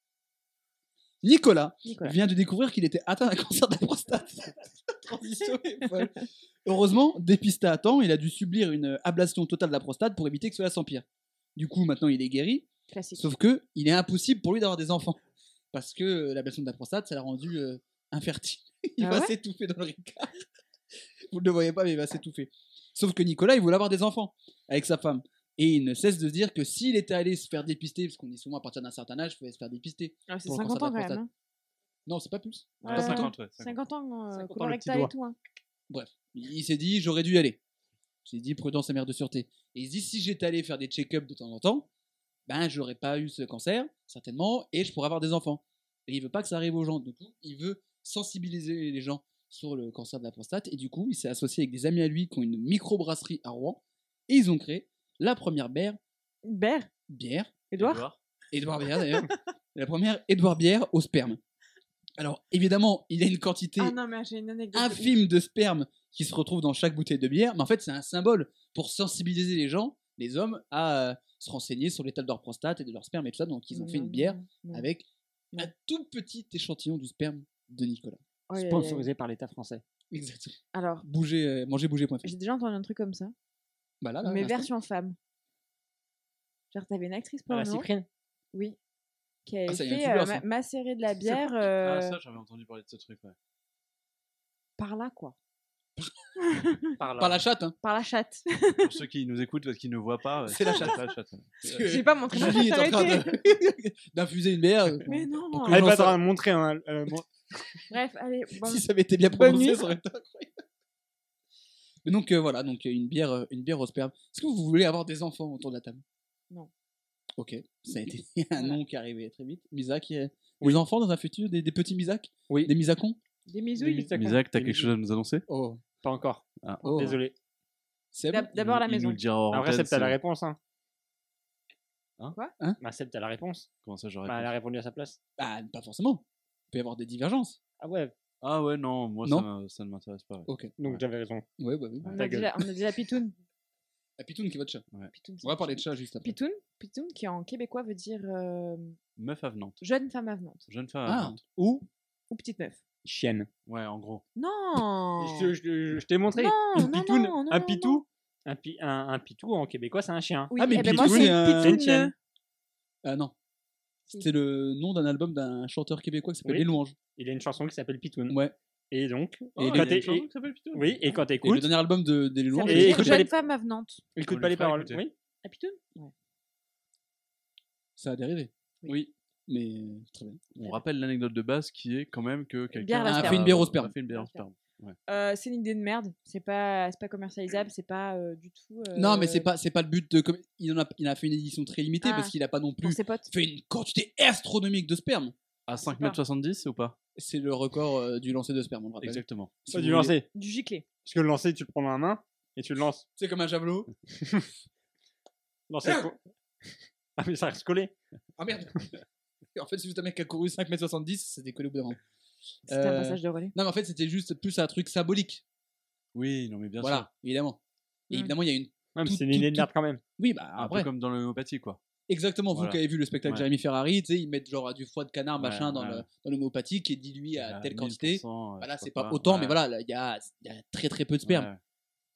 Speaker 4: Nicolas
Speaker 2: Nicolas.
Speaker 4: vient de découvrir qu'il était atteint d'un cancer de la prostate. La transition est folle. Heureusement, dépisté à temps, il a dû subir une euh, ablation totale de la prostate pour éviter que cela s'empire. Du coup, maintenant, il est guéri.
Speaker 2: Classique.
Speaker 4: Sauf que il est impossible pour lui d'avoir des enfants parce que euh, l'ablation de la prostate, ça l'a rendu euh, infertile. Il
Speaker 2: Ah
Speaker 4: va
Speaker 2: ouais
Speaker 4: s'étouffer dans le ricard. Vous ne le voyez pas, mais il va s'étouffer. Sauf que Nicolas, il voulait avoir des enfants avec sa femme. Et il ne cesse de se dire que s'il était allé se faire dépister, parce qu'on dit souvent à partir d'un certain âge, il fallait se faire dépister.
Speaker 2: Ah, c'est
Speaker 4: Pour le
Speaker 2: 50 ans quand
Speaker 4: cancer de la
Speaker 2: même. hein.
Speaker 4: Non, c'est pas plus.
Speaker 2: Ouais,
Speaker 3: Ah,
Speaker 2: ouais.
Speaker 3: 50, ouais, 50.
Speaker 2: 50 ans, euh,
Speaker 5: 50 ans, le
Speaker 2: colorectal
Speaker 5: petit
Speaker 2: et tout. hein.
Speaker 4: Il il s'est dit, j'aurais dû y aller. Il s'est dit, prudence et mère de sûreté. Et il se dit, si j'étais allé faire des check-up de temps en temps, ben, j'aurais pas eu ce cancer, certainement, et je pourrais avoir des enfants. Et il veut pas que ça arrive aux gens. Du coup, il veut sensibiliser les gens sur le cancer de la prostate. Et du coup, il s'est associé avec des amis à lui qui ont une microbrasserie à Rouen. Et ils ont créé la première bière,
Speaker 2: Bert,
Speaker 4: bière
Speaker 2: Edouard
Speaker 4: Édouard Bière d'ailleurs, la première Édouard Bière au sperme. Alors, évidemment, il a une quantité
Speaker 2: Ah non, mais j'ai une anecdote. de ouf.
Speaker 4: infime de sperme qui se retrouve dans chaque bouteille de bière, mais en fait c'est un symbole pour sensibiliser les gens, les hommes, à euh, se renseigner sur l'état de leur prostate et de leur sperme et tout ça. Donc ils ont fait une bière
Speaker 2: Non.
Speaker 4: avec un tout petit échantillon du sperme de Nicolas.
Speaker 2: Oh, yeah, yeah, yeah.
Speaker 5: Sponsorisé par l'État français.
Speaker 4: Exactement.
Speaker 2: Alors,
Speaker 4: Bouger, euh, manger, bouger.fr.
Speaker 2: j'ai déjà entendu un truc comme ça,
Speaker 4: Bah là, là,
Speaker 2: mais
Speaker 4: l'instant.
Speaker 2: version femme. Genre, t'avais une actrice
Speaker 5: Ah,
Speaker 2: porno
Speaker 5: la Cyprine
Speaker 2: Oui. Qui avait
Speaker 4: Ah, ça, il y a un
Speaker 2: fait
Speaker 4: youtubeur,
Speaker 2: euh,
Speaker 4: ça.
Speaker 2: ma- macérer de la
Speaker 3: C'est
Speaker 2: bière
Speaker 3: Ah,
Speaker 2: euh,
Speaker 3: ça, j'avais entendu parler de ce truc, ouais.
Speaker 2: par là, quoi.
Speaker 5: Par là.
Speaker 4: Par la chatte, hein.
Speaker 2: Par la chatte.
Speaker 3: Pour ceux qui nous écoutent parce qu'ils ne voient pas, ouais,
Speaker 4: C'est la chatte.
Speaker 3: La chatte ouais.
Speaker 4: Parce
Speaker 2: J'ai
Speaker 4: que
Speaker 2: pas montré ma
Speaker 4: Julie Euh, est
Speaker 2: chatte,
Speaker 4: en train
Speaker 2: arrêtez.
Speaker 4: de- d'infuser une bière. euh,
Speaker 2: Mais non.
Speaker 4: Pour que
Speaker 5: Elle est
Speaker 4: les
Speaker 5: pas en
Speaker 4: gens
Speaker 5: train de montrer. hein, euh, bon-
Speaker 2: Bref, allez, bon.
Speaker 4: Si ça avait été bien
Speaker 2: Bonne
Speaker 4: prononcé,
Speaker 2: nuit.
Speaker 4: ça aurait été incroyable. Mais donc euh, voilà, donc euh, une bière, euh, une bière au sperme. Est-ce que vous voulez avoir des enfants autour de la table
Speaker 2: Non.
Speaker 4: Ok, ça a été un
Speaker 2: Voilà.
Speaker 4: nom qui est arrivé très vite. Misak, euh, les enfants dans un futur, des, des petits Misak
Speaker 5: Oui.
Speaker 4: Des Misakons
Speaker 2: Des misouilles.
Speaker 5: Des
Speaker 3: Isaac, t'as quelque chose à nous annoncer
Speaker 4: Oh,
Speaker 5: hein. Pas encore.
Speaker 4: oh.
Speaker 5: Désolé.
Speaker 4: Seb
Speaker 2: D'ab- D'abord
Speaker 3: Il-
Speaker 2: la
Speaker 3: il
Speaker 2: maison.
Speaker 3: nous le dira hors
Speaker 5: Après,
Speaker 3: antenne,
Speaker 5: Seb, t'as la
Speaker 3: c'est-
Speaker 5: réponse. Hein.
Speaker 3: Hein
Speaker 2: Quoi
Speaker 4: Hein
Speaker 5: Bah, Seb, t'as la réponse.
Speaker 3: Comment ça, j'aurais
Speaker 5: Bah, elle a répondu à sa place.
Speaker 4: Bah, pas forcément. Il peut y avoir des divergences.
Speaker 5: Ah ouais,
Speaker 3: Ah ouais, non, moi,
Speaker 4: Non.
Speaker 3: ça m'a- ça ne m'intéresse pas. ouais.
Speaker 4: Ok.
Speaker 5: donc
Speaker 3: Ouais.
Speaker 5: j'avais raison.
Speaker 4: Ouais, bah oui.
Speaker 2: On
Speaker 5: Ta
Speaker 2: a,
Speaker 5: gueule.
Speaker 2: déjà, on a déjà Pitoun.
Speaker 4: La pitoune qui est votre chat.
Speaker 2: Pitoun, c'est-
Speaker 4: On va parler de chat juste après.
Speaker 2: Pitoun, Pitoun, qui en québécois veut dire euh,
Speaker 3: Meuf avenante.
Speaker 2: jeune femme avenante
Speaker 3: Jeune femme
Speaker 4: Ah.
Speaker 3: avenante.
Speaker 5: Ou
Speaker 2: ou petite meuf.
Speaker 5: chienne.
Speaker 3: Ouais, en gros. Ah,
Speaker 2: Non
Speaker 5: Je, je- je t'ai montré.
Speaker 2: Non,
Speaker 5: Une
Speaker 2: non, non,
Speaker 5: pitoune,
Speaker 2: non,
Speaker 5: un
Speaker 2: non,
Speaker 5: pitou. Un, pi- un, un pitou en québécois, c'est un chien.
Speaker 2: Oui,
Speaker 4: Ah, mais
Speaker 2: eh ben moi,
Speaker 4: Pitoun,
Speaker 2: c'est
Speaker 4: c'est un-
Speaker 2: Pitoun, euh,
Speaker 5: une chienne.
Speaker 4: Ah non. C'était le nom d'un album d'un chanteur québécois qui s'appelle
Speaker 5: Oui.
Speaker 4: Les Louanges.
Speaker 5: Il a une chanson qui s'appelle Pitoun.
Speaker 4: Ouais.
Speaker 5: Et donc,
Speaker 3: Oh, il y
Speaker 5: quand
Speaker 3: a
Speaker 5: t'es-
Speaker 3: une chanson
Speaker 5: et-
Speaker 3: qui s'appelle Pitou.
Speaker 5: oui, et quand
Speaker 4: Et le
Speaker 5: t'écoutes,
Speaker 4: dernier album de, des
Speaker 2: Ça
Speaker 4: Louanges.
Speaker 2: veut
Speaker 5: Et
Speaker 4: est
Speaker 2: dire
Speaker 4: très
Speaker 5: écoute
Speaker 4: bien.
Speaker 5: pas
Speaker 2: jeune
Speaker 5: les-
Speaker 2: femme avenante.
Speaker 5: écoute
Speaker 3: On
Speaker 5: pas
Speaker 3: lui
Speaker 5: les
Speaker 3: fera
Speaker 5: paroles.
Speaker 3: écouter.
Speaker 5: Oui.
Speaker 2: Ah, Pitoun Ouais.
Speaker 4: Ça a dérivé. Oui. Mais euh, très bien.
Speaker 3: On rappelle l'anecdote de base qui est quand même que quelqu'un
Speaker 2: à la
Speaker 4: sperme. Une bière au sperme.
Speaker 3: a fait une bière au
Speaker 2: Bien sûr.
Speaker 3: sperme.
Speaker 2: Euh, c'est une idée de merde. C'est pas, c'est pas commercialisable. C'est pas euh, du tout. euh,
Speaker 4: Non, mais c'est pas, c'est pas le but de. comme- Il, en a, il a fait une édition très limitée
Speaker 2: Ah.
Speaker 4: parce qu'il a pas non
Speaker 2: Pour
Speaker 4: plus
Speaker 2: ses potes.
Speaker 4: fait une quantité astronomique de sperme.
Speaker 3: À
Speaker 2: sais pas.
Speaker 3: 5m70 ou pas
Speaker 4: C'est le record euh, du lancer de sperme, on le rappelle.
Speaker 3: Exactement.
Speaker 4: Si
Speaker 5: Pas
Speaker 4: vous
Speaker 5: du
Speaker 4: voulez.
Speaker 5: lancer.
Speaker 2: Du giclé.
Speaker 5: Parce que le lancer, tu le prends dans la main et tu le lances.
Speaker 4: C'est comme un javelot.
Speaker 5: Lancer pour- Ah, mais ça reste collé.
Speaker 4: Ah merde En fait, c'est juste un mec qui a couru 5m70, c'est décollé au bout d'un moment.
Speaker 2: C'était un
Speaker 4: Euh,
Speaker 2: passage de relais.
Speaker 4: Non, mais en fait, c'était juste plus un truc symbolique.
Speaker 3: Oui, non mais bien
Speaker 4: voilà,
Speaker 3: sûr.
Speaker 4: évidemment. Et
Speaker 2: Mm.
Speaker 4: évidemment, il y a une.
Speaker 5: Ouais, Ah, mais
Speaker 4: Tout-
Speaker 5: c'est une
Speaker 4: tout-
Speaker 5: idée de
Speaker 4: tout-
Speaker 5: merde quand même.
Speaker 4: Oui, bah
Speaker 3: Un
Speaker 4: après.
Speaker 3: peu comme dans l'homéopathie quoi.
Speaker 4: Exactement, vous
Speaker 3: Voilà.
Speaker 4: qui avez vu le spectacle
Speaker 3: Ouais.
Speaker 4: de Jérémy Ferrari, tu sais, ils mettent genre du foie de canard,
Speaker 3: Ouais,
Speaker 4: machin, dans
Speaker 3: ouais.
Speaker 4: le- dans l'homéopathie qui est dilué à
Speaker 3: Ah,
Speaker 4: telle
Speaker 3: 1000%,
Speaker 4: quantité.
Speaker 3: euh,
Speaker 4: Voilà,
Speaker 3: je sais
Speaker 4: c'est
Speaker 3: pas
Speaker 4: pas
Speaker 3: quoi.
Speaker 4: autant, mais
Speaker 3: Ouais.
Speaker 4: voilà, là, il y a, il y a très très peu de sperme.
Speaker 3: Ouais,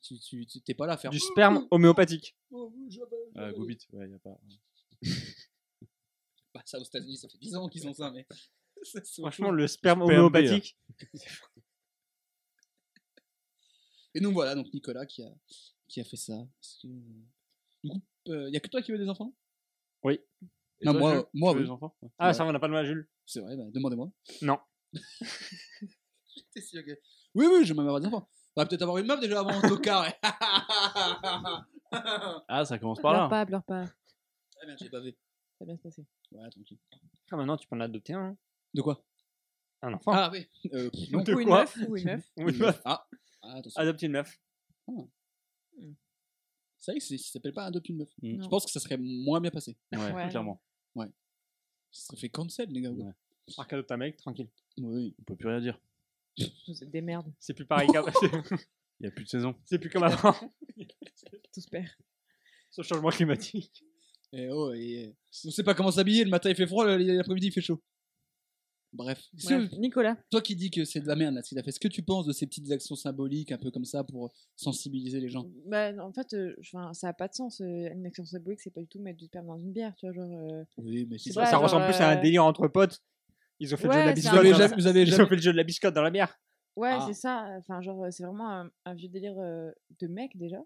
Speaker 4: Tu, tu, tu- t'es pas là à faire.
Speaker 5: Du sperme homéopathique.
Speaker 4: Oh, je-
Speaker 3: ouais. Euh, Goubit, ouais, y a pas.
Speaker 4: Bah, ça aux États-Unis, ça fait 10 ans qu'ils ont ça, mais. Ça, c'est
Speaker 5: Franchement,
Speaker 4: fou.
Speaker 5: le sperme
Speaker 3: Sperme
Speaker 5: homéopathique.
Speaker 4: Et donc voilà, donc Nicolas qui a, qui a fait ça. Est-ce que- Du coup, il y a que toi qui veux des enfants
Speaker 3: Et
Speaker 4: Non,
Speaker 3: toi,
Speaker 4: moi-
Speaker 3: Jules,
Speaker 4: moi,
Speaker 3: tu veux
Speaker 4: oui.
Speaker 3: des enfants Ouais.
Speaker 5: Ah, ça, va, on n'a pas de mal, Jules.
Speaker 4: C'est vrai, bah, demandez-moi.
Speaker 5: Non.
Speaker 4: J'étais sûr que- Oui, oui, je vais même avoir des enfants. On va peut-être avoir une meuf déjà avant, en tout cas. ah
Speaker 3: Ah, ça commence par
Speaker 2: Pleure
Speaker 3: là.
Speaker 2: pas, pleure pas. Ça
Speaker 4: merde, j'ai pas vu.
Speaker 2: va bien se passer.
Speaker 4: Voilà, tranquille.
Speaker 5: Ah, maintenant, tu peux en adopter un. hein.
Speaker 4: De quoi
Speaker 5: Un enfant.
Speaker 4: Ah oui. Euh, pff, non.
Speaker 5: De
Speaker 2: ou une
Speaker 5: quoi
Speaker 2: meuf. Ou une meuf.
Speaker 5: Oui, bah,
Speaker 4: Ah, ah, attention.
Speaker 5: Adopter une meuf.
Speaker 4: C'est vrai que c'est- ça s'appelle pas adopte une meuf.
Speaker 3: Mm.
Speaker 4: Je pense que ça serait moins bien passé.
Speaker 3: Ouais,
Speaker 2: Ouais.
Speaker 3: clairement.
Speaker 4: Ça serait fait cancel, les gars.
Speaker 3: Ouais.
Speaker 5: Par qu'adopte un mec, tranquille.
Speaker 4: Oui.
Speaker 3: On peut plus rien dire.
Speaker 2: Vous êtes des merdes.
Speaker 5: C'est plus pareil qu'avant. c'est-
Speaker 3: Il y a plus de saison.
Speaker 5: C'est plus comme avant.
Speaker 2: Tous pères.
Speaker 5: Ce changement climatique.
Speaker 4: Et oh, et, euh, on sait pas comment s'habiller, le matin il fait froid, le- l'après-midi il fait chaud. Bref. Est-ce que-
Speaker 2: Bref, Nicolas.
Speaker 4: Toi qui dis que c'est de la merde, là, ce qu'il a fait, ce que tu penses de ces petites actions symboliques, un peu comme ça, pour sensibiliser les gens
Speaker 2: Bah, en fait, euh, je- 'fin, ça a pas de sens. euh, une action symbolique, c'est pas du tout mettre du sperme dans une bière. Tu vois, genre. euh,
Speaker 4: Oui, mais c'est
Speaker 2: Ouais,
Speaker 5: ça
Speaker 2: genre,
Speaker 5: ressemble plus à un
Speaker 2: euh,
Speaker 5: délire entre potes. Ils ont fait le jeu de la
Speaker 2: ouais, c'est
Speaker 4: Vous avez
Speaker 5: biscotte.
Speaker 2: un-
Speaker 4: jamais,
Speaker 5: dans-
Speaker 4: vous avez
Speaker 5: Ils ont
Speaker 4: jamais,
Speaker 5: fait le jeu de la biscotte dans la bière.
Speaker 2: Ouais,
Speaker 4: Ah.
Speaker 2: c'est ça. Enfin, genre, euh, c'est vraiment un, un vieux délire euh, de mec déjà,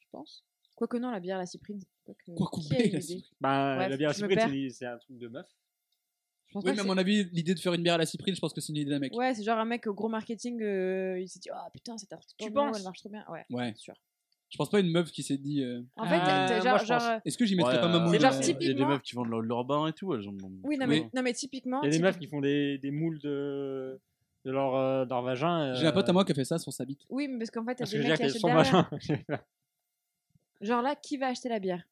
Speaker 2: je pense. Quoique non, la bière à la cyprine. Quoique,
Speaker 4: Quoi
Speaker 2: qui a
Speaker 4: couper
Speaker 2: eu
Speaker 4: la
Speaker 2: l'idée
Speaker 4: cyprine
Speaker 5: Bah,
Speaker 2: Bref,
Speaker 5: la bière à
Speaker 2: je me
Speaker 5: Cyprien,
Speaker 2: perds.
Speaker 5: c'est li- c'est un truc de meuf.
Speaker 2: Je pense
Speaker 4: Oui,
Speaker 2: pas
Speaker 4: mais à
Speaker 2: que
Speaker 4: mon avis, l'idée de faire une bière à la cyprine, je pense que c'est une idée d'un mec.
Speaker 2: c'est- Ouais, c'est genre un mec au gros marketing, euh, il s'est dit Oh putain, cette artiste,
Speaker 5: Tu
Speaker 2: porno,
Speaker 5: penses
Speaker 2: elle marche trop bien. Ouais,
Speaker 4: Ouais.
Speaker 2: sûr.
Speaker 4: Je pense pas à une meuf qui s'est dit. euh,
Speaker 2: En
Speaker 5: Ah,
Speaker 2: fait, t'as-
Speaker 5: moi,
Speaker 2: genre.
Speaker 5: je
Speaker 2: genre,
Speaker 5: pense.
Speaker 2: euh,
Speaker 4: Est-ce que j'y mettrais
Speaker 3: Ouais,
Speaker 4: pas ma
Speaker 3: euh,
Speaker 4: main
Speaker 2: C'est genre
Speaker 4: euh,
Speaker 2: typique.
Speaker 3: Il y a des
Speaker 2: typiquement-
Speaker 3: meutes qui vendent leur, leur bain et tout. Elles en vendent
Speaker 2: Oui, non,
Speaker 3: tout,
Speaker 2: mais,
Speaker 3: hein.
Speaker 2: non, mais typiquement.
Speaker 5: Il y a des
Speaker 2: typi-
Speaker 5: meufs qui font des, des moules de, de leur, euh, de leur vagin.
Speaker 4: J'ai un pote à moi qui a fait ça sur sa bite.
Speaker 2: Oui, mais parce qu'en fait, t'as
Speaker 5: Parce que
Speaker 2: des
Speaker 5: je veux
Speaker 2: mecs
Speaker 5: dire
Speaker 2: qui
Speaker 5: qu'elles
Speaker 2: achètent
Speaker 5: sont
Speaker 2: derrière.
Speaker 5: vagin.
Speaker 2: Genre là, qui va acheter la bière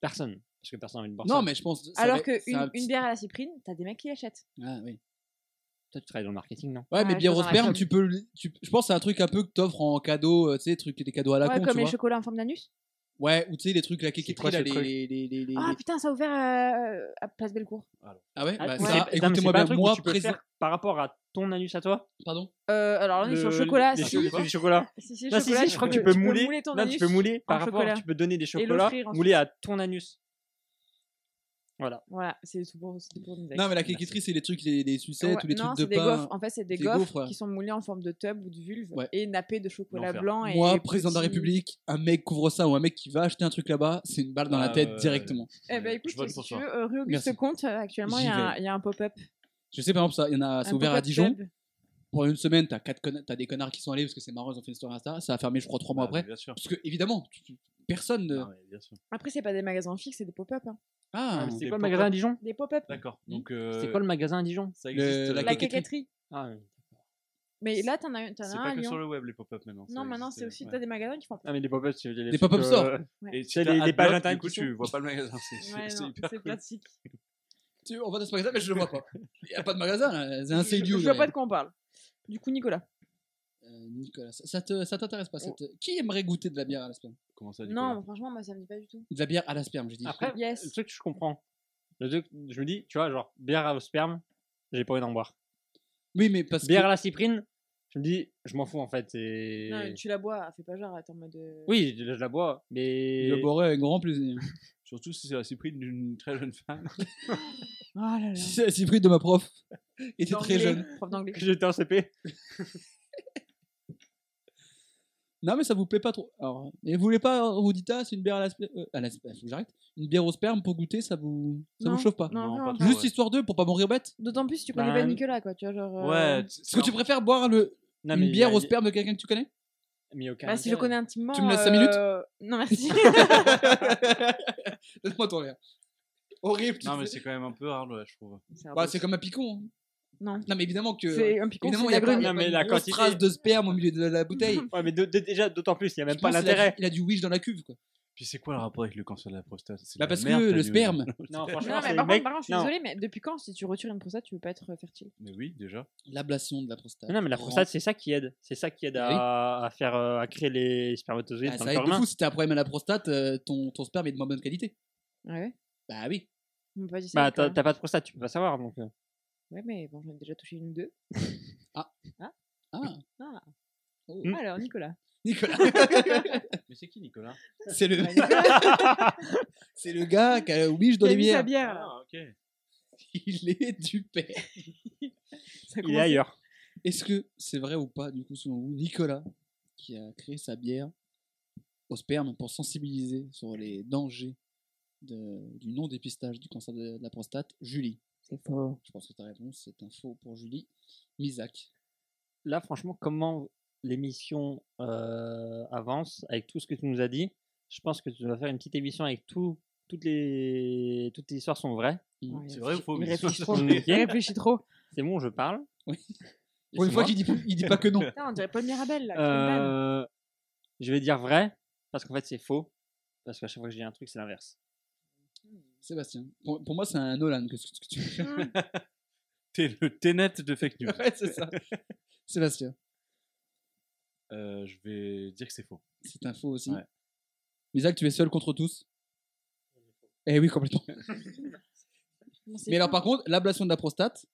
Speaker 5: personne. Parce que personne n'a envie de boire ça.
Speaker 4: Non, mais je pense. ça
Speaker 2: Alors
Speaker 4: va-
Speaker 2: qu'une
Speaker 4: ça va-
Speaker 2: une bière à la cyprine, t'as des mecs qui l'achètent.
Speaker 4: Ah, oui.
Speaker 5: Toi, tu travailles dans le marketing, non
Speaker 4: Ouais,
Speaker 2: Ah,
Speaker 4: mais
Speaker 2: je
Speaker 4: bière
Speaker 2: vois
Speaker 4: au
Speaker 2: dans la
Speaker 4: sperme,
Speaker 2: com.
Speaker 4: tu peux. le- Tu, je pense que c'est un truc un peu que t'offres en cadeau, euh, tu sais, des trucs, des cadeaux à la
Speaker 2: Ouais,
Speaker 4: con, tu
Speaker 2: comme les
Speaker 4: vois.
Speaker 2: chocolats en forme d'anus.
Speaker 4: Ouais, ou tu sais, les trucs, la
Speaker 5: quoi
Speaker 4: kékétrie,
Speaker 5: ce
Speaker 4: là, les,
Speaker 5: truc
Speaker 4: les, les, les- les-
Speaker 2: Ah putain, ça a ouvert euh, à Place Bellecour.
Speaker 4: Ah ouais, bah, ça,
Speaker 5: mais c'est- non, mais c'est
Speaker 4: écoutez-moi
Speaker 5: pas un
Speaker 4: bien,
Speaker 5: truc où
Speaker 4: moi,
Speaker 5: tu peux le
Speaker 4: présent.
Speaker 5: faire par rapport à ton anus à toi.
Speaker 4: Pardon
Speaker 2: Euh, alors là, on est sur le chocolat.
Speaker 5: Les,
Speaker 2: si.
Speaker 5: les- les chocolats.
Speaker 2: Si, si,
Speaker 5: Non, si,
Speaker 2: chocolat,
Speaker 5: si, je crois que tu peux mouler.
Speaker 2: ton
Speaker 5: non, tu
Speaker 2: anus
Speaker 5: peux mouler
Speaker 2: en
Speaker 5: par rapport.
Speaker 2: chocolat.
Speaker 5: Tu peux donner des chocolats
Speaker 2: l'offrir ensuite.
Speaker 5: moulés à ton
Speaker 4: Ah,
Speaker 5: anus. Voilà.
Speaker 2: Voilà, c'est tout pour, c'était pour nous.
Speaker 4: Non, mais la kékétrie, c'est les trucs, les, les sucettes ou les
Speaker 2: non,
Speaker 4: trucs de
Speaker 2: c'est des
Speaker 4: pain.
Speaker 2: gaufres. En fait, c'est des,
Speaker 4: Des
Speaker 2: gaufres,
Speaker 4: gaufres, ouais.
Speaker 2: qui sont moulées en forme de tub ou de vulve
Speaker 4: Ouais.
Speaker 2: et nappées de chocolat
Speaker 3: L'enfer.
Speaker 2: blanc. et
Speaker 4: Moi, président de la
Speaker 2: petit-
Speaker 4: République, un mec couvre ça ou un mec qui va acheter un truc là-bas, c'est une balle dans la
Speaker 3: Ah,
Speaker 4: tête
Speaker 3: ouais.
Speaker 4: directement.
Speaker 2: Eh ben
Speaker 3: Je
Speaker 2: écoute,
Speaker 3: vote
Speaker 2: si
Speaker 3: pour
Speaker 2: tu
Speaker 3: ça.
Speaker 2: veux, euh, rue Auguste
Speaker 4: Merci.
Speaker 2: Comte, euh, actuellement, il y, a
Speaker 4: J'y
Speaker 2: un- il y a un pop-up.
Speaker 4: Je sais par exemple ça, il y en a, c'est
Speaker 2: un
Speaker 4: ouvert à
Speaker 2: pop-up
Speaker 4: Dijon.
Speaker 2: pub.
Speaker 4: Pour une semaine, t'as quatre conna- t'as des connards qui sont allés parce que c'est marrant, ils ont fait une story Insta. Ça a fermé, je crois, trois mois
Speaker 3: Ah, mais
Speaker 4: après.
Speaker 3: Bien sûr.
Speaker 4: Parce que évidemment, tu- tu- personne. ne-
Speaker 3: Ah, mais bien sûr.
Speaker 2: Après, c'est pas des magasins fixes, c'est des pop-up. hein.
Speaker 4: Ah,
Speaker 5: Ah, mais
Speaker 3: des
Speaker 5: c'est
Speaker 3: pop-up.
Speaker 5: quoi le magasin à Dijon
Speaker 2: Des pop-up.
Speaker 3: D'accord. Donc, euh,
Speaker 5: C'est quoi le magasin à Dijon
Speaker 3: ça
Speaker 4: le-
Speaker 3: existe.
Speaker 4: la
Speaker 3: euh,
Speaker 2: La
Speaker 4: quéquette-
Speaker 2: quéquetterie.
Speaker 5: Ah, oui.
Speaker 2: Mais là, t'en as, t'en as
Speaker 3: C'est
Speaker 2: un à
Speaker 3: pas que
Speaker 2: Lyon.
Speaker 3: sur le web les pop-up maintenant. ça
Speaker 2: Non, maintenant,
Speaker 3: existe,
Speaker 2: c'est aussi
Speaker 3: ouais.
Speaker 2: t'as des magasins qui font.
Speaker 5: Ah, mais des pop-up, c'est
Speaker 4: Des
Speaker 5: les trucs,
Speaker 4: pop-up
Speaker 5: euh,
Speaker 4: stores.
Speaker 2: Ouais.
Speaker 3: Et
Speaker 5: Tu sais,
Speaker 3: t'as
Speaker 5: les-
Speaker 3: un
Speaker 5: les pages
Speaker 3: doc,
Speaker 5: internet
Speaker 3: Du coup,
Speaker 5: qui
Speaker 3: tu vois pas le magasin. c'est-
Speaker 2: Ouais,
Speaker 3: C'est c'est
Speaker 2: non,
Speaker 3: hyper
Speaker 2: c'est
Speaker 3: cool.
Speaker 2: pratique.
Speaker 4: Tu- on va dans ce magasin, mais je le vois pas. Il n'y a pas de magasin, là. c'est un
Speaker 2: Je
Speaker 4: CDU.
Speaker 2: je vois pas de quoi on parle. Du coup, Nicolas.
Speaker 4: Euh, Nicolas, ça- ça te- ça t'intéresse pas
Speaker 2: Oh.
Speaker 4: cette... Qui aimerait goûter de la bière à la sperme
Speaker 3: Comment ça Nicolas
Speaker 2: Non, franchement, moi, ça me dit pas du tout.
Speaker 4: De la bière à la sperme, j'ai dit.
Speaker 5: Après,
Speaker 2: Yes.
Speaker 5: le truc que je comprends, le truc, je me dis, tu vois, genre, bière au sperme, j'ai pas envie d'en boire.
Speaker 4: Oui, mais parce
Speaker 5: bière
Speaker 4: que.
Speaker 5: à la cyprine, je me dis, je m'en fous en fait. Et...
Speaker 2: Non, tu la bois, fais pas genre, t'es en mode. euh,
Speaker 5: Oui, je, je la bois, mais.
Speaker 4: Je boirais avec grand plaisir.
Speaker 3: Surtout si c'est la cyprine d'une très jeune femme.
Speaker 2: Oh là là.
Speaker 4: Si C'est la cyprine de ma prof. Elle était très
Speaker 2: D'anglais,
Speaker 4: jeune.
Speaker 2: Prof d'anglais.
Speaker 5: que j'étais en CP.
Speaker 4: Non, mais ça vous plaît pas trop. Alors, et vous voulez pas, on vous dit, ah, c'est une bière à la sperme. euh, à la sperme, faut que j'arrête. Une bière au sperme pour goûter, ça vous, ça
Speaker 2: Non.
Speaker 4: vous chauffe pas.
Speaker 2: Non,
Speaker 3: Non,
Speaker 2: non,
Speaker 3: pas
Speaker 2: non.
Speaker 3: trop.
Speaker 4: Juste
Speaker 3: ouais.
Speaker 4: histoire d'eux pour pas mourir bête.
Speaker 2: D'autant plus si tu connais
Speaker 5: Bah,
Speaker 2: pas Nicolas, quoi. Tu vois, genre. euh,
Speaker 3: Ouais.
Speaker 4: Est-ce que tu préfères boire le,
Speaker 5: Non,
Speaker 4: une bière
Speaker 5: y a-
Speaker 4: au sperme Ah, de quelqu'un que tu connais
Speaker 5: Mais aucun.
Speaker 2: Bah, si je
Speaker 5: intérêt.
Speaker 2: connais intimement.
Speaker 4: Tu me laisses cinq minutes
Speaker 2: euh, Non, merci.
Speaker 4: Laisse-moi ton verre. Horrible. tu
Speaker 3: Non, mais
Speaker 4: sais.
Speaker 3: c'est quand même un peu hard, ouais, je trouve.
Speaker 2: C'est un
Speaker 4: Bah,
Speaker 2: peu-
Speaker 4: c'est comme un picon. hein.
Speaker 2: Non.
Speaker 4: Non, mais évidemment que.
Speaker 2: C'est un picon,
Speaker 4: Évidemment,
Speaker 2: c'est
Speaker 4: il y a pas,
Speaker 2: la
Speaker 4: il y a
Speaker 5: Non,
Speaker 4: pas
Speaker 5: mais
Speaker 4: une
Speaker 5: la
Speaker 4: grosse
Speaker 5: quantité-
Speaker 4: trace de sperme au milieu de la bouteille.
Speaker 5: Ouais, mais de- de- déjà, d'autant plus, il n'y a même
Speaker 4: Je
Speaker 5: pas
Speaker 4: pense qu'il a
Speaker 5: l'intérêt.
Speaker 4: du- Il a du wish dans la cuve, quoi.
Speaker 3: Puis c'est quoi le rapport avec le cancer de la prostate C'est de
Speaker 4: Bah,
Speaker 3: la
Speaker 4: parce
Speaker 3: merde,
Speaker 4: que
Speaker 3: t'as
Speaker 4: le
Speaker 3: dit,
Speaker 4: sperme.
Speaker 3: ouais.
Speaker 5: Non,
Speaker 2: Non, mais
Speaker 5: franchement,
Speaker 2: par
Speaker 5: c'est
Speaker 2: contre,
Speaker 5: mec.
Speaker 2: par contre, je suis
Speaker 5: non.
Speaker 2: désolée, mais depuis quand, si tu retires une prostate, tu peux pas être euh, fertile
Speaker 3: Mais oui, déjà.
Speaker 4: L'ablation de la prostate.
Speaker 5: Mais non, mais la prostate, c'est ça qui aide. C'est ça qui aide
Speaker 4: Ah oui.
Speaker 5: à, à faire, euh, à créer les spermatozoïdes
Speaker 4: Ah,
Speaker 5: dans
Speaker 4: ça va
Speaker 5: le
Speaker 4: être
Speaker 5: corps
Speaker 4: de
Speaker 5: humain.
Speaker 4: fou si t'as un problème à la prostate, euh, ton, ton sperme est de moins bonne qualité.
Speaker 2: Ouais.
Speaker 4: Bah oui.
Speaker 2: On m'a pas dit ça.
Speaker 5: Bah,
Speaker 2: quand
Speaker 5: t'as
Speaker 4: hein.
Speaker 2: même.
Speaker 5: t'as pas de prostate, tu peux pas savoir. Donc, euh.
Speaker 2: Ouais, mais bon, j'en ai déjà touché une ou deux.
Speaker 4: Ah,
Speaker 2: Oh,
Speaker 5: Hmm.
Speaker 2: Alors, Nicolas.
Speaker 4: Nicolas.
Speaker 3: Mais c'est qui, Nicolas
Speaker 4: c'est le,
Speaker 2: Ouais, Nicolas
Speaker 4: c'est le gars qui a le wish
Speaker 2: qui
Speaker 4: dans
Speaker 2: a
Speaker 4: les
Speaker 2: mis sa
Speaker 4: bières.
Speaker 2: bière. là.
Speaker 3: Ah, ok.
Speaker 4: Il est du père.
Speaker 2: Ça
Speaker 5: Il est
Speaker 2: commence-
Speaker 5: ailleurs.
Speaker 4: Est-ce que c'est vrai ou pas, du coup, selon vous, Nicolas, qui a créé sa bière au sperme pour sensibiliser sur les dangers de- du non-dépistage du cancer de, de la prostate, Julie
Speaker 2: C'est faux.
Speaker 4: Je pense que ta réponse, c'est un faux pour Julie. Misak.
Speaker 5: là, franchement, comment l'émission euh, avance avec tout ce que tu nous as dit Je pense que tu vas faire une petite émission avec tout, toutes les toutes les histoires sont vraies.
Speaker 2: Ouais,
Speaker 3: C'est vrai ou faux
Speaker 2: Il
Speaker 3: mais
Speaker 2: réfléchit trop.
Speaker 5: Ok.
Speaker 2: Il réfléchit trop.
Speaker 5: C'est bon, je parle.
Speaker 4: Pour une fois qu'il dit, il dit pas que non.
Speaker 2: Putain, on dirait Paul Mirabel là. Paul Ban.
Speaker 5: Euh, je vais dire vrai parce qu'en fait c'est faux parce qu'à chaque fois que je dis un truc c'est l'inverse.
Speaker 4: Sébastien, pour, pour moi c'est un Nolan que, ce que tu
Speaker 2: Hmm.
Speaker 3: T'es le Ténet de fake news.
Speaker 4: Ouais, c'est ça. Sébastien,
Speaker 3: Euh, je vais dire que c'est faux.
Speaker 4: c'est un faux aussi.
Speaker 3: Ouais.
Speaker 4: Isaac, tu es seul contre tous Eh oui, complètement.
Speaker 2: Bon, c'est
Speaker 4: Mais alors
Speaker 2: fou.
Speaker 4: par contre, l'ablation de la prostate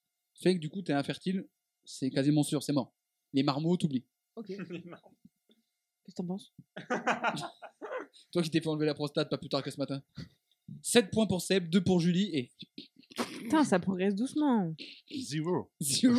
Speaker 4: fait que du coup tu es infertile, c'est quasiment sûr, c'est mort. Les marmots, t'oublies.
Speaker 2: Ok. Qu'est-ce que t'en penses
Speaker 4: Toi qui t'es fait enlever la prostate pas plus tard que ce matin. 7 points pour Seb, 2 pour Julie et
Speaker 2: Putain, ça progresse doucement.
Speaker 3: Zero.
Speaker 4: Zero.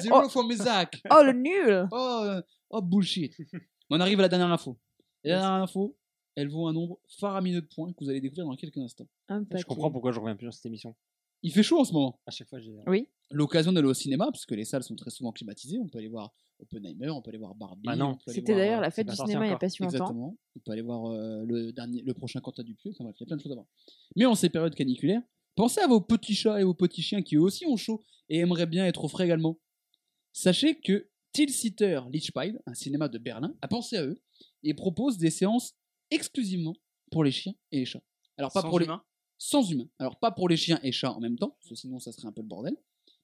Speaker 4: Zero for Mezak.
Speaker 2: Oh, le nul
Speaker 4: Oh, euh, oh, bullshit. Mais on arrive à la dernière info. Et la dernière info, elle vaut un nombre faramineux de points que vous allez découvrir dans quelques instants.
Speaker 2: Un
Speaker 5: Je
Speaker 2: paquet.
Speaker 5: comprends pourquoi je reviens plus dans cette émission.
Speaker 4: Il fait chaud en ce moment.
Speaker 5: À chaque fois, j'ai.
Speaker 2: Oui.
Speaker 4: L'occasion d'aller au cinéma, parce que les salles sont très souvent climatisées. On peut aller voir Oppenheimer, on peut aller voir Barbie.
Speaker 5: Bah non.
Speaker 4: on peut aller
Speaker 2: C'était
Speaker 4: voir,
Speaker 2: d'ailleurs
Speaker 4: euh,
Speaker 2: la fête
Speaker 5: pas
Speaker 2: du
Speaker 5: sorti
Speaker 2: cinéma il n'y a
Speaker 5: encore.
Speaker 2: pas si longtemps.
Speaker 4: Exactement. On peut aller voir euh, le, dernier, le prochain Quentin Dupieux. Enfin bref, il y a plein de choses à voir. Mais en ces périodes caniculaires, pensez à vos petits chats et vos petits chiens qui eux aussi ont chaud et aimeraient bien être au frais également. Sachez que Tilsiter Lichpide, un cinéma de Berlin, a pensé à eux et propose des séances exclusivement pour les chiens et les chats. Alors pas
Speaker 3: Sans
Speaker 4: pour les
Speaker 3: humain.
Speaker 4: sans humain. Alors pas pour les chiens et chats en même temps, parce que sinon ça serait un peu le bordel.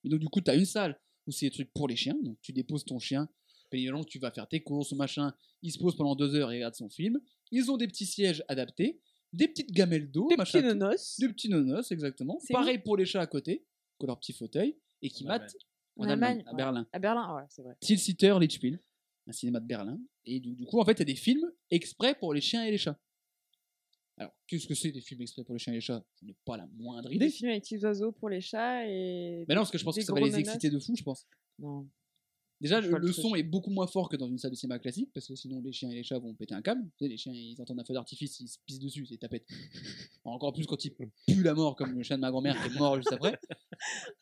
Speaker 4: Mais donc du coup, tu as une salle où c'est des trucs pour les chiens, donc tu déposes ton chien, paysant tu vas faire tes courses, machin, il se pose pendant deux heures et regarde son film. Ils ont des petits sièges adaptés, des petites gamelles d'eau,
Speaker 2: Des
Speaker 4: machin,
Speaker 2: petits nonos.
Speaker 4: des petits nonos, exactement.
Speaker 2: C'est
Speaker 4: Pareil pour les chats à côté, qui ont leur petit fauteuil, et qui
Speaker 3: En
Speaker 4: matent en Allemagne, à
Speaker 2: ouais.
Speaker 4: Berlin.
Speaker 2: À Berlin, ouais, c'est vrai.
Speaker 4: Tilsiter Lichspiel, un cinéma de Berlin. Et du, du coup, en fait, il y a des films exprès pour les chiens et les chats. Alors, qu'est-ce que c'est des films exprès pour les chiens et les chats Je n'ai pas la moindre idée.
Speaker 2: Des films avec des oiseaux pour les chats et.
Speaker 4: Mais non, parce que je pense
Speaker 2: des
Speaker 4: que ça va les
Speaker 2: gros nanas.
Speaker 4: exciter de fou, je pense.
Speaker 2: Non.
Speaker 4: Déjà,
Speaker 2: Je
Speaker 4: le,
Speaker 2: vois le
Speaker 4: le
Speaker 2: truc.
Speaker 4: son est beaucoup moins fort que dans une salle de cinéma classique, parce que sinon les chiens et les chats vont péter un câble. Tu sais, les chiens, ils entendent un feu d'artifice, ils se pissent dessus, c'est tapette. Encore plus quand ils puent la mort, comme le chat de ma grand-mère qui est mort juste après.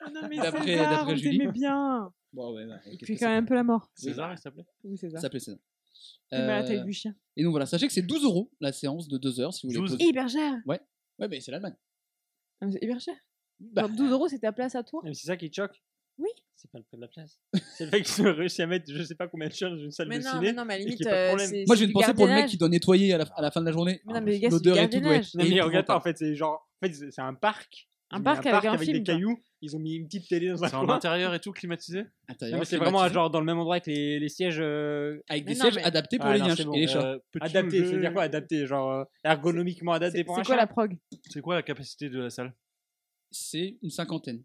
Speaker 2: Ah non, mais
Speaker 4: D'après-
Speaker 2: César,
Speaker 4: d'après
Speaker 2: on
Speaker 4: Julie.
Speaker 2: t'aimait bien.
Speaker 4: Bon, ouais, ouais,
Speaker 2: Et
Speaker 4: qu'est-ce
Speaker 2: puis
Speaker 4: que
Speaker 2: quand
Speaker 4: c'est
Speaker 2: même un peu la mort.
Speaker 3: César, il s'appelait
Speaker 2: Oui, César. Ça,
Speaker 4: Ça s'appelait ça.
Speaker 2: la
Speaker 4: Euh,
Speaker 2: taille du chien.
Speaker 4: et donc voilà, sachez que c'est 12 euros la séance de 2 heures si vous voulez.
Speaker 3: 12.
Speaker 2: Et hyper cher
Speaker 4: Ouais, mais c'est l'Allemagne.
Speaker 2: Ah, mais C'est hyper cher.
Speaker 4: Bah,
Speaker 2: Genre 12 euros, c'est ta place à toi
Speaker 5: Mais c'est ça qui te choque
Speaker 2: Oui.
Speaker 5: C'est pas le prix de la place. C'est le fait qu'ils ont réussi à mettre je sais pas combien de chiens dans une salle
Speaker 2: Mais
Speaker 5: de
Speaker 2: non,
Speaker 5: ciné.
Speaker 2: mais non, mais à la
Speaker 5: qu'il y ait
Speaker 2: limite,
Speaker 5: pas de
Speaker 2: euh,
Speaker 5: problème.
Speaker 2: c'est-
Speaker 4: Moi,
Speaker 2: c'est
Speaker 4: j'ai une
Speaker 2: du
Speaker 4: pensée pour le mec
Speaker 2: gardiennage.
Speaker 4: qui doit nettoyer à la, à la fin de la journée.
Speaker 2: Mais non, mais les gars, c'est du
Speaker 4: L'odeur et tout doit
Speaker 2: gardiennage.
Speaker 4: être
Speaker 5: Non, mais regarde pas, en
Speaker 4: épouvantable.
Speaker 5: fait, c'est genre. En fait, c'est c'est un parc.
Speaker 2: Un
Speaker 5: Ils ont mis
Speaker 2: parc avec un
Speaker 5: des
Speaker 2: film. quoi.
Speaker 5: cailloux. Ils ont mis une petite télé dans un
Speaker 3: C'est en
Speaker 5: coin.
Speaker 3: intérieur et tout, climatisé
Speaker 5: Non,
Speaker 4: Intérieur,
Speaker 5: mais c'est vraiment
Speaker 4: climatisé,
Speaker 5: genre dans le même endroit que les, les sièges euh,
Speaker 4: Avec des
Speaker 2: Mais non,
Speaker 4: sièges
Speaker 2: mais-
Speaker 4: adaptés pour
Speaker 5: Ah,
Speaker 4: les
Speaker 5: non,
Speaker 4: liens
Speaker 5: c'est bon,
Speaker 4: et les chats.
Speaker 5: euh, adaptés.
Speaker 3: jeu.
Speaker 5: Ça veut dire quoi adapté Genre euh, ergonomiquement adapté
Speaker 2: C'est
Speaker 5: pour
Speaker 2: c'est
Speaker 5: un
Speaker 2: quoi
Speaker 5: chat
Speaker 2: la prog
Speaker 3: C'est quoi la capacité de la salle
Speaker 4: C'est une cinquantaine.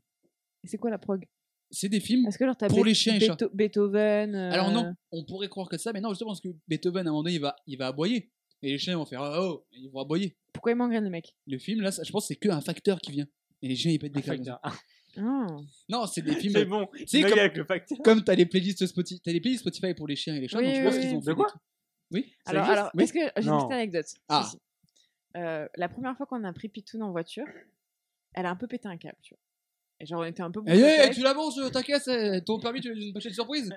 Speaker 2: C'est quoi la prog
Speaker 4: C'est des films
Speaker 2: Est-ce que genre t'as
Speaker 4: Pour
Speaker 2: Beth-
Speaker 4: les chiens et chats.
Speaker 2: Beetho- Beethoven euh,
Speaker 4: Alors non, on pourrait croire que ça, mais non, justement, parce que Beethoven, à un moment donné, il va, il va aboyer. Et les chiens vont faire oh, oh, et ils vont aboyer.
Speaker 2: Pourquoi il m'engraine le mec
Speaker 4: Le film, là, ça- je pense que c'est que un facteur qui vient. Et les chiens, ils pètent des câbles.
Speaker 5: Facteur.
Speaker 2: Ah.
Speaker 4: Non, c'est des
Speaker 5: C'est
Speaker 4: films.
Speaker 5: bon.
Speaker 4: sais,
Speaker 5: C'est
Speaker 4: comme-
Speaker 5: comme... avec le facteur.
Speaker 4: Comme t'as les playlists Spotify, t'as les playlists Spotify pour les chiens et les chats,
Speaker 2: Oui,
Speaker 4: donc je
Speaker 2: oui,
Speaker 4: pense
Speaker 2: oui. Ah,
Speaker 4: qu'ils ont
Speaker 5: De
Speaker 4: fait. des
Speaker 5: quoi
Speaker 4: trucs. Oui. ça
Speaker 2: Alors,
Speaker 4: existe
Speaker 2: alors
Speaker 4: Oui.
Speaker 2: est-ce que j'ai une
Speaker 5: Non.
Speaker 2: petite anecdote Si,
Speaker 4: Ah.
Speaker 2: si. Euh, la première fois qu'on a pris Pitoun en voiture, elle a un peu pété un câble, tu vois. Et genre, on était un peu.
Speaker 4: Eh, eh,
Speaker 2: bourrés.
Speaker 4: tu l'avances, euh, ta caisse, euh, ton permis, tu une pochette surprise.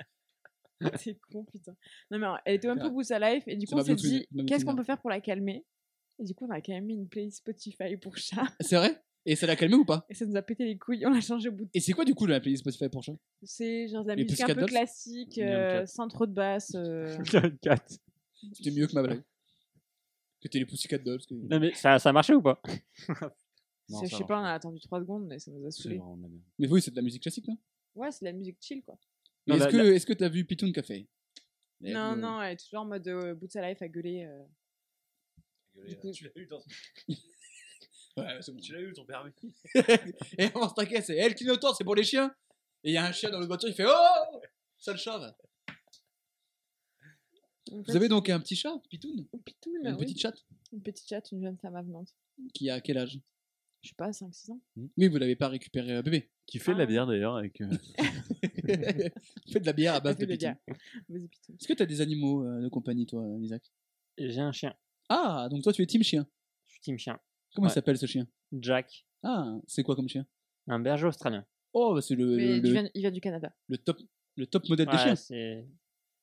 Speaker 2: C'est con, putain. Non, mais elle était un peu bout sa life, et du
Speaker 4: Ça
Speaker 2: coup,
Speaker 4: m'a
Speaker 2: on s'est
Speaker 4: bien twiné,
Speaker 2: dit,
Speaker 4: ça m'a bien
Speaker 2: qu'est-ce
Speaker 4: twiné.
Speaker 2: qu'on peut faire pour la calmer Et du coup, on a quand même mis une playlist Spotify pour chat,
Speaker 4: C'est vrai Et ça l'a calmé ou pas
Speaker 2: et ça nous a pété les couilles, on l'a changé au bout de.
Speaker 4: Et c'est quoi du coup la playlist Spotify pour chat
Speaker 2: C'est genre de la
Speaker 4: Les
Speaker 2: musique un peu
Speaker 4: Pussycat Dolls
Speaker 2: classique, euh,
Speaker 3: Miam Cat.
Speaker 2: sans trop de basse. euh.
Speaker 4: C'était mieux que ma blague. C'était les Pussycat Dolls. que-
Speaker 5: Non mais ça, ça a marché ou pas
Speaker 3: Non,
Speaker 2: C'est- je
Speaker 3: ça
Speaker 2: sais
Speaker 3: va.
Speaker 2: pas, on a attendu 3 secondes, mais ça nous a saoulé.
Speaker 4: Mais oui, c'est de la musique classique, non
Speaker 2: Ouais, c'est de la musique chill, quoi.
Speaker 4: Mais
Speaker 5: Non,
Speaker 4: Est-ce
Speaker 5: la-
Speaker 4: que est-ce que t'as vu Pitoun Café
Speaker 2: Non, non, elle est toujours en mode euh, bout de sa life à gueuler. euh. Du coup,
Speaker 3: l'as eu, dans-
Speaker 4: Ouais, c'est bon.
Speaker 3: l'as eu ton permis.
Speaker 4: Et avance ta caisse, et elle clignotant, c'est pour les chiens. Et il y a un chien dans l'autre voiture, il fait Oh Sale chat, va.
Speaker 2: En fait,
Speaker 4: Vous avez donc un petit chat, Pitoun
Speaker 2: Pitoune,
Speaker 4: Une
Speaker 2: Ah, bah oui.
Speaker 4: petite chatte
Speaker 2: Une petite chatte, une jeune femme avenante.
Speaker 4: Qui a quel âge
Speaker 2: Je sais pas, 5-6 ans.
Speaker 4: Oui, vous l'avez pas récupéré euh, bébé.
Speaker 3: Qui fait de la bière d'ailleurs avec. euh,
Speaker 4: Faites de la bière à base de
Speaker 2: Vas-y, les
Speaker 4: Pitoun.
Speaker 2: gars. Vas-y, Pitoune.
Speaker 4: Est-ce que t'as des animaux euh, de compagnie, toi, Isaac
Speaker 5: J'ai un chien.
Speaker 4: Ah, donc toi, tu es team chien.
Speaker 5: Je suis team chien.
Speaker 4: Comment il
Speaker 5: Ouais.
Speaker 4: s'appelle ce chien
Speaker 5: Jack,
Speaker 4: Ah, c'est quoi comme chien
Speaker 5: un berger australien.
Speaker 4: Oh, bah, c'est le,
Speaker 2: Mais
Speaker 4: le,
Speaker 2: il
Speaker 4: le-
Speaker 2: vient- il vient du Canada.
Speaker 4: le top, le top modèle des
Speaker 5: Ouais,
Speaker 4: chiens.
Speaker 5: c'est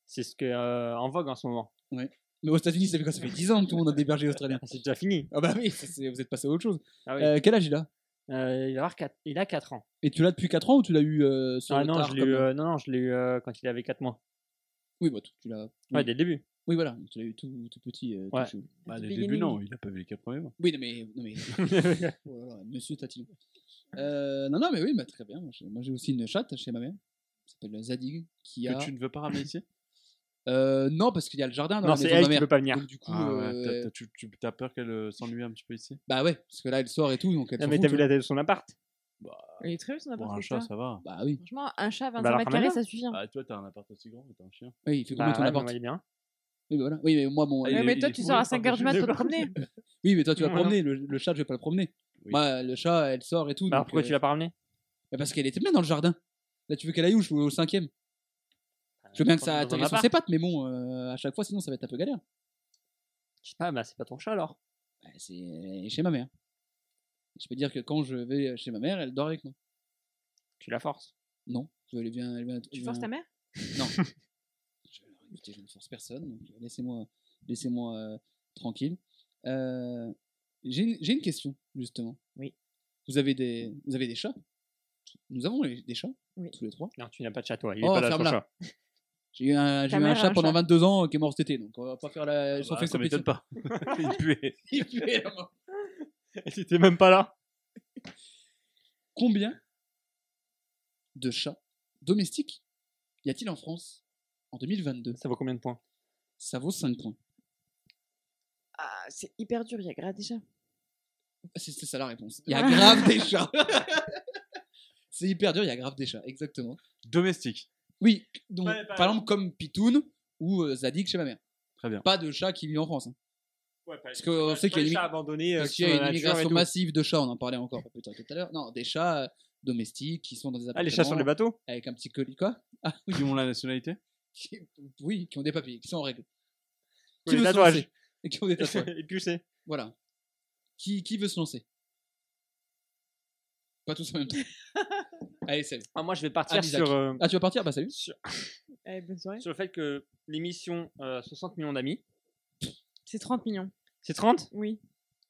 Speaker 5: c'est ce que euh, en vogue en ce moment.
Speaker 4: Mais aux États-Unis, ça fait quoi Ça fait 10 ans que tout le monde a des bergers australiens.
Speaker 5: Ah, C'est déjà fini.
Speaker 4: Ah bah oui, ça, c'est- vous êtes passé à autre chose.
Speaker 5: Ah oui.
Speaker 4: Euh, quel âge il a
Speaker 5: Euh, il, va avoir quatre- il a 4 ans.
Speaker 4: Et tu l'as depuis 4 ans ou tu l'as eu euh, sur
Speaker 5: Ah
Speaker 4: le
Speaker 5: non,
Speaker 4: tard
Speaker 5: je l'ai
Speaker 4: comme-
Speaker 5: eu, euh, non, non, je l'ai eu euh, quand il avait 4 mois.
Speaker 4: Oui, bah, tu- tu l'as.
Speaker 5: Ouais,
Speaker 4: Oui.
Speaker 5: dès le début.
Speaker 4: Oui, voilà, tu l'as eu tout, tout petit. euh, tout
Speaker 5: Ouais.
Speaker 4: chou.
Speaker 3: Bah,
Speaker 2: The
Speaker 3: les
Speaker 2: beginning.
Speaker 3: débuts, non, il a pas vu les quatre premiers mois.
Speaker 4: Oui, non, mais. Non, mais... oh là là, monsieur Tati. Euh, non, non, mais oui, bah, très bien. Moi, j'ai- Moi, j'ai aussi une chatte chez ma mère. qui s'appelle Zadig. Qui a...
Speaker 3: Que tu ne veux pas ramener ici
Speaker 4: Euh, non, parce qu'il y a le jardin dans
Speaker 5: non,
Speaker 4: la
Speaker 5: c'est
Speaker 4: maison de
Speaker 5: elle
Speaker 4: ma
Speaker 5: qui
Speaker 4: mère.
Speaker 5: peut pas venir.
Speaker 4: Donc, du coup,
Speaker 3: Ah ouais,
Speaker 4: euh,
Speaker 3: t'as- t'as- tu- tu- T'as peur qu'elle euh, s'ennuie un petit peu ici
Speaker 4: bah ouais, parce que là, elle sort et tout, donc elle
Speaker 5: Non,
Speaker 4: s'en
Speaker 5: Ah, mais
Speaker 4: fout,
Speaker 5: t'as
Speaker 4: tu
Speaker 5: vu
Speaker 4: vois.
Speaker 5: la taille de son appart
Speaker 2: Il est très bien son
Speaker 3: Pour
Speaker 2: appart.
Speaker 3: un
Speaker 2: le
Speaker 3: chat,
Speaker 2: chat.
Speaker 3: Ah, ça va.
Speaker 4: Bah oui.
Speaker 2: Franchement, un chat à
Speaker 5: Bah,
Speaker 2: 25
Speaker 5: la
Speaker 2: mètres carrés,
Speaker 5: ramène-la.
Speaker 2: ça suffit. hein.
Speaker 3: Bah, toi, t'as un appart aussi grand, mais t'as un chien.
Speaker 4: Oui, il fait
Speaker 5: Bah,
Speaker 4: combien ton
Speaker 5: ouais,
Speaker 4: appart
Speaker 5: mais il est bien.
Speaker 4: Oui, bah, voilà. oui, mais moi, mon...
Speaker 3: Ah, il
Speaker 2: Ouais,
Speaker 3: est-
Speaker 2: mais
Speaker 3: il
Speaker 2: toi,
Speaker 3: est
Speaker 2: tu
Speaker 3: fou,
Speaker 2: sors à
Speaker 3: le
Speaker 2: 5h du mat
Speaker 3: parc de
Speaker 2: pour te
Speaker 3: débat.
Speaker 2: promener.
Speaker 4: Oui, mais toi, tu vas
Speaker 5: Voilà.
Speaker 4: promener. Le, le chat, je vais pas le promener.
Speaker 3: Oui.
Speaker 4: Moi, le chat, elle sort et tout.
Speaker 5: Bah,
Speaker 4: donc,
Speaker 5: pourquoi
Speaker 4: euh,
Speaker 5: tu l'as pas ramené
Speaker 4: Mais parce qu'elle était bien dans le jardin. Là, tu veux qu'elle aille où Je veux au cinquième.
Speaker 5: Ah,
Speaker 4: Je veux bien que ça
Speaker 5: Dans un
Speaker 4: atterrisse sur
Speaker 5: appart.
Speaker 4: ses pattes, mais bon, euh, à chaque fois, sinon, ça va être un peu galère.
Speaker 5: Je sais pas, bah c'est pas ton chat alors.
Speaker 4: Bah, c'est elle est chez ma mère. Je peux dire que quand je vais chez ma mère, elle dort avec moi.
Speaker 5: Tu la forces.
Speaker 4: Non, elle est bien. Elle est bien- elle
Speaker 2: Tu
Speaker 4: est
Speaker 2: forces ta
Speaker 4: bien-
Speaker 2: mère
Speaker 4: Non. je, écoutez, je ne force personne. donc, euh, Laissez-moi laissez moi tranquille. Euh, J'ai une, j'ai une question, justement.
Speaker 2: Oui.
Speaker 4: Vous avez des, vous avez des chats Nous avons les- des chats,
Speaker 2: Oui.
Speaker 4: tous les trois.
Speaker 5: Non, tu n'as pas de chat toi. Il
Speaker 4: Oh,
Speaker 5: est pas là ton
Speaker 4: ferme-la.
Speaker 5: chat.
Speaker 4: J'ai eu un, j'ai eu un
Speaker 2: mère a
Speaker 4: chat
Speaker 2: un
Speaker 4: pendant
Speaker 2: chat.
Speaker 4: 22 ans euh, qui est mort cet été, donc on va pas faire la.
Speaker 3: Bah, ça m'étonne pas. Il puait.
Speaker 4: Il puait, la mort.
Speaker 5: Il était même pas là.
Speaker 4: Combien de chats domestiques y a-t-il en France en 2022
Speaker 5: Ça vaut combien de points
Speaker 4: Ça vaut 5 points.
Speaker 2: Ah, c'est hyper dur, il y a grave déjà.
Speaker 4: Ah, C'est c'est ça la réponse. Il y a grave des chats. c'est hyper dur, il y a grave des chats, exactement.
Speaker 3: Domestique.
Speaker 4: Oui, donc,
Speaker 3: Ouais,
Speaker 4: par
Speaker 3: par
Speaker 4: exemple, comme Pitoun ou euh, Zadig chez ma mère.
Speaker 3: Très bien.
Speaker 4: Pas de chats qui vivent en France. hein.
Speaker 5: Parce
Speaker 4: qu'on sait qu'il y a une-
Speaker 5: abandonné. euh,
Speaker 4: Parce qu'il y a une immigration massive de chats, on en parlait encore plus tard tout à l'heure. Non, des chats euh, domestiques qui sont dans des appartements.
Speaker 5: Ah, les chats sur les bateaux
Speaker 4: Avec un petit colis, quoi Ah
Speaker 3: Qui ont la nationalité
Speaker 4: Qui- Oui, qui ont des papiers, qui sont en règle.
Speaker 5: Qui
Speaker 4: veut
Speaker 5: les
Speaker 4: se
Speaker 5: tatouages
Speaker 4: lancer Et qui ont des tatouages.
Speaker 5: Et tu sais.
Speaker 4: Voilà. Qui, qui veut se lancer Pas tous en même temps. Allez, salut.
Speaker 5: Ah, moi je vais partir
Speaker 4: Ah, Isaac.
Speaker 5: sur, euh,
Speaker 4: Ah, tu vas partir Bah, salut.
Speaker 5: sur,
Speaker 2: Eh, bonne soirée.
Speaker 5: sur le fait que l'émission euh, 60 millions d'amis,
Speaker 2: C'est 30 millions.
Speaker 5: c'est 30
Speaker 2: Oui.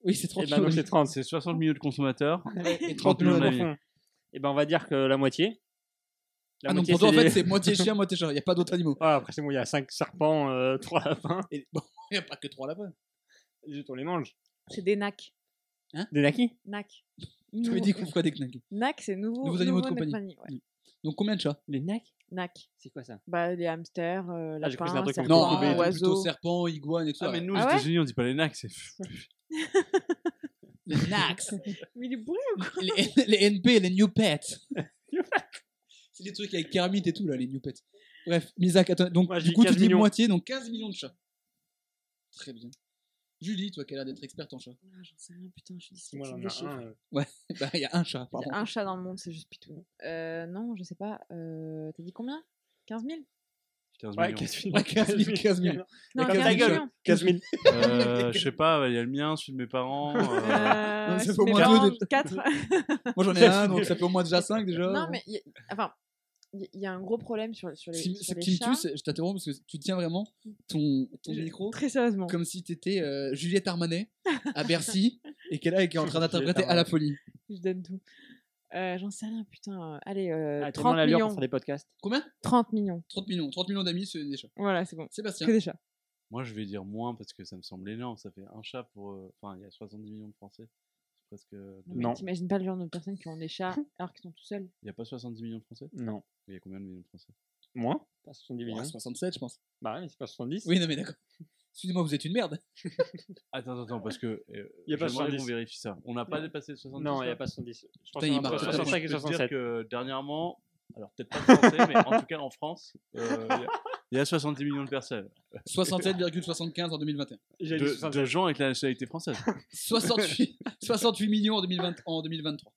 Speaker 4: Oui, c'est 30
Speaker 5: Eh ben, donc, c'est
Speaker 4: Ah.
Speaker 5: 30.
Speaker 3: C'est 60 millions de consommateurs.
Speaker 4: Et
Speaker 3: 30 millions d'amis.
Speaker 5: Et ben on va dire que la moitié. La
Speaker 4: Ah non,
Speaker 5: moitié,
Speaker 4: pour toi, en fait,
Speaker 5: des-
Speaker 4: c'est moitié chien, moitié chat. Il n'y a pas d'autres animaux.
Speaker 5: Ah, après c'est bon, il y a 5 serpents, euh, 3 lapins.
Speaker 4: Et bon, il n'y a pas que trois lapins.
Speaker 5: Juste on les mange.
Speaker 2: C'est des NAC.
Speaker 5: Des naquis
Speaker 2: NAC.
Speaker 4: Tu me
Speaker 2: Nouveau-
Speaker 4: dis qu'on ferait des knacks.
Speaker 2: NAC, c'est nouveau.
Speaker 4: Nouveaux animaux de
Speaker 2: nouveau
Speaker 4: compagnie.
Speaker 2: Nephrani, ouais.
Speaker 4: Donc, combien de chats
Speaker 5: Des naquis
Speaker 2: NAC.
Speaker 5: C'est quoi ça
Speaker 2: Bah, les hamsters, euh,
Speaker 5: Ah, j'ai cru que c'était un
Speaker 2: lapins,
Speaker 5: truc qu'on
Speaker 2: serpents,
Speaker 5: pouvait-
Speaker 4: euh, plutôt
Speaker 2: oiseaux.
Speaker 4: serpent, iguane et tout
Speaker 3: Ah,
Speaker 4: ça.
Speaker 3: mais nous, aux
Speaker 2: Ah ouais
Speaker 3: États-Unis, on dit pas les nacs. C'est
Speaker 4: Les knacks,
Speaker 2: Mais il est bourré ou quoi
Speaker 4: les, les NP, les new pets. c'est les trucs avec Kermit et tout, là, les new pets. Bref, Misak, attends. Donc,
Speaker 5: Moi, je
Speaker 4: du
Speaker 5: dis
Speaker 4: coup, tu
Speaker 5: 15
Speaker 4: dis
Speaker 5: millions.
Speaker 4: moitié, donc 15 millions de chats. Très bien. Julie, toi qui as l'air d'être experte en chats.
Speaker 2: Ah, J'en sais rien, putain, je suis dyslexique
Speaker 5: Moi j'en
Speaker 2: des
Speaker 5: ai
Speaker 2: chiffres.
Speaker 5: un. euh,
Speaker 4: Bah, il y a un chat,
Speaker 2: Il y
Speaker 4: pardon.
Speaker 2: a un chat dans le monde, c'est juste pitou. Euh, non, je sais pas. Euh, T'as dit combien 15 000
Speaker 3: 15
Speaker 5: Ouais,
Speaker 3: millions.
Speaker 5: 15 000.
Speaker 4: Ouais, 15 000, 15 000.
Speaker 2: Non,
Speaker 5: Comme
Speaker 2: 15
Speaker 5: ta
Speaker 2: 000
Speaker 5: gueule.
Speaker 2: millions.
Speaker 5: 15 000.
Speaker 3: Euh, je sais pas, il y a le mien, celui de mes parents. euh,
Speaker 2: Euh,
Speaker 4: Donc, ça
Speaker 2: c'est
Speaker 4: fait au
Speaker 2: mes
Speaker 4: moins deux
Speaker 2: parents,
Speaker 4: de-
Speaker 2: quatre.
Speaker 4: Moi, j'en ai un, donc ça fait au moins déjà 5 déjà.
Speaker 2: Non, mais il y a- enfin, il y a- il y a un gros problème sur, sur les,
Speaker 4: Ce qui-
Speaker 2: sur
Speaker 4: ce
Speaker 2: les
Speaker 4: qui me
Speaker 2: chats. Mmh.
Speaker 4: tue, c'est- je t'interromps parce que tu tiens vraiment ton, ton
Speaker 2: Je-
Speaker 4: micro
Speaker 2: Très sérieusement.
Speaker 4: comme si t'étais euh, Juliette Armanet à Bercy et qu'elle est là et qui est en train d'interpréter
Speaker 5: Juliette
Speaker 4: à la folie.
Speaker 2: Je donne tout. Euh, J'en sais rien, putain. euh, Allez, euh,
Speaker 5: Ah, t'es dans
Speaker 2: 30
Speaker 5: la lure pour
Speaker 2: millions.
Speaker 5: faire des podcasts.
Speaker 4: Combien
Speaker 2: 30 millions.
Speaker 4: 30 millions. 30 millions d'amis, c'est des chats.
Speaker 2: Voilà, c'est bon.
Speaker 4: Sébastien.
Speaker 2: Que des chats.
Speaker 3: Moi, je vais dire moins parce que ça me semble énorme. Ça fait un chat pour. euh, Enfin, il y a 70 millions de Français. C'est presque. euh,
Speaker 2: Non. mais
Speaker 5: Non.
Speaker 2: T'imagines pas le genre de personnes qui ont des chats alors qu'ils sont tout seuls.
Speaker 3: Il n'y a pas 70 millions de Français
Speaker 5: Non.
Speaker 3: Il y a combien de millions de Français
Speaker 5: Moins Pas 70
Speaker 4: Ouais,
Speaker 5: millions.
Speaker 4: 67, je pense.
Speaker 5: Bah ouais, c'est pas 70.
Speaker 4: Oui, non, mais d'accord. Excusez-moi, vous êtes une merde.
Speaker 3: Attends, attends, parce que. Euh,
Speaker 5: Y a pas
Speaker 3: j'aimerais
Speaker 5: 70.
Speaker 3: qu'on vérifie ça. On n'a pas
Speaker 5: Non.
Speaker 3: dépassé 70
Speaker 5: Non, il n'y
Speaker 3: là
Speaker 5: a pas 70. Je pense
Speaker 4: Putain, il
Speaker 5: qu'on a
Speaker 4: marque
Speaker 5: entre
Speaker 4: pas.
Speaker 5: 65
Speaker 3: Je peux
Speaker 5: et
Speaker 3: te dire
Speaker 5: 67.
Speaker 3: que dernièrement, alors peut-être pas français, mais en tout cas en France, euh, il y a- il y a 70 millions de personnes.
Speaker 4: 67,75 en 2021.
Speaker 5: J'ai dit
Speaker 3: De,
Speaker 5: 65.
Speaker 3: de gens avec la nationalité française.
Speaker 4: 68, 68 millions en, 2020, en 2023.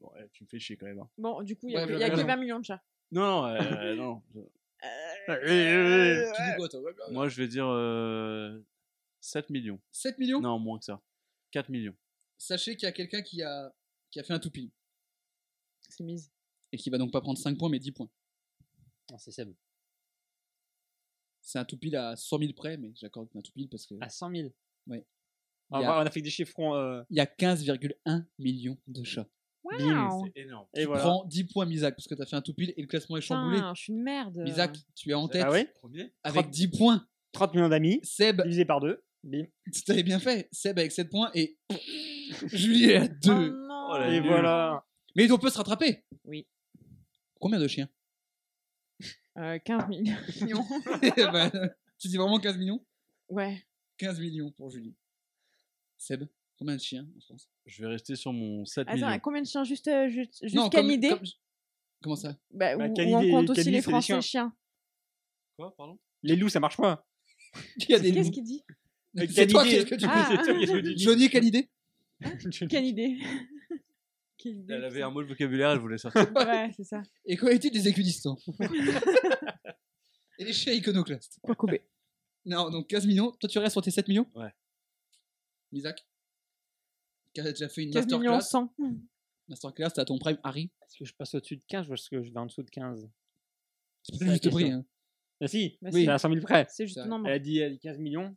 Speaker 3: Bon, eh, tu me fais chier quand même. hein.
Speaker 2: Bon, du coup, il y a,
Speaker 4: Ouais,
Speaker 2: que,
Speaker 4: mais
Speaker 2: y a que
Speaker 4: raison.
Speaker 2: 20 millions de chats.
Speaker 3: Non, non, euh, non.
Speaker 2: Euh,
Speaker 4: Tu dis quoi, toi
Speaker 3: Moi, je vais dire euh, 7 millions.
Speaker 4: 7 millions
Speaker 3: Non, moins que ça. 4 millions.
Speaker 4: Sachez qu'il y a quelqu'un qui a, qui a fait un tout pile
Speaker 2: C'est mise.
Speaker 4: et qui va donc pas prendre 5 points mais 10 points.
Speaker 5: Non, c'est Seb.
Speaker 4: C'est un tout pile à 100 000 près, mais j'accorde un tout pile parce que
Speaker 5: À 100 000.
Speaker 4: Ouais.
Speaker 5: Ah,
Speaker 4: Il y a-
Speaker 5: bah, On a fait que des chiffrons. euh,
Speaker 4: il y a 15,1 millions de chats.
Speaker 2: Ah
Speaker 5: Bim.
Speaker 3: C'est énorme.
Speaker 5: Et voilà.
Speaker 4: Prends 10 points, Misak, parce que t'as fait un tout pile et le classement est chamboulé.
Speaker 2: Putain, euh. je suis une merde.
Speaker 4: Misak, tu es en tête
Speaker 5: Ah ouais
Speaker 3: Premier
Speaker 4: avec
Speaker 5: Trente-
Speaker 4: 10 points.
Speaker 5: 30 millions d'amis,
Speaker 4: Seb,
Speaker 5: divisé par 2. Bim.
Speaker 4: tu t'avais bien fait. Seb avec 7 points et Julie à
Speaker 2: Oh
Speaker 4: 2.
Speaker 2: non.
Speaker 3: Oh là,
Speaker 5: Et
Speaker 3: nul.
Speaker 5: voilà.
Speaker 4: Mais on peut se rattraper.
Speaker 2: Oui.
Speaker 4: Combien de chiens
Speaker 2: Euh, 15 millions.
Speaker 4: Bah, Tu dis vraiment 15 millions
Speaker 2: ouais.
Speaker 4: 15 millions pour Julie. Seb, combien de chiens en France
Speaker 3: Je vais rester sur mon 7
Speaker 2: Attends,
Speaker 3: millions.
Speaker 2: Ah, combien de chiens Juste, euh, ju- juste,
Speaker 4: comme-
Speaker 2: canidés
Speaker 4: comme- Comment ça
Speaker 2: Bah,
Speaker 5: Bah,
Speaker 2: où- où
Speaker 5: canidés-
Speaker 2: on compte aussi
Speaker 5: canidés,
Speaker 2: les
Speaker 5: c'est des
Speaker 2: Français
Speaker 5: chiens.
Speaker 2: chiens.
Speaker 3: Quoi, pardon
Speaker 5: Les loups, ça marche pas.
Speaker 4: Il y a des
Speaker 2: Qu'est-ce Ah.
Speaker 4: loups.
Speaker 2: qu'il dit
Speaker 4: C'est toi
Speaker 5: Canidé.
Speaker 4: qu'est-ce que tu
Speaker 2: Ah.
Speaker 4: Johnny, quelle idée
Speaker 2: Canidés. Quelle idée,
Speaker 3: Elle avait
Speaker 2: putain.
Speaker 3: un mot de vocabulaire, elle voulait sortir.
Speaker 2: Ouais, c'est ça.
Speaker 4: Et qu'en est-il des équidistants Et les chiens iconoclastes
Speaker 2: Pour couper.
Speaker 4: Non, donc 15 millions. Toi, tu restes sur tes 7 millions
Speaker 3: Ouais.
Speaker 4: Isaac Qui a déjà fait une
Speaker 2: 15 millions
Speaker 4: masterclass
Speaker 2: 100.
Speaker 4: Masterclass, t'as ton prime Harry.
Speaker 5: Est-ce que je passe au-dessus de 15 ou est-ce que je vais en dessous de 15
Speaker 4: C'est
Speaker 5: C'est
Speaker 4: pas
Speaker 5: la
Speaker 4: juste le prix.
Speaker 5: question.
Speaker 4: hein.
Speaker 5: Ah si,
Speaker 2: Bah
Speaker 5: oui,
Speaker 2: si.
Speaker 5: c'est à 100 000 près.
Speaker 2: C'est juste
Speaker 4: Ça-
Speaker 2: le nombre.
Speaker 5: Elle a dit, elle a dit 15 millions.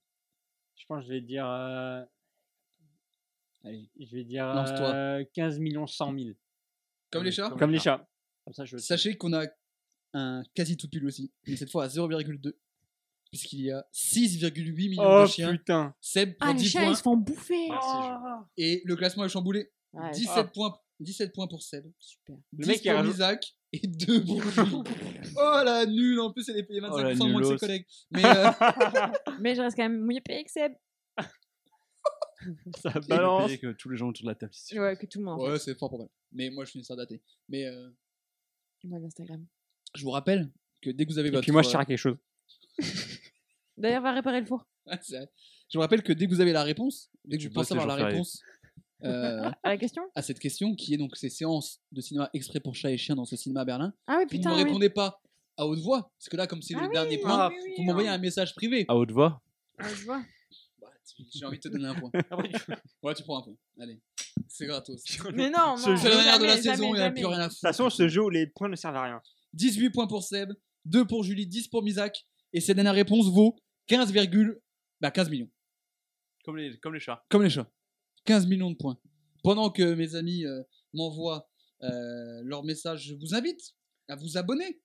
Speaker 5: Je pense que je vais dire, euh,
Speaker 4: Allez.
Speaker 5: je vais dire
Speaker 4: Lance-toi.
Speaker 5: euh, 15 millions 100 000.
Speaker 4: Comme les chats
Speaker 5: Comme les chats. Comme ça, je
Speaker 4: Sachez qu'on a un quasi tout pile aussi, mais cette fois à 0,2, puisqu'il y a 6,8 millions
Speaker 5: Oh
Speaker 4: de chiens.
Speaker 5: putain.
Speaker 4: Seb prend
Speaker 2: Ah, les
Speaker 4: 10
Speaker 2: chats,
Speaker 4: points
Speaker 2: ils se font bouffer.
Speaker 3: Merci, Jean.
Speaker 4: et le classement est chamboulé.
Speaker 2: Ah Ouais,
Speaker 4: 17, points, 17 points pour Seb,
Speaker 2: super.
Speaker 4: 10
Speaker 5: mec, il
Speaker 4: pour
Speaker 5: rajoute-
Speaker 4: Isaac et 2 pour lui. Oh la nulle, en plus elle est payée 25%
Speaker 3: Oh, la
Speaker 4: moins que ses
Speaker 3: nullos.
Speaker 4: collègues. Mais euh,
Speaker 2: Mais je reste quand même mouillé payé que Seb.
Speaker 5: Ça
Speaker 3: Elle est
Speaker 5: balance.
Speaker 3: payée que euh, tous les gens autour de la table ici.
Speaker 2: Ouais, que tout le monde. en fait.
Speaker 4: ouais, c'est fort probable. Mais moi je suis une star datée. Mais euh,
Speaker 2: Moi, d'Instagram.
Speaker 4: je vous rappelle que dès que vous avez
Speaker 5: Et
Speaker 4: votre.
Speaker 5: puis moi, je
Speaker 4: euh,
Speaker 5: tire à quelque chose.
Speaker 2: D'ailleurs, va réparer le four.
Speaker 4: Ouais, euh, c'est vrai. Je vous rappelle que dès que vous avez la réponse, dès que
Speaker 3: Je
Speaker 4: vous pensez
Speaker 3: bosse les
Speaker 4: avoir
Speaker 3: jours
Speaker 4: la
Speaker 3: fériés.
Speaker 4: réponse euh,
Speaker 2: À la question
Speaker 4: à cette question, qui est donc ces séances de cinéma exprès pour chats et chiens dans ce cinéma à Berlin,
Speaker 2: Ah oui,
Speaker 4: vous
Speaker 2: putain.
Speaker 4: ne
Speaker 2: oui.
Speaker 4: répondez pas à haute voix, parce que là, comme c'est
Speaker 2: Ah
Speaker 4: le
Speaker 2: oui,
Speaker 4: dernier
Speaker 2: oui,
Speaker 4: point,
Speaker 2: oui, oui,
Speaker 4: vous m'envoyez
Speaker 2: oui.
Speaker 4: un message privé.
Speaker 3: À haute voix
Speaker 2: Ah, je vois.
Speaker 4: Bah, tu- J'ai envie de te donner un point. ouais, tu prends un point. Allez, c'est gratos.
Speaker 2: Mais non,
Speaker 5: Ce
Speaker 2: non.
Speaker 5: jeu-
Speaker 4: C'est la dernière de la
Speaker 2: jamais,
Speaker 4: saison, il n'y a
Speaker 2: jamais,
Speaker 4: plus rien à
Speaker 5: De toute
Speaker 4: foutre.
Speaker 5: façon, ce jeu où les points ne servent à rien.
Speaker 4: 18 points pour Seb, 2 pour Julie, 10 pour Misak, et cette dernière réponse vaut 15, bah, 15 millions.
Speaker 3: comme les, comme les chats.
Speaker 4: Comme les chats. 15 millions de points. Pendant que mes amis euh, m'envoient euh, leur message, je vous invite à vous abonner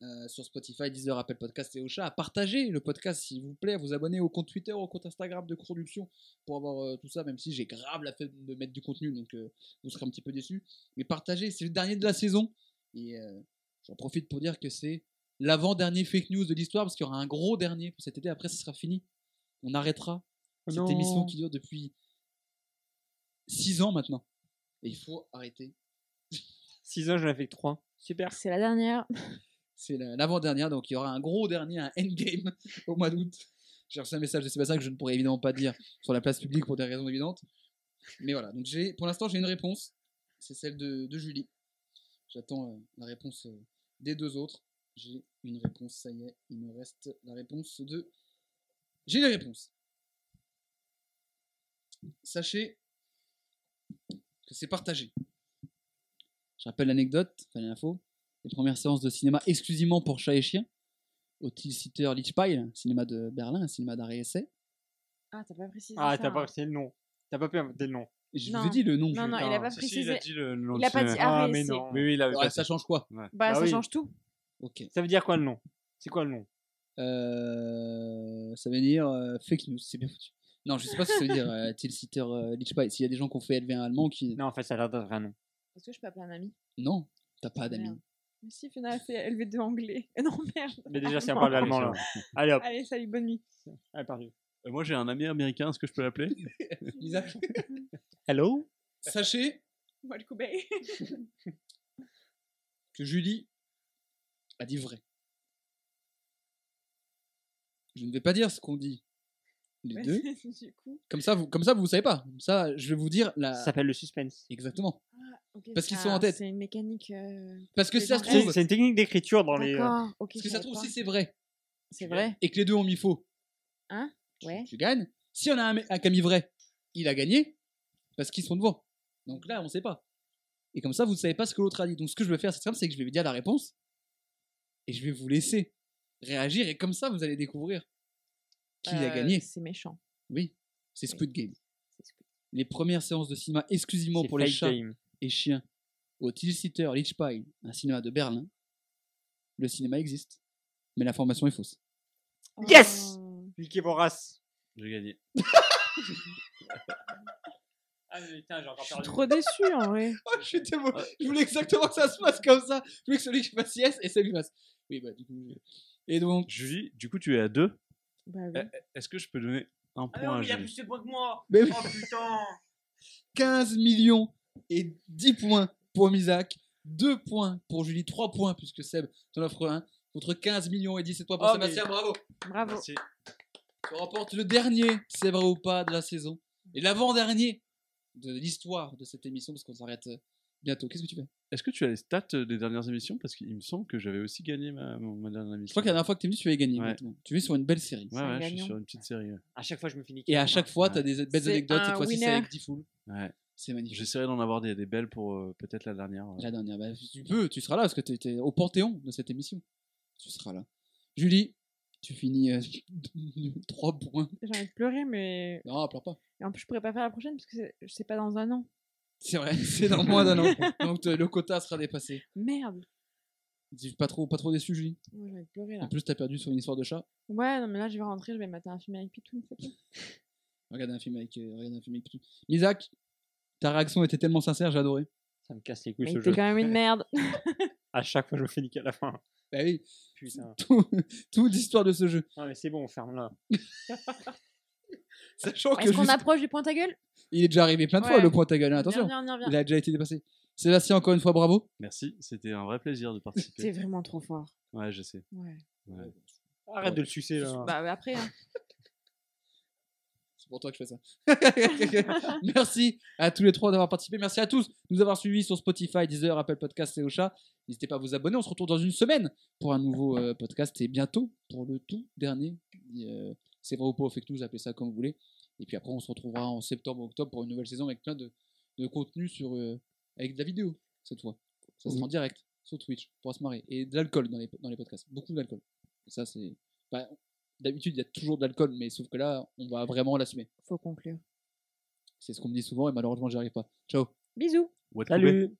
Speaker 4: euh, sur Spotify, Deezer, Apple Podcast et Ocha, à partager le podcast s'il vous plaît, à vous abonner au compte Twitter, au compte Instagram de Production pour avoir euh, tout ça, même si j'ai grave la flemme de mettre du contenu, donc euh, vous serez un petit peu déçus. Mais partagez, c'est le dernier de la saison. Et euh, j'en profite pour dire que c'est l'avant-dernier fake news de l'histoire, parce qu'il y aura un gros dernier pour cet été, après ce sera fini. On arrêtera cette
Speaker 5: Non.
Speaker 4: émission qui dure depuis 6 ans maintenant. Et il faut arrêter.
Speaker 5: 6 ans, j'en ai fait que 3. Super.
Speaker 2: C'est la dernière.
Speaker 4: C'est la- l'avant-dernière, donc il y aura un gros dernier, un endgame au mois d'août. J'ai reçu un message de Sébastien que je ne pourrais évidemment pas dire sur la place publique pour des raisons évidentes. Mais voilà, donc j'ai, pour l'instant j'ai une réponse, c'est celle de, de Julie. J'attends euh, la réponse euh, des deux autres. J'ai une réponse, ça y est, il me reste la réponse de... J'ai les réponses. Sachez que c'est partagé. Je rappelle l'anecdote, enfin l'info, les premières séances de cinéma exclusivement pour chats et chiens, au Tilsiter Lichpile, cinéma de Berlin, un cinéma d'arrêt essai.
Speaker 2: Ah, t'as pas précisé.
Speaker 5: Ah,
Speaker 2: ça,
Speaker 5: t'as pas
Speaker 2: hein.
Speaker 5: c'est le nom. T'as pas pu inventer le nom.
Speaker 4: Et Je
Speaker 2: Non.
Speaker 4: vous ai dit le nom.
Speaker 2: Non,
Speaker 4: je-
Speaker 2: non, il a
Speaker 5: Putain,
Speaker 2: pas
Speaker 3: Si, si, il
Speaker 2: précisé.
Speaker 3: a dit le nom
Speaker 2: il
Speaker 3: de
Speaker 2: a pas
Speaker 3: cinéma.
Speaker 2: dit
Speaker 5: Ah,
Speaker 2: arrêt,
Speaker 5: mais
Speaker 2: c'est-
Speaker 5: non.
Speaker 3: Oui, oui, il avait
Speaker 4: Ouais,
Speaker 3: pas
Speaker 4: ça change quoi
Speaker 2: Bah,
Speaker 5: Bah
Speaker 2: ça
Speaker 5: oui.
Speaker 2: change tout.
Speaker 4: Ok.
Speaker 5: Ça veut dire quoi le nom C'est quoi le nom
Speaker 4: Euh, ça veut dire euh, fake news, c'est bien foutu. Non, je sais pas ce que ça veut dire euh, Tilsiter euh, Lichpile. S'il y a des gens qui ont fait élever un allemand qui.
Speaker 5: Non, en fait, ça a l'air d'être un nom.
Speaker 2: Est-ce que je peux appeler un ami
Speaker 4: Non, t'as pas d'amis.
Speaker 2: Merde. Mais si, Fiona a fait LV2 anglais. Non, merde.
Speaker 5: Mais déjà, c'est un parle allemand là. Allez hop.
Speaker 2: Allez, salut, bonne nuit.
Speaker 5: Allez, perdu.
Speaker 3: Euh, Moi, j'ai un ami américain, est-ce que je peux l'appeler
Speaker 4: Isaac,
Speaker 5: Hello
Speaker 4: Sachez
Speaker 2: Moi, le bah, cobaye.
Speaker 4: que Julie a dit vrai. Je ne vais pas dire ce qu'on dit les deux.
Speaker 2: Du coup.
Speaker 4: Comme ça, vous, comme ça, vous savez pas. Comme ça, je vais vous dire la.
Speaker 5: Ça s'appelle le suspense.
Speaker 4: Exactement.
Speaker 2: Ok,
Speaker 4: Parce qu'ils
Speaker 2: ça-
Speaker 4: sont en tête.
Speaker 2: C'est une mécanique. euh,
Speaker 4: Parce que
Speaker 2: Les
Speaker 4: si ça se
Speaker 2: gens
Speaker 4: trouve,
Speaker 5: C'est c'est une technique d'écriture dans les. euh,
Speaker 2: D'accord, ok.
Speaker 4: parce
Speaker 2: je
Speaker 4: que ça
Speaker 2: savais
Speaker 4: se trouve
Speaker 2: pas.
Speaker 4: si c'est vrai
Speaker 2: C'est vrai.
Speaker 4: et que les deux ont mis faux, tu-
Speaker 2: Ouais.
Speaker 4: tu gagnes. Si on a un, mec- un Camille vrai, il a gagné parce qu'ils sont devant. Donc là, on sait pas. Et comme ça, vous ne savez pas ce que l'autre a dit. Donc ce que je vais faire, c'est simple, c'est que je vais vous dire la réponse et je vais vous laisser réagir et comme ça, vous allez découvrir qui a
Speaker 2: Euh,
Speaker 4: gagné.
Speaker 2: C'est méchant.
Speaker 4: Oui, c'est Squid Game.
Speaker 2: C'est ce que-
Speaker 4: Les premières séances de cinéma exclusivement
Speaker 5: c'est
Speaker 4: pour les
Speaker 5: Fight
Speaker 4: chats
Speaker 5: Game.
Speaker 4: et chiens au Tilsiter Lichpile, un cinéma de Berlin, le cinéma existe, mais l'information est fausse.
Speaker 5: Yes
Speaker 2: Oh.
Speaker 5: Piqué Vorace.
Speaker 3: J'ai gagné.
Speaker 5: Ah, mais putain, j'ai encore
Speaker 2: Je suis trop déçu en vrai.
Speaker 4: Oh, je suis tellement... Je voulais exactement que ça se passe comme ça. Je voulais que celui qui fasse yes et celui qui fasse. Oui, bah, du coup. je- Et donc.
Speaker 3: Julie, du coup, tu es à deux.
Speaker 2: Bah
Speaker 4: Euh,
Speaker 2: oui.
Speaker 3: Eh, Est-ce que je peux donner un
Speaker 2: Ah,
Speaker 5: Ah
Speaker 3: point à Julie
Speaker 5: de points que moi Oh,
Speaker 4: Mais oui,
Speaker 5: putain
Speaker 4: 15 millions et 10 points pour Misak, 2 points pour Julie, 3 points puisque Seb t'en offre un. Contre 15 millions et 17 points pour
Speaker 5: Oh,
Speaker 4: Sébastien,
Speaker 5: mais-
Speaker 4: bravo!
Speaker 2: Bravo.
Speaker 3: Merci.
Speaker 4: Tu remportes le dernier, c'est vrai ou pas, de la saison. Et l'avant-dernier de l'histoire de cette émission, parce qu'on s'arrête euh, bientôt. Qu'est-ce que tu fais
Speaker 3: Est-ce que tu as les stats euh, des dernières émissions Parce qu'il me semble que j'avais aussi gagné ma, mon- ma dernière
Speaker 4: Je
Speaker 3: émission.
Speaker 4: crois que la dernière fois que tu es venu, tu avais gagné.
Speaker 3: Ouais.
Speaker 4: exactement. Tu es sur une belle série.
Speaker 2: c'est un
Speaker 3: Ouais, ouais, je suis
Speaker 2: gagnant.
Speaker 3: sur une petite série. ouais.
Speaker 5: À chaque fois, je me finis.
Speaker 4: Et à chaque fois, tu as des belles
Speaker 2: C'est
Speaker 4: anecdotes. Cette
Speaker 2: un
Speaker 4: fois-ci, c'est
Speaker 2: winner.
Speaker 4: avec 10 foules.
Speaker 3: Ouais.
Speaker 4: C'est magnifique.
Speaker 3: J'essaierai d'en avoir des, des belles pour euh, peut-être la dernière. euh.
Speaker 4: La dernière. Bah, tu peux, tu seras là parce que tu étais au panthéon de cette émission. Tu seras là. Julie, tu finis 3 points.
Speaker 2: J'ai envie de pleurer, mais.
Speaker 4: Non, pleure pas.
Speaker 2: Et en plus, je pourrais pas faire la prochaine parce que c'est- c'est pas dans un an.
Speaker 4: C'est vrai, c'est dans moins d'un an. Donc te- le quota sera dépassé.
Speaker 2: Merde
Speaker 4: Dis- Pas trop, pas trop déçu, Julie.
Speaker 2: Ouais, J'ai envie de pleurer
Speaker 4: En
Speaker 2: là.
Speaker 4: plus, t'as perdu sur une histoire de chat.
Speaker 2: Ouais, non, mais là, je vais rentrer, je vais mater un film avec Pitou, c'est tout.
Speaker 4: Regarde un film avec, euh, regarde un film avec tout. Isaac, ta réaction était tellement sincère, j'ai adoré.
Speaker 5: Ça me casse les
Speaker 2: Mais
Speaker 5: couilles ce
Speaker 2: t'es
Speaker 5: jeu.
Speaker 2: quand même une merde
Speaker 5: À chaque fois, je me finis qu'à la fin.
Speaker 4: Bah oui,
Speaker 5: Putain.
Speaker 4: tout, toute l'histoire de ce jeu.
Speaker 5: Non, mais c'est bon, on ferme là.
Speaker 4: Sachant que
Speaker 2: Est-ce qu'on
Speaker 4: juste-
Speaker 2: approche du point ta gueule
Speaker 4: il est déjà arrivé plein de fois
Speaker 2: Ouais.
Speaker 4: le point à ta gueule, hein, attention.
Speaker 2: Viens, viens, viens,
Speaker 4: Il
Speaker 2: viens.
Speaker 4: a déjà été dépassé. Sébastien, encore une fois, bravo.
Speaker 3: Merci, c'était un vrai plaisir de
Speaker 2: T'es
Speaker 3: participer.
Speaker 2: vraiment trop fort.
Speaker 3: Ouais, je sais.
Speaker 2: Ouais.
Speaker 3: Ouais.
Speaker 5: Arrête de le sucer là.
Speaker 2: Bah, bah, après, hein.
Speaker 4: C'est pour toi que je fais ça. Merci à tous les trois d'avoir participé. Merci à tous de nous avoir suivis sur Spotify, Deezer, Apple Podcasts et Ocha. N'hésitez pas à vous abonner. On se retrouve dans une semaine pour un nouveau euh, podcast et bientôt pour le tout dernier. euh, C'est vrai ou pas, au fake news, appelez ça comme vous voulez. Et puis après, on se retrouvera en septembre, octobre pour une nouvelle saison avec plein de, de contenu sur, euh, avec de la vidéo cette fois. Ça sera en direct sur Twitch pour se marrer. Et de l'alcool dans les, dans les podcasts. Beaucoup d'alcool. Et Ça, c'est. bah, D'habitude, il y a toujours de l'alcool, mais sauf que là, on va vraiment l'assumer.
Speaker 2: faut conclure.
Speaker 4: C'est ce qu'on me dit souvent et malheureusement, j'y arrive pas. Ciao.
Speaker 2: Bisous
Speaker 3: What
Speaker 5: Salut.